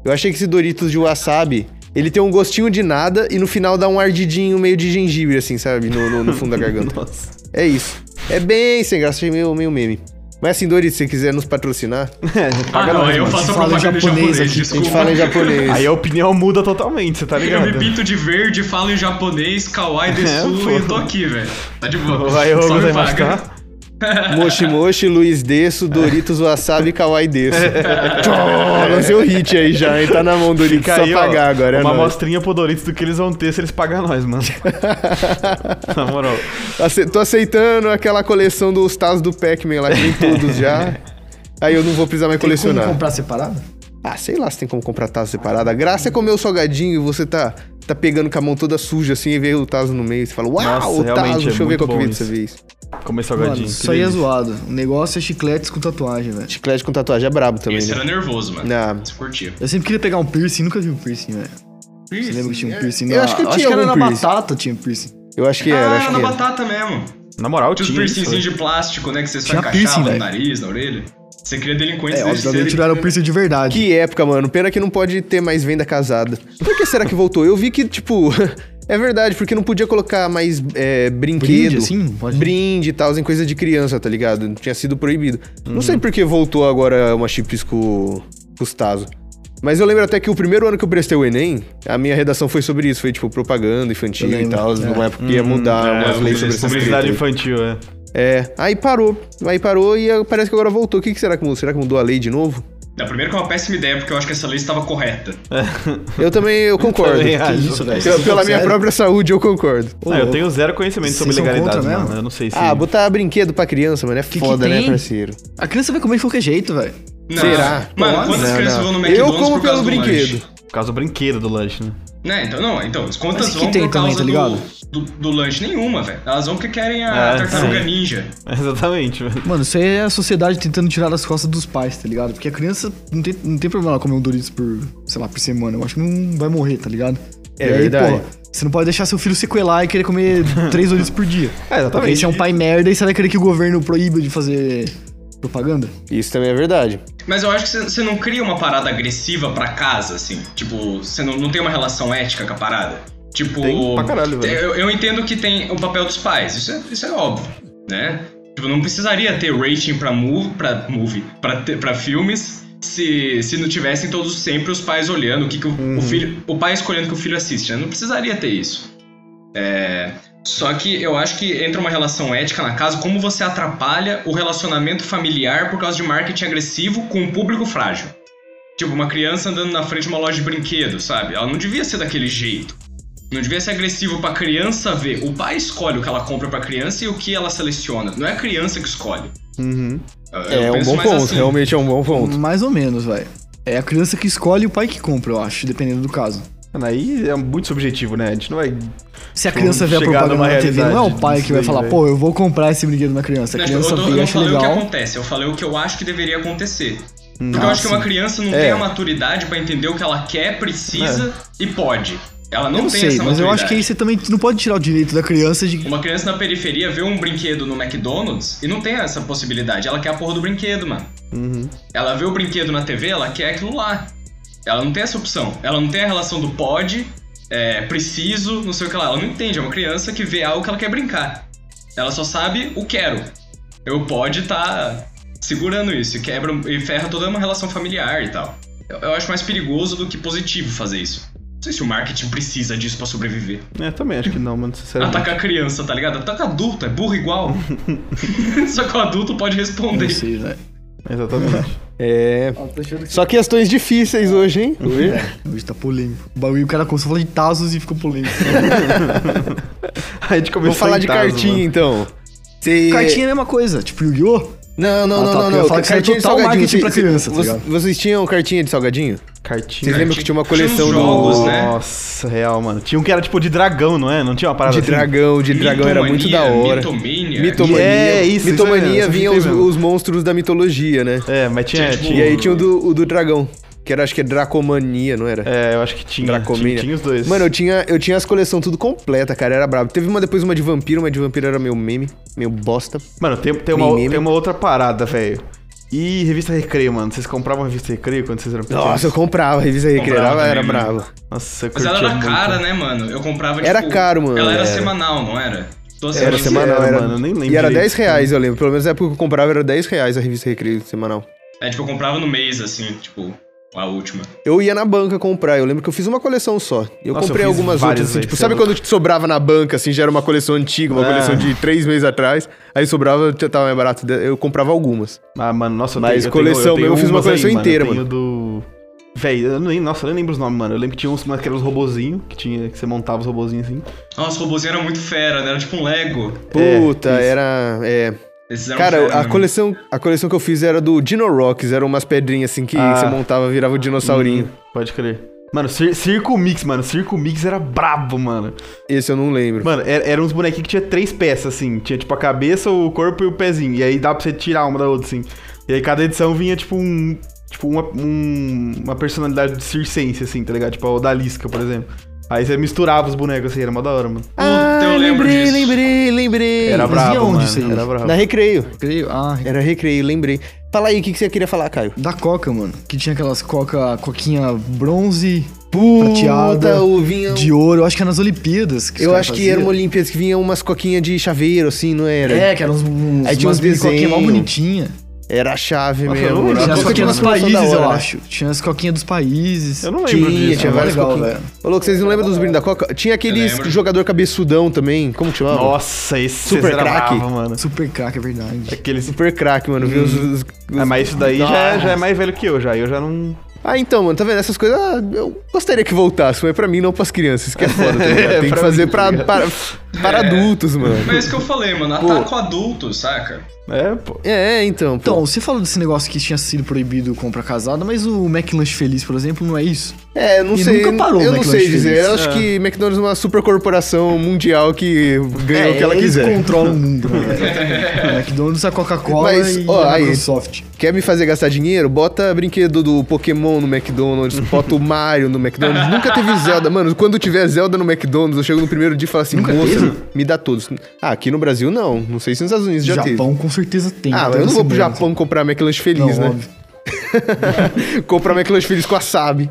[SPEAKER 1] Eu achei que esse Doritos de wasabi, ele tem um gostinho de nada e no final dá um ardidinho meio de gengibre, assim, sabe? No, no- no fundo [laughs] da garganta.
[SPEAKER 3] Nossa.
[SPEAKER 1] É isso. É bem sem graça, achei meio, meio meme. Mas assim, Doritos, se você quiser nos patrocinar,
[SPEAKER 3] [laughs] É,
[SPEAKER 2] Ah,
[SPEAKER 3] paga
[SPEAKER 2] não,
[SPEAKER 3] nós,
[SPEAKER 2] eu
[SPEAKER 3] mano.
[SPEAKER 2] faço a
[SPEAKER 4] fala em
[SPEAKER 2] propaganda em
[SPEAKER 4] japonês
[SPEAKER 2] japonês,
[SPEAKER 4] aqui, a gente
[SPEAKER 1] a gente
[SPEAKER 2] desculpa.
[SPEAKER 1] fala em japonês.
[SPEAKER 3] Aí a opinião muda totalmente, você tá
[SPEAKER 2] Eu
[SPEAKER 3] ligado?
[SPEAKER 2] me pinto de verde, falo em japonês, kawaii, de
[SPEAKER 3] É,
[SPEAKER 2] sul
[SPEAKER 3] pô.
[SPEAKER 2] e eu tô aqui, velho. Tá de boa.
[SPEAKER 3] Vai, eu
[SPEAKER 2] Só
[SPEAKER 3] vou
[SPEAKER 2] me
[SPEAKER 3] machucar.
[SPEAKER 2] paga.
[SPEAKER 1] Moshi Moshi, Luiz Desso, Doritos Wasabi, Kawaii Desso. Tchô, lancei o hit aí já, hein? Tá na mão, Doritos.
[SPEAKER 3] Fica
[SPEAKER 1] Só
[SPEAKER 3] aí, ó,
[SPEAKER 1] pagar agora, é
[SPEAKER 3] uma
[SPEAKER 1] nóis.
[SPEAKER 3] amostrinha pro Doritos do que eles vão ter se eles pagar nós, [laughs] mano. Na moral.
[SPEAKER 1] Ace- Tô aceitando aquela coleção dos Tazos do Pac-Man lá, que tem todos já. Aí eu não vou precisar mais
[SPEAKER 4] Tem como
[SPEAKER 1] colecionar.
[SPEAKER 4] comprar separado?
[SPEAKER 1] Ah, sei lá se tem como comprar tazo separado. A graça é comer o salgadinho e você tá, tá pegando com a mão toda suja assim e vê o tazo no meio. Você fala, uau,
[SPEAKER 3] Nossa,
[SPEAKER 1] o
[SPEAKER 3] realmente,
[SPEAKER 1] tazo,
[SPEAKER 3] é
[SPEAKER 1] deixa eu ver
[SPEAKER 3] muito
[SPEAKER 1] qual que
[SPEAKER 3] bom
[SPEAKER 1] veio
[SPEAKER 3] isso.
[SPEAKER 1] dessa vez.
[SPEAKER 3] Comer salgadinho.
[SPEAKER 4] Mano,
[SPEAKER 3] que
[SPEAKER 4] isso aí é
[SPEAKER 3] delícia.
[SPEAKER 4] zoado. O negócio é chicletes com tatuagem, velho.
[SPEAKER 1] Chiclete com tatuagem é brabo também,
[SPEAKER 2] Esse
[SPEAKER 1] né?
[SPEAKER 2] era nervoso, mano.
[SPEAKER 1] Não.
[SPEAKER 2] Você curtia.
[SPEAKER 4] Eu sempre queria pegar um piercing, nunca vi um piercing, velho. Você lembra que tinha um piercing?
[SPEAKER 1] Eu
[SPEAKER 4] na-
[SPEAKER 1] acho que eu
[SPEAKER 4] acho
[SPEAKER 1] tinha
[SPEAKER 4] que era
[SPEAKER 1] algum
[SPEAKER 4] na
[SPEAKER 1] piercing.
[SPEAKER 4] batata tinha piercing.
[SPEAKER 3] é-
[SPEAKER 1] Eu acho que
[SPEAKER 2] Ah,
[SPEAKER 1] era,
[SPEAKER 2] era
[SPEAKER 1] acho
[SPEAKER 2] na
[SPEAKER 1] que é. era.
[SPEAKER 2] batata mesmo.
[SPEAKER 3] Na moral,
[SPEAKER 2] Tinha os
[SPEAKER 3] tinha isso,
[SPEAKER 2] piercings
[SPEAKER 3] velho.
[SPEAKER 2] de plástico, né? Que você só
[SPEAKER 4] Tinha piercing,
[SPEAKER 2] encaixava no
[SPEAKER 4] velho.
[SPEAKER 2] nariz, na orelha. Você cria delinquentes
[SPEAKER 4] É,
[SPEAKER 2] desde
[SPEAKER 4] obviamente
[SPEAKER 2] cedo.
[SPEAKER 4] não era um piercing de verdade.
[SPEAKER 1] Que época, mano. Pena que não pode ter mais venda casada. Por que será que voltou? Eu vi que, tipo. [laughs] É verdade, porque não podia colocar mais é, brinquedo.
[SPEAKER 4] Brinde, assim? Não pode?
[SPEAKER 1] Brinde e tal, em coisa de criança, tá ligado? Tinha sido proibido. Não
[SPEAKER 4] Uhum.
[SPEAKER 1] sei por que voltou agora uma chips com custazo. Mas eu lembro até que o primeiro ano que eu prestei o Enem, a minha redação foi sobre isso. Foi, tipo, propaganda infantil
[SPEAKER 4] Eu
[SPEAKER 1] e
[SPEAKER 4] lembro,
[SPEAKER 1] tal.
[SPEAKER 4] é.
[SPEAKER 1] Numa época que ia
[SPEAKER 3] Hum,
[SPEAKER 1] mudar algumas
[SPEAKER 2] é,
[SPEAKER 1] leis sobre essas
[SPEAKER 3] Publicidade
[SPEAKER 1] coisas.
[SPEAKER 3] infantil, é.
[SPEAKER 1] É, aí parou. Aí parou e ah, parece que agora voltou. O que, que será que mudou? Será que mudou a lei de novo?
[SPEAKER 2] Não, primeiro que é uma péssima ideia, porque eu acho que essa lei estava correta.
[SPEAKER 1] Eu também
[SPEAKER 4] [laughs]
[SPEAKER 1] eu concordo.
[SPEAKER 3] Também acho.
[SPEAKER 4] isso,
[SPEAKER 1] [laughs]
[SPEAKER 4] velho?
[SPEAKER 1] Pela, pela minha
[SPEAKER 4] Sério?
[SPEAKER 1] própria saúde, eu concordo.
[SPEAKER 3] Ah, eu tenho zero conhecimento
[SPEAKER 4] Vocês
[SPEAKER 3] sobre
[SPEAKER 4] são
[SPEAKER 3] legalidade,
[SPEAKER 4] contra
[SPEAKER 3] mano.
[SPEAKER 4] mesmo?
[SPEAKER 3] Eu não sei se. é
[SPEAKER 1] Ah, botar brinquedo pra criança, mano, é
[SPEAKER 4] que
[SPEAKER 1] foda, né,
[SPEAKER 4] tem?
[SPEAKER 1] parceiro?
[SPEAKER 4] A criança vai comer de qualquer jeito, velho.
[SPEAKER 2] Não.
[SPEAKER 1] Será?
[SPEAKER 2] Mano,
[SPEAKER 4] Pode?
[SPEAKER 2] quantas
[SPEAKER 1] Não,
[SPEAKER 2] crianças
[SPEAKER 1] não.
[SPEAKER 2] vão
[SPEAKER 1] Eu
[SPEAKER 2] no McDonald's
[SPEAKER 1] como
[SPEAKER 2] por
[SPEAKER 1] pelo
[SPEAKER 2] causa do
[SPEAKER 1] brinquedo.
[SPEAKER 2] lanche?
[SPEAKER 3] Por causa do brinquedo do lanche, né? [laughs]
[SPEAKER 2] Né, então, não, então, as quantas
[SPEAKER 4] Mas que
[SPEAKER 2] vão
[SPEAKER 4] tem
[SPEAKER 2] por
[SPEAKER 4] também,
[SPEAKER 2] causa
[SPEAKER 4] tá ligado?
[SPEAKER 2] do, do, do lanche? Nenhuma, velho. Elas vão porque querem a
[SPEAKER 3] Ah,
[SPEAKER 2] tartaruga
[SPEAKER 3] sim.
[SPEAKER 2] ninja.
[SPEAKER 3] Exatamente, velho.
[SPEAKER 4] Mano, isso aí é a sociedade tentando tirar das costas dos pais, tá ligado? Porque a criança não tem, não tem problema ela comer um Doritos por, sei lá, por semana. Eu acho que não vai morrer, tá ligado?
[SPEAKER 1] É
[SPEAKER 4] e aí,
[SPEAKER 1] verdade.
[SPEAKER 4] porra, você não pode deixar seu filho sequelar e querer
[SPEAKER 3] [laughs]
[SPEAKER 4] comer três Doritos por dia.
[SPEAKER 3] É, exatamente.
[SPEAKER 4] Porque você é um pai merda e você vai querer que o governo proíba de fazer propaganda?
[SPEAKER 1] Isso também é verdade.
[SPEAKER 2] Mas eu acho que você não cria uma parada agressiva pra casa, assim. Tipo, você não, não tem uma relação ética com a parada. Tipo.
[SPEAKER 3] Tem pra caralho, velho.
[SPEAKER 2] Eu, eu entendo que tem o papel dos pais, isso é, isso é óbvio, né? Tipo, não precisaria ter rating pra movie, pra, movie, pra, te- pra filmes. Se, se não tivessem todos sempre os pais olhando o que, que o,
[SPEAKER 3] Uhum.
[SPEAKER 2] o filho. O pai escolhendo o que o filho assiste, né? Não precisaria ter isso. Só que eu acho que entra uma relação ética na casa, como você atrapalha o relacionamento familiar por causa de marketing agressivo com um público frágil. Tipo, uma criança andando na frente de uma loja de brinquedo, sabe? Ela não devia ser daquele jeito. Não devia ser agressivo pra criança ver. O pai escolhe o que ela compra pra criança e o que ela seleciona. Não é a criança que escolhe.
[SPEAKER 3] Uhum.
[SPEAKER 2] Eu- eu
[SPEAKER 1] É um
[SPEAKER 2] penso
[SPEAKER 1] bom
[SPEAKER 2] mais
[SPEAKER 1] ponto,
[SPEAKER 2] assim.
[SPEAKER 1] realmente é um bom ponto.
[SPEAKER 4] Mais ou menos, velho. É a criança que escolhe e o pai que compra, eu acho, dependendo do caso.
[SPEAKER 3] Mano, aí é muito subjetivo, né? A gente não vai.
[SPEAKER 4] Se a
[SPEAKER 3] Tipo,
[SPEAKER 4] criança vê a
[SPEAKER 3] chegar
[SPEAKER 4] propaganda
[SPEAKER 3] numa
[SPEAKER 4] na TV, não é o
[SPEAKER 3] realidade
[SPEAKER 4] pai que vai
[SPEAKER 3] disso né?
[SPEAKER 4] falar,
[SPEAKER 3] aí,
[SPEAKER 4] pô, eu vou comprar esse brinquedo na criança. A
[SPEAKER 2] Não, tipo,
[SPEAKER 4] criança
[SPEAKER 2] eu, não- eu
[SPEAKER 4] vê,
[SPEAKER 2] não
[SPEAKER 4] acha
[SPEAKER 2] falei o que
[SPEAKER 4] legal. Hum.
[SPEAKER 2] acontece, eu falei o que eu acho que deveria acontecer. Porque
[SPEAKER 4] Ah,
[SPEAKER 2] eu acho que uma criança não
[SPEAKER 1] É.
[SPEAKER 2] tem a maturidade pra entender o que ela quer, precisa e pode. Ela não,
[SPEAKER 4] É. Eu não
[SPEAKER 2] tem
[SPEAKER 4] sei,
[SPEAKER 2] essa
[SPEAKER 4] mas
[SPEAKER 2] maturidade.
[SPEAKER 4] eu acho que é aí você também não pode tirar o direito da criança de.
[SPEAKER 2] Uma criança na periferia vê um brinquedo no McDonald's e não tem essa possibilidade. Ela quer a porra do brinquedo, mano. Ela vê o brinquedo na TV, ela quer aquilo lá. Ela não tem essa opção. Ela não tem a relação do pode, é, preciso, não sei o que lá. Ela não entende. É uma criança que vê algo que ela quer brincar. Ela só sabe o quero. Eu pode tá segurando isso e quebra e ferra toda uma relação familiar e tal. Eu, eu acho mais perigoso do que positivo fazer isso. Não sei se o marketing precisa disso pra sobreviver.
[SPEAKER 3] É, também acho que não, mano, sinceramente.
[SPEAKER 2] Ataca a criança, tá ligado? Ataca adulto, é burro igual. [laughs] Só que o adulto pode responder.
[SPEAKER 4] Não sei, velho.
[SPEAKER 3] Exatamente.
[SPEAKER 1] É. Só questões difíceis hoje, hein? [laughs]
[SPEAKER 4] É, Hoje tá polêmico. O bagulho o cara começou a falar de Tazos e ficou polêmico.
[SPEAKER 3] A gente começou
[SPEAKER 1] Vou falar
[SPEAKER 3] em
[SPEAKER 1] de
[SPEAKER 3] Tazma.
[SPEAKER 1] cartinha, então. Você-
[SPEAKER 4] Cartinha é a mesma coisa, tipo Yu-Gi-Oh!
[SPEAKER 1] Não, não,
[SPEAKER 4] Ah,
[SPEAKER 1] não, não,
[SPEAKER 4] tá, porque eu
[SPEAKER 1] não.
[SPEAKER 4] ia falar que isso é
[SPEAKER 1] Cartinha de
[SPEAKER 4] total
[SPEAKER 1] salgadinho.
[SPEAKER 4] marketing pra
[SPEAKER 1] Cê- cê-
[SPEAKER 4] criança, tá
[SPEAKER 1] vocês-
[SPEAKER 4] ligado?
[SPEAKER 1] vocês tinham cartinha de salgadinho? Vocês
[SPEAKER 3] Cartinha.
[SPEAKER 1] lembram que tinha uma
[SPEAKER 2] Tinha uns
[SPEAKER 1] coleção
[SPEAKER 2] jogos,
[SPEAKER 1] do...
[SPEAKER 2] né?
[SPEAKER 3] Nossa, real, mano. Tinha um que era tipo de dragão, não é? Não tinha uma parada
[SPEAKER 1] De
[SPEAKER 3] assim?
[SPEAKER 1] dragão, de dragão era muito da
[SPEAKER 2] Mitomania,
[SPEAKER 1] hora.
[SPEAKER 2] Mitomania.
[SPEAKER 1] Mitomania.
[SPEAKER 3] É, isso, isso
[SPEAKER 1] Mitomania
[SPEAKER 3] mesmo, isso
[SPEAKER 1] vinha
[SPEAKER 3] aqui
[SPEAKER 1] os,
[SPEAKER 3] mesmo.
[SPEAKER 1] os monstros da mitologia, né?
[SPEAKER 3] É, mas tinha.
[SPEAKER 2] Tinha, tipo,
[SPEAKER 1] E
[SPEAKER 3] tinha-
[SPEAKER 1] aí tinha o do, o do dragão, que era acho que é Dracomania, não era?
[SPEAKER 3] É, eu acho que tinha.
[SPEAKER 1] um Dracomania.
[SPEAKER 3] Tinha, tinha os dois.
[SPEAKER 1] Mano, eu tinha, eu tinha as coleções tudo completa, cara, era brabo. Teve uma depois uma de vampiro, uma de vampiro era meu meme, meu bosta.
[SPEAKER 3] Mano, tem, tem, uma,
[SPEAKER 1] Mimimi.
[SPEAKER 3] tem uma outra parada, velho. E revista Recreio, mano. Vocês compravam revista Recreio quando vocês eram pequenos?
[SPEAKER 1] Nossa, eu comprava, a revista recreava,
[SPEAKER 2] Comprava
[SPEAKER 1] era
[SPEAKER 2] também, mano.
[SPEAKER 1] bravo.
[SPEAKER 3] Nossa, eu
[SPEAKER 2] Mas ela
[SPEAKER 3] curtia
[SPEAKER 2] era
[SPEAKER 3] muito.
[SPEAKER 2] cara, né, mano? Eu comprava, tipo...
[SPEAKER 1] Era caro, mano,
[SPEAKER 2] Ela era,
[SPEAKER 1] era.
[SPEAKER 2] semanal, não era? Toda
[SPEAKER 1] Era
[SPEAKER 3] Acho que
[SPEAKER 1] semanal,
[SPEAKER 3] era,
[SPEAKER 1] era.
[SPEAKER 3] mano, eu nem lembro
[SPEAKER 1] E era
[SPEAKER 3] direito.
[SPEAKER 1] 10 reais, eu lembro. Pelo menos na época que eu comprava era 10 reais a revista Recreio semanal.
[SPEAKER 2] É, tipo, eu comprava no mês, assim, tipo, a última.
[SPEAKER 1] Eu ia na banca comprar, eu lembro que eu fiz uma coleção só. Eu
[SPEAKER 3] Nossa,
[SPEAKER 1] comprei
[SPEAKER 3] eu fiz
[SPEAKER 1] algumas
[SPEAKER 3] várias,
[SPEAKER 1] outras, assim,
[SPEAKER 3] velho,
[SPEAKER 1] tipo,
[SPEAKER 3] você
[SPEAKER 1] sabe
[SPEAKER 3] é
[SPEAKER 1] quando te sobrava na banca, assim, já era uma coleção antiga, uma
[SPEAKER 3] É.
[SPEAKER 1] coleção de três meses atrás, aí sobrava, já tava mais barato, eu comprava algumas.
[SPEAKER 3] Ah, mano, nossa, eu
[SPEAKER 1] Mas
[SPEAKER 3] tenho- eu
[SPEAKER 1] coleção
[SPEAKER 3] tenho- eu tenho
[SPEAKER 1] mesmo, eu fiz uma
[SPEAKER 3] umas
[SPEAKER 1] coleção inteira,
[SPEAKER 3] Eu tenho do... Véi, eu nem, nossa, eu nem lembro os nomes, mano. Eu lembro que tinha uns, aqueles robozinhos, que tinha, que você montava os robozinhos assim.
[SPEAKER 2] Nossa, o robôzinho era muito fera, né? Era tipo um Lego.
[SPEAKER 1] Puta,
[SPEAKER 3] isso.
[SPEAKER 1] era. É.
[SPEAKER 2] Esses eram fera,
[SPEAKER 1] Cara, a
[SPEAKER 2] mano.
[SPEAKER 1] coleção, a coleção que eu fiz era do Dino Rocks, eram umas pedrinhas assim que
[SPEAKER 3] Ah.
[SPEAKER 1] você montava, virava o dinossaurinho.
[SPEAKER 3] Hum, pode crer. Mano, Cir Circo Mix, mano. Circo Mix era brabo, mano.
[SPEAKER 1] Esse eu não lembro.
[SPEAKER 3] Mano, era, era uns bonequinhos que tinha três peças, assim. Tinha, tipo, a cabeça, o corpo e o pezinho. E aí dá pra você tirar uma da outra, assim. E aí cada edição vinha, tipo, um... Tipo, uma, um- uma personalidade de circense, assim, tá ligado? Tipo, a Odalisca, por exemplo. Aí você misturava os bonecos, assim. Era mó da hora, mano.
[SPEAKER 2] Puta, eu lembro
[SPEAKER 1] Ah, lembrei,
[SPEAKER 2] disso.
[SPEAKER 1] lembrei, lembrei.
[SPEAKER 3] Era
[SPEAKER 4] fazia
[SPEAKER 3] brabo,
[SPEAKER 4] onde
[SPEAKER 3] mano.
[SPEAKER 4] isso aí?
[SPEAKER 3] Era brabo.
[SPEAKER 1] Na recreio.
[SPEAKER 4] Creio, ah,
[SPEAKER 1] Era recreio, lembrei. Fala aí o que, que você queria falar, Caio.
[SPEAKER 4] da Coca, mano. Que tinha aquelas Coca, coquinha bronze,
[SPEAKER 1] Puta,
[SPEAKER 4] prateada,
[SPEAKER 1] o vinho.
[SPEAKER 4] de ouro. Eu acho que era nas Olimpíadas. os
[SPEAKER 1] Eu
[SPEAKER 4] caras
[SPEAKER 1] acho que era
[SPEAKER 4] faziam.
[SPEAKER 1] uma Olimpíadas que vinha umas coquinhas de chaveiro, assim, não era?
[SPEAKER 4] É, que eram uns, uns,
[SPEAKER 1] Aí tinha
[SPEAKER 4] umas
[SPEAKER 1] uns
[SPEAKER 4] mini coquinha mó
[SPEAKER 1] desenho.
[SPEAKER 4] bonitinha.
[SPEAKER 1] Era a chave
[SPEAKER 3] Nossa, eu
[SPEAKER 1] mesmo.
[SPEAKER 3] não lembro.
[SPEAKER 1] Era uma
[SPEAKER 4] Tinha as
[SPEAKER 3] Coca
[SPEAKER 1] coquinha
[SPEAKER 3] tinha
[SPEAKER 4] coquinhas dos
[SPEAKER 1] de uma solução
[SPEAKER 4] países,
[SPEAKER 1] da
[SPEAKER 4] eu
[SPEAKER 1] hora, né?
[SPEAKER 4] acho. Tinha as coquinhas dos países.
[SPEAKER 3] Eu não lembro
[SPEAKER 1] Tinha,
[SPEAKER 3] disso.
[SPEAKER 1] tinha
[SPEAKER 3] mano.
[SPEAKER 1] várias
[SPEAKER 4] legal,
[SPEAKER 1] coquinhas.
[SPEAKER 4] velho.
[SPEAKER 1] Ô, louco, vocês não lembram dos brindes da Coca? Tinha aquele
[SPEAKER 2] lembro.
[SPEAKER 1] jogador cabeçudão também. Como que chamava?
[SPEAKER 3] Nossa, esse
[SPEAKER 1] Super
[SPEAKER 3] era
[SPEAKER 1] craque.
[SPEAKER 3] bravo, mano.
[SPEAKER 4] Super crack, é verdade.
[SPEAKER 3] Aqueles...
[SPEAKER 1] Super craque, mano. Viu os, os- os-
[SPEAKER 3] Ah, mas isso daí já, é-
[SPEAKER 1] Nossa.
[SPEAKER 3] já é mais velho que eu, já. Eu já não...
[SPEAKER 1] Ah, então, mano, tá vendo? Essas coisas ah, eu gostaria que voltasse, mas pra mim não pras crianças, que é foda, tá ligado?
[SPEAKER 3] É,
[SPEAKER 1] Tem que
[SPEAKER 3] pra
[SPEAKER 1] fazer
[SPEAKER 3] mim, tá
[SPEAKER 1] pra,
[SPEAKER 3] ligado?
[SPEAKER 1] para, para adultos, mano.
[SPEAKER 2] Mas é isso que eu falei, mano. Ataco
[SPEAKER 1] [laughs]
[SPEAKER 2] adulto, saca?
[SPEAKER 3] É, pô. [laughs]
[SPEAKER 1] É, é, então.
[SPEAKER 4] Então,
[SPEAKER 1] Pô.
[SPEAKER 4] você falou desse negócio que tinha sido proibido compra casada, mas o McLanche Feliz, por exemplo, não é isso?
[SPEAKER 1] É, eu não
[SPEAKER 4] e
[SPEAKER 1] sei.
[SPEAKER 4] nunca parou
[SPEAKER 1] eu
[SPEAKER 4] o
[SPEAKER 1] não
[SPEAKER 4] McDonald's
[SPEAKER 1] sei dizer.
[SPEAKER 4] feliz.
[SPEAKER 1] Eu acho
[SPEAKER 3] É.
[SPEAKER 1] que McDonald's é uma supercorporação mundial que ganha É o que ela
[SPEAKER 4] eles
[SPEAKER 1] quiser.
[SPEAKER 4] controlam o mundo, né? [laughs] O McDonald's, a Coca-Cola
[SPEAKER 1] Mas,
[SPEAKER 4] e
[SPEAKER 1] ó,
[SPEAKER 4] a
[SPEAKER 1] aí-
[SPEAKER 4] Microsoft.
[SPEAKER 1] Quer me fazer gastar dinheiro? Bota brinquedo do Pokémon no McDonald's, bota o Mario no McDonald's. Nunca teve Zelda. Mano, quando tiver Zelda no McDonald's, eu chego no primeiro dia e falo assim,
[SPEAKER 4] Nunca
[SPEAKER 1] moça,
[SPEAKER 4] teve?
[SPEAKER 1] me dá todos. Ah, aqui no Brasil não. Não sei se nos Estados Unidos já teve.
[SPEAKER 4] Japão com certeza tem. então
[SPEAKER 1] Ah, mas eu não vou pro Japão comprar McLanche feliz, né? [laughs] comprar McLanche feliz com a Sabe.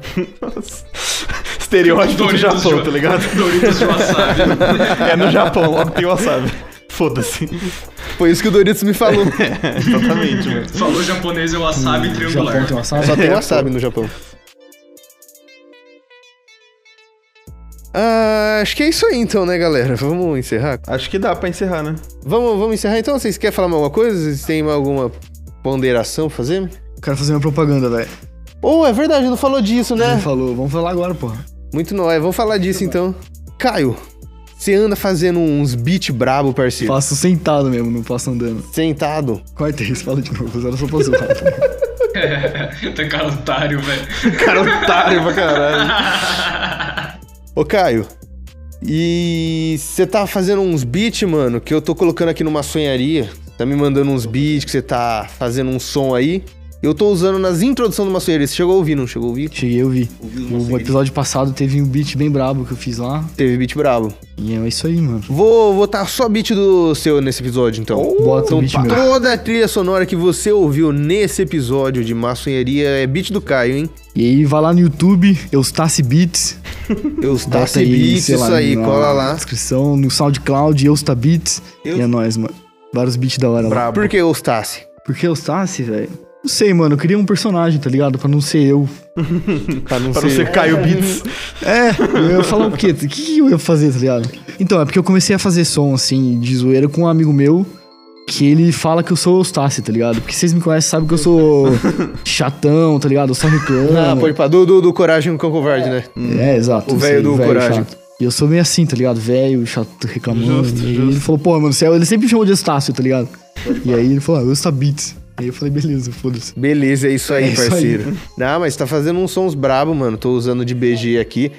[SPEAKER 3] Estereótipo do
[SPEAKER 2] Doritos
[SPEAKER 3] Japão,
[SPEAKER 2] de-
[SPEAKER 3] tá ligado?
[SPEAKER 2] Doritos de wasabi.
[SPEAKER 3] [laughs] É no Japão, logo tem wasabi. Foda-se.
[SPEAKER 1] Foi isso que o Doritos me falou.
[SPEAKER 3] [laughs] Exatamente, mano.
[SPEAKER 2] Falou japonês, é wasabi triangular.
[SPEAKER 4] Hum, Japão tem uma
[SPEAKER 1] [laughs]
[SPEAKER 4] sala.
[SPEAKER 1] Só tem wasabi no Japão. Ah, acho que é isso aí então, né, galera? Vamos encerrar?
[SPEAKER 3] Acho que dá pra encerrar, né?
[SPEAKER 1] Vamos, vamos encerrar então? Vocês querem falar mais alguma coisa? Vocês têm mais alguma ponderação pra fazer?
[SPEAKER 4] Quero fazer uma propaganda, velho.
[SPEAKER 1] Oh, é verdade, não falou disso,
[SPEAKER 4] Não
[SPEAKER 1] né?
[SPEAKER 4] falou, vamos falar agora, porra.
[SPEAKER 1] Muito nóis, vamos falar disso então. Caio, você anda fazendo uns beat brabo, parceiro.
[SPEAKER 4] Faço sentado mesmo, não faço andando.
[SPEAKER 1] Sentado.
[SPEAKER 4] Corta isso, fala de novo, era só
[SPEAKER 1] [laughs]
[SPEAKER 4] pra zoar.
[SPEAKER 2] né? [laughs] Tem cara otário, velho.
[SPEAKER 3] Cara otário pra caralho.
[SPEAKER 1] Ô, Caio, e você tá fazendo uns beat, mano, que eu tô colocando aqui numa sonharia. Tá me mandando uns beats, que você tá fazendo um som aí. Eu tô usando nas introduções de uma sonharia. Você chegou a ouvir, não chegou a ouvir?
[SPEAKER 4] Cheguei, eu vi. O episódio passado teve um beat bem brabo que eu fiz lá.
[SPEAKER 1] Teve beat brabo.
[SPEAKER 4] E é isso aí, mano.
[SPEAKER 1] Vou botar só beat do seu nesse episódio, então.
[SPEAKER 3] Oh,
[SPEAKER 4] Bota o
[SPEAKER 1] Então,
[SPEAKER 4] beat meu.
[SPEAKER 1] toda a trilha sonora que você ouviu nesse episódio de maçonharia é beat do Caio, hein?
[SPEAKER 4] E aí, vai lá no YouTube, Eustace Beats.
[SPEAKER 1] Eu tá
[SPEAKER 4] Bota
[SPEAKER 1] sem beats,
[SPEAKER 4] sei
[SPEAKER 1] isso
[SPEAKER 4] lá,
[SPEAKER 1] aí,
[SPEAKER 4] na
[SPEAKER 1] cola lá.
[SPEAKER 4] Descrição no SoundCloud, Eusta Beats. E é nóis, mano. Vários beats da hora lá.
[SPEAKER 3] Brabo.
[SPEAKER 1] Por que Eustace?
[SPEAKER 4] Porque Eustace, velho. Não sei, mano. Eu queria um personagem, tá ligado? Pra não ser eu.
[SPEAKER 1] Pra não
[SPEAKER 3] Pra não ser Caio Beats.
[SPEAKER 4] É, eu ia falar o quê? O que, que eu ia fazer, tá ligado? Então, é porque eu comecei a fazer som, assim, de zoeira com um amigo meu. Que ele fala que eu sou Eustace, tá ligado? Porque vocês me conhecem, sabem que eu
[SPEAKER 1] [laughs]
[SPEAKER 4] sou chatão, tá ligado? Eu só reclamo.
[SPEAKER 1] Ah, pode pá. Do, do, do Coragem com Cão Covarde, né?
[SPEAKER 4] É, exato.
[SPEAKER 1] O
[SPEAKER 4] esse
[SPEAKER 1] velho
[SPEAKER 4] aí,
[SPEAKER 1] do Coragem.
[SPEAKER 4] chato. E eu sou meio assim, tá ligado? Velho, chato, reclamando.
[SPEAKER 3] Justo,
[SPEAKER 4] e aí
[SPEAKER 3] justo.
[SPEAKER 4] ele falou, pô, mano, você é... ele sempre me chamou de Eustácio, tá ligado? E aí ele falou, ah, Eustabits. Aí eu falei, beleza, foda-se.
[SPEAKER 1] Beleza, é isso aí,
[SPEAKER 4] É isso aí.
[SPEAKER 1] parceiro. Ah, mas tá fazendo uns sons brabo, mano. Tô usando de BG aqui.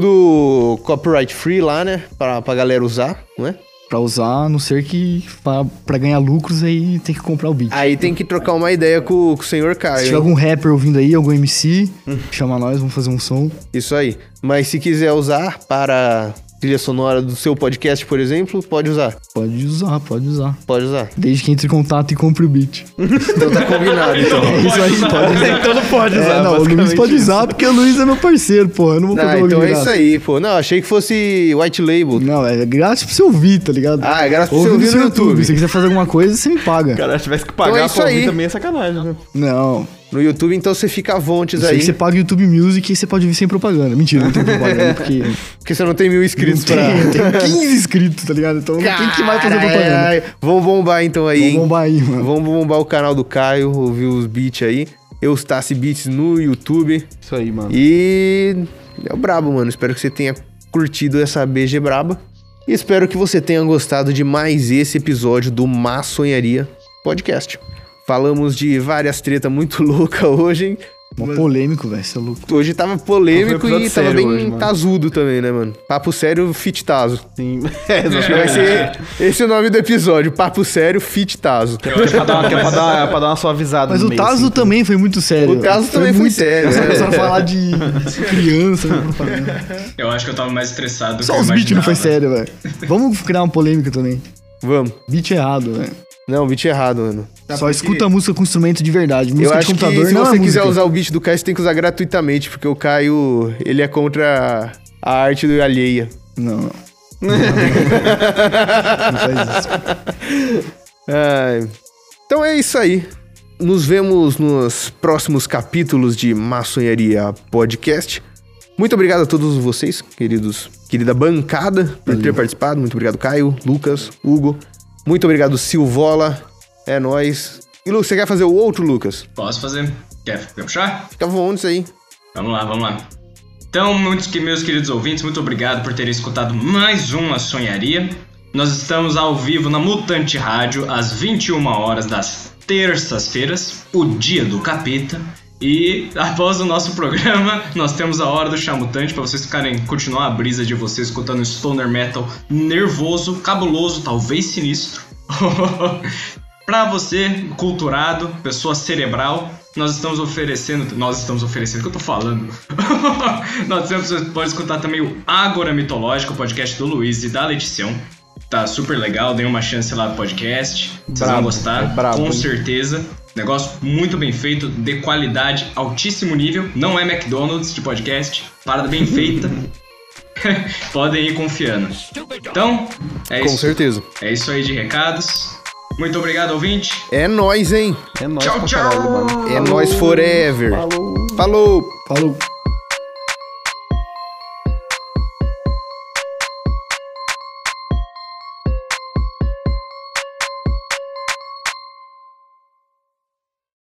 [SPEAKER 1] Tudo copyright free lá, né? Pra, pra galera usar, não é?
[SPEAKER 4] Pra usar, a não ser que pra, pra ganhar lucros, aí tem que comprar o beat.
[SPEAKER 1] Aí tem que trocar uma ideia com, com o senhor Caio.
[SPEAKER 4] Se tiver
[SPEAKER 1] hein?
[SPEAKER 4] algum rapper ouvindo aí, algum MC, chama nós, vamos fazer um som.
[SPEAKER 1] Isso aí. Mas se quiser usar para trilha sonora do seu podcast, por exemplo, pode usar.
[SPEAKER 4] Pode usar, pode usar.
[SPEAKER 1] Pode usar.
[SPEAKER 4] Desde que entre em contato e compre o
[SPEAKER 1] [laughs]
[SPEAKER 4] beat.
[SPEAKER 1] Então tá combinado.
[SPEAKER 4] [laughs]
[SPEAKER 2] Então,
[SPEAKER 1] então.
[SPEAKER 4] É isso aí, pode usar.
[SPEAKER 3] Então não [laughs] pode usar,
[SPEAKER 4] É, não, o Luiz
[SPEAKER 3] basicamente
[SPEAKER 4] pode
[SPEAKER 3] isso.
[SPEAKER 4] usar porque o Luiz é meu parceiro, pô. Eu não vou
[SPEAKER 1] Ah,
[SPEAKER 4] poder
[SPEAKER 1] então
[SPEAKER 4] ouvir
[SPEAKER 1] é isso
[SPEAKER 4] graça.
[SPEAKER 1] aí, pô. Não, achei que fosse white label.
[SPEAKER 4] Não, é grátis pra você ouvir, tá ligado?
[SPEAKER 1] Ah, é grátis pra
[SPEAKER 4] Ouve
[SPEAKER 1] você ouvir
[SPEAKER 4] no
[SPEAKER 1] no
[SPEAKER 4] seu
[SPEAKER 1] YouTube.
[SPEAKER 4] YouTube. Se você quiser fazer alguma coisa, você me paga.
[SPEAKER 3] Cara, se tivesse que
[SPEAKER 1] Então é
[SPEAKER 3] pagar
[SPEAKER 1] isso
[SPEAKER 3] pra ouvir
[SPEAKER 1] aí.
[SPEAKER 3] também é sacanagem, né?
[SPEAKER 4] Não.
[SPEAKER 1] No YouTube, então você fica à vontes
[SPEAKER 4] Isso aí
[SPEAKER 1] aí.
[SPEAKER 4] que você paga YouTube Music e você pode ouvir sem propaganda. Mentira, não
[SPEAKER 1] [laughs]
[SPEAKER 4] tem propaganda, porque.
[SPEAKER 1] Porque você não tem mil inscritos
[SPEAKER 4] não tem,
[SPEAKER 1] pra.
[SPEAKER 4] tem 15 inscritos, tá ligado? Então não tem que mais fazer propaganda.
[SPEAKER 1] Caralho. Vamos bombar então aí,
[SPEAKER 4] Vamos
[SPEAKER 1] hein?
[SPEAKER 4] bombar aí, mano.
[SPEAKER 1] Vamos bombar o canal do Caio, ouvir os beats aí. Eustace Beats no YouTube.
[SPEAKER 3] Isso aí, mano.
[SPEAKER 1] E é o brabo, mano. Espero que você tenha curtido essa BG braba. E espero que você tenha gostado de mais esse episódio do Maçonharia Podcast. Falamos de várias tretas muito [laughs] louca hoje, hein?
[SPEAKER 4] Mó polêmico, velho, você é louco.
[SPEAKER 1] Hoje tava polêmico
[SPEAKER 3] Foi um episódio
[SPEAKER 1] e tava
[SPEAKER 3] sério
[SPEAKER 1] bem
[SPEAKER 3] hoje, mano.
[SPEAKER 1] tazudo também, né, mano? Papo sério, fit tazo.
[SPEAKER 3] Sim. É, acho [laughs] que
[SPEAKER 1] Vai
[SPEAKER 3] vai ser.
[SPEAKER 1] ser esse é o nome do episódio, papo sério, fit tazo.
[SPEAKER 3] Pra dar, uma, é pra, dar, pra dar uma suavizada.
[SPEAKER 4] Mas
[SPEAKER 3] no
[SPEAKER 4] o
[SPEAKER 3] meio,
[SPEAKER 4] Tazo
[SPEAKER 3] assim.
[SPEAKER 4] também foi muito sério.
[SPEAKER 1] O Tazo também foi sério,
[SPEAKER 4] Vocês
[SPEAKER 1] é.
[SPEAKER 4] começaram a falar de criança, né, propaganda.
[SPEAKER 2] Eu acho que eu tava mais estressado do que
[SPEAKER 4] Só
[SPEAKER 2] eu
[SPEAKER 4] os beats não foi
[SPEAKER 2] imaginava.
[SPEAKER 4] sério, velho. Vamos criar uma polêmica também.
[SPEAKER 1] Vamos.
[SPEAKER 4] Beat é errado, velho.
[SPEAKER 1] Não, beat é errado, mano.
[SPEAKER 4] Só escuta a música com instrumento de verdade. Música
[SPEAKER 1] Eu acho
[SPEAKER 4] de
[SPEAKER 1] que
[SPEAKER 4] computador
[SPEAKER 1] se
[SPEAKER 4] não
[SPEAKER 1] você
[SPEAKER 4] é
[SPEAKER 1] quiser
[SPEAKER 4] música.
[SPEAKER 1] usar o beat do Caio, você tem que usar gratuitamente, porque o Caio, ele é contra a arte do alheia.
[SPEAKER 4] Não, não. Não faz isso.
[SPEAKER 1] Ai, Então é isso aí. Nos vemos nos próximos capítulos de Maçonharia Podcast. Muito obrigado a todos vocês, queridos, querida bancada, por ter participado. Muito obrigado, Caio, Lucas, Hugo. Muito obrigado, Silvola. É nóis. E Lucas, você quer fazer o outro, Lucas?
[SPEAKER 2] Posso fazer? Quer, quer puxar?
[SPEAKER 1] Fica voando isso aí.
[SPEAKER 2] Vamos lá, vamos lá. Então, muitos que meus queridos ouvintes, muito obrigado por terem escutado mais uma sonharia. Nós estamos ao vivo na Mutante Rádio às 21 horas das terças-feiras, o dia do capeta. E após o nosso programa, [laughs] nós temos a hora do chamutante para vocês ficarem continuar a brisa de vocês escutando stoner metal nervoso, cabuloso, talvez sinistro. [laughs] Pra você, culturado, pessoa cerebral, nós estamos oferecendo. Nós estamos oferecendo, o que eu tô falando? [laughs] nós temos, você pode escutar também o Ágora Mitológica, o podcast do Luiz e da Leticião. Tá super legal, dê uma chance lá do podcast. Vocês vão
[SPEAKER 3] Brabo,
[SPEAKER 2] gostar,
[SPEAKER 3] é brabo,
[SPEAKER 2] com
[SPEAKER 3] hein?
[SPEAKER 2] certeza. Negócio muito bem feito, de qualidade, altíssimo nível. Não é McDonald's de podcast, parada bem
[SPEAKER 3] [laughs]
[SPEAKER 2] feita. [laughs] Podem ir confiando. Então, é
[SPEAKER 1] Com
[SPEAKER 2] isso.
[SPEAKER 1] certeza.
[SPEAKER 2] É isso aí de recados. Muito obrigado, ouvinte.
[SPEAKER 1] É nóis, hein?
[SPEAKER 3] É nóis
[SPEAKER 2] Tchau,
[SPEAKER 3] pra
[SPEAKER 2] tchau.
[SPEAKER 3] caralho, mano.
[SPEAKER 1] É nóis forever. Falou.
[SPEAKER 4] Falou.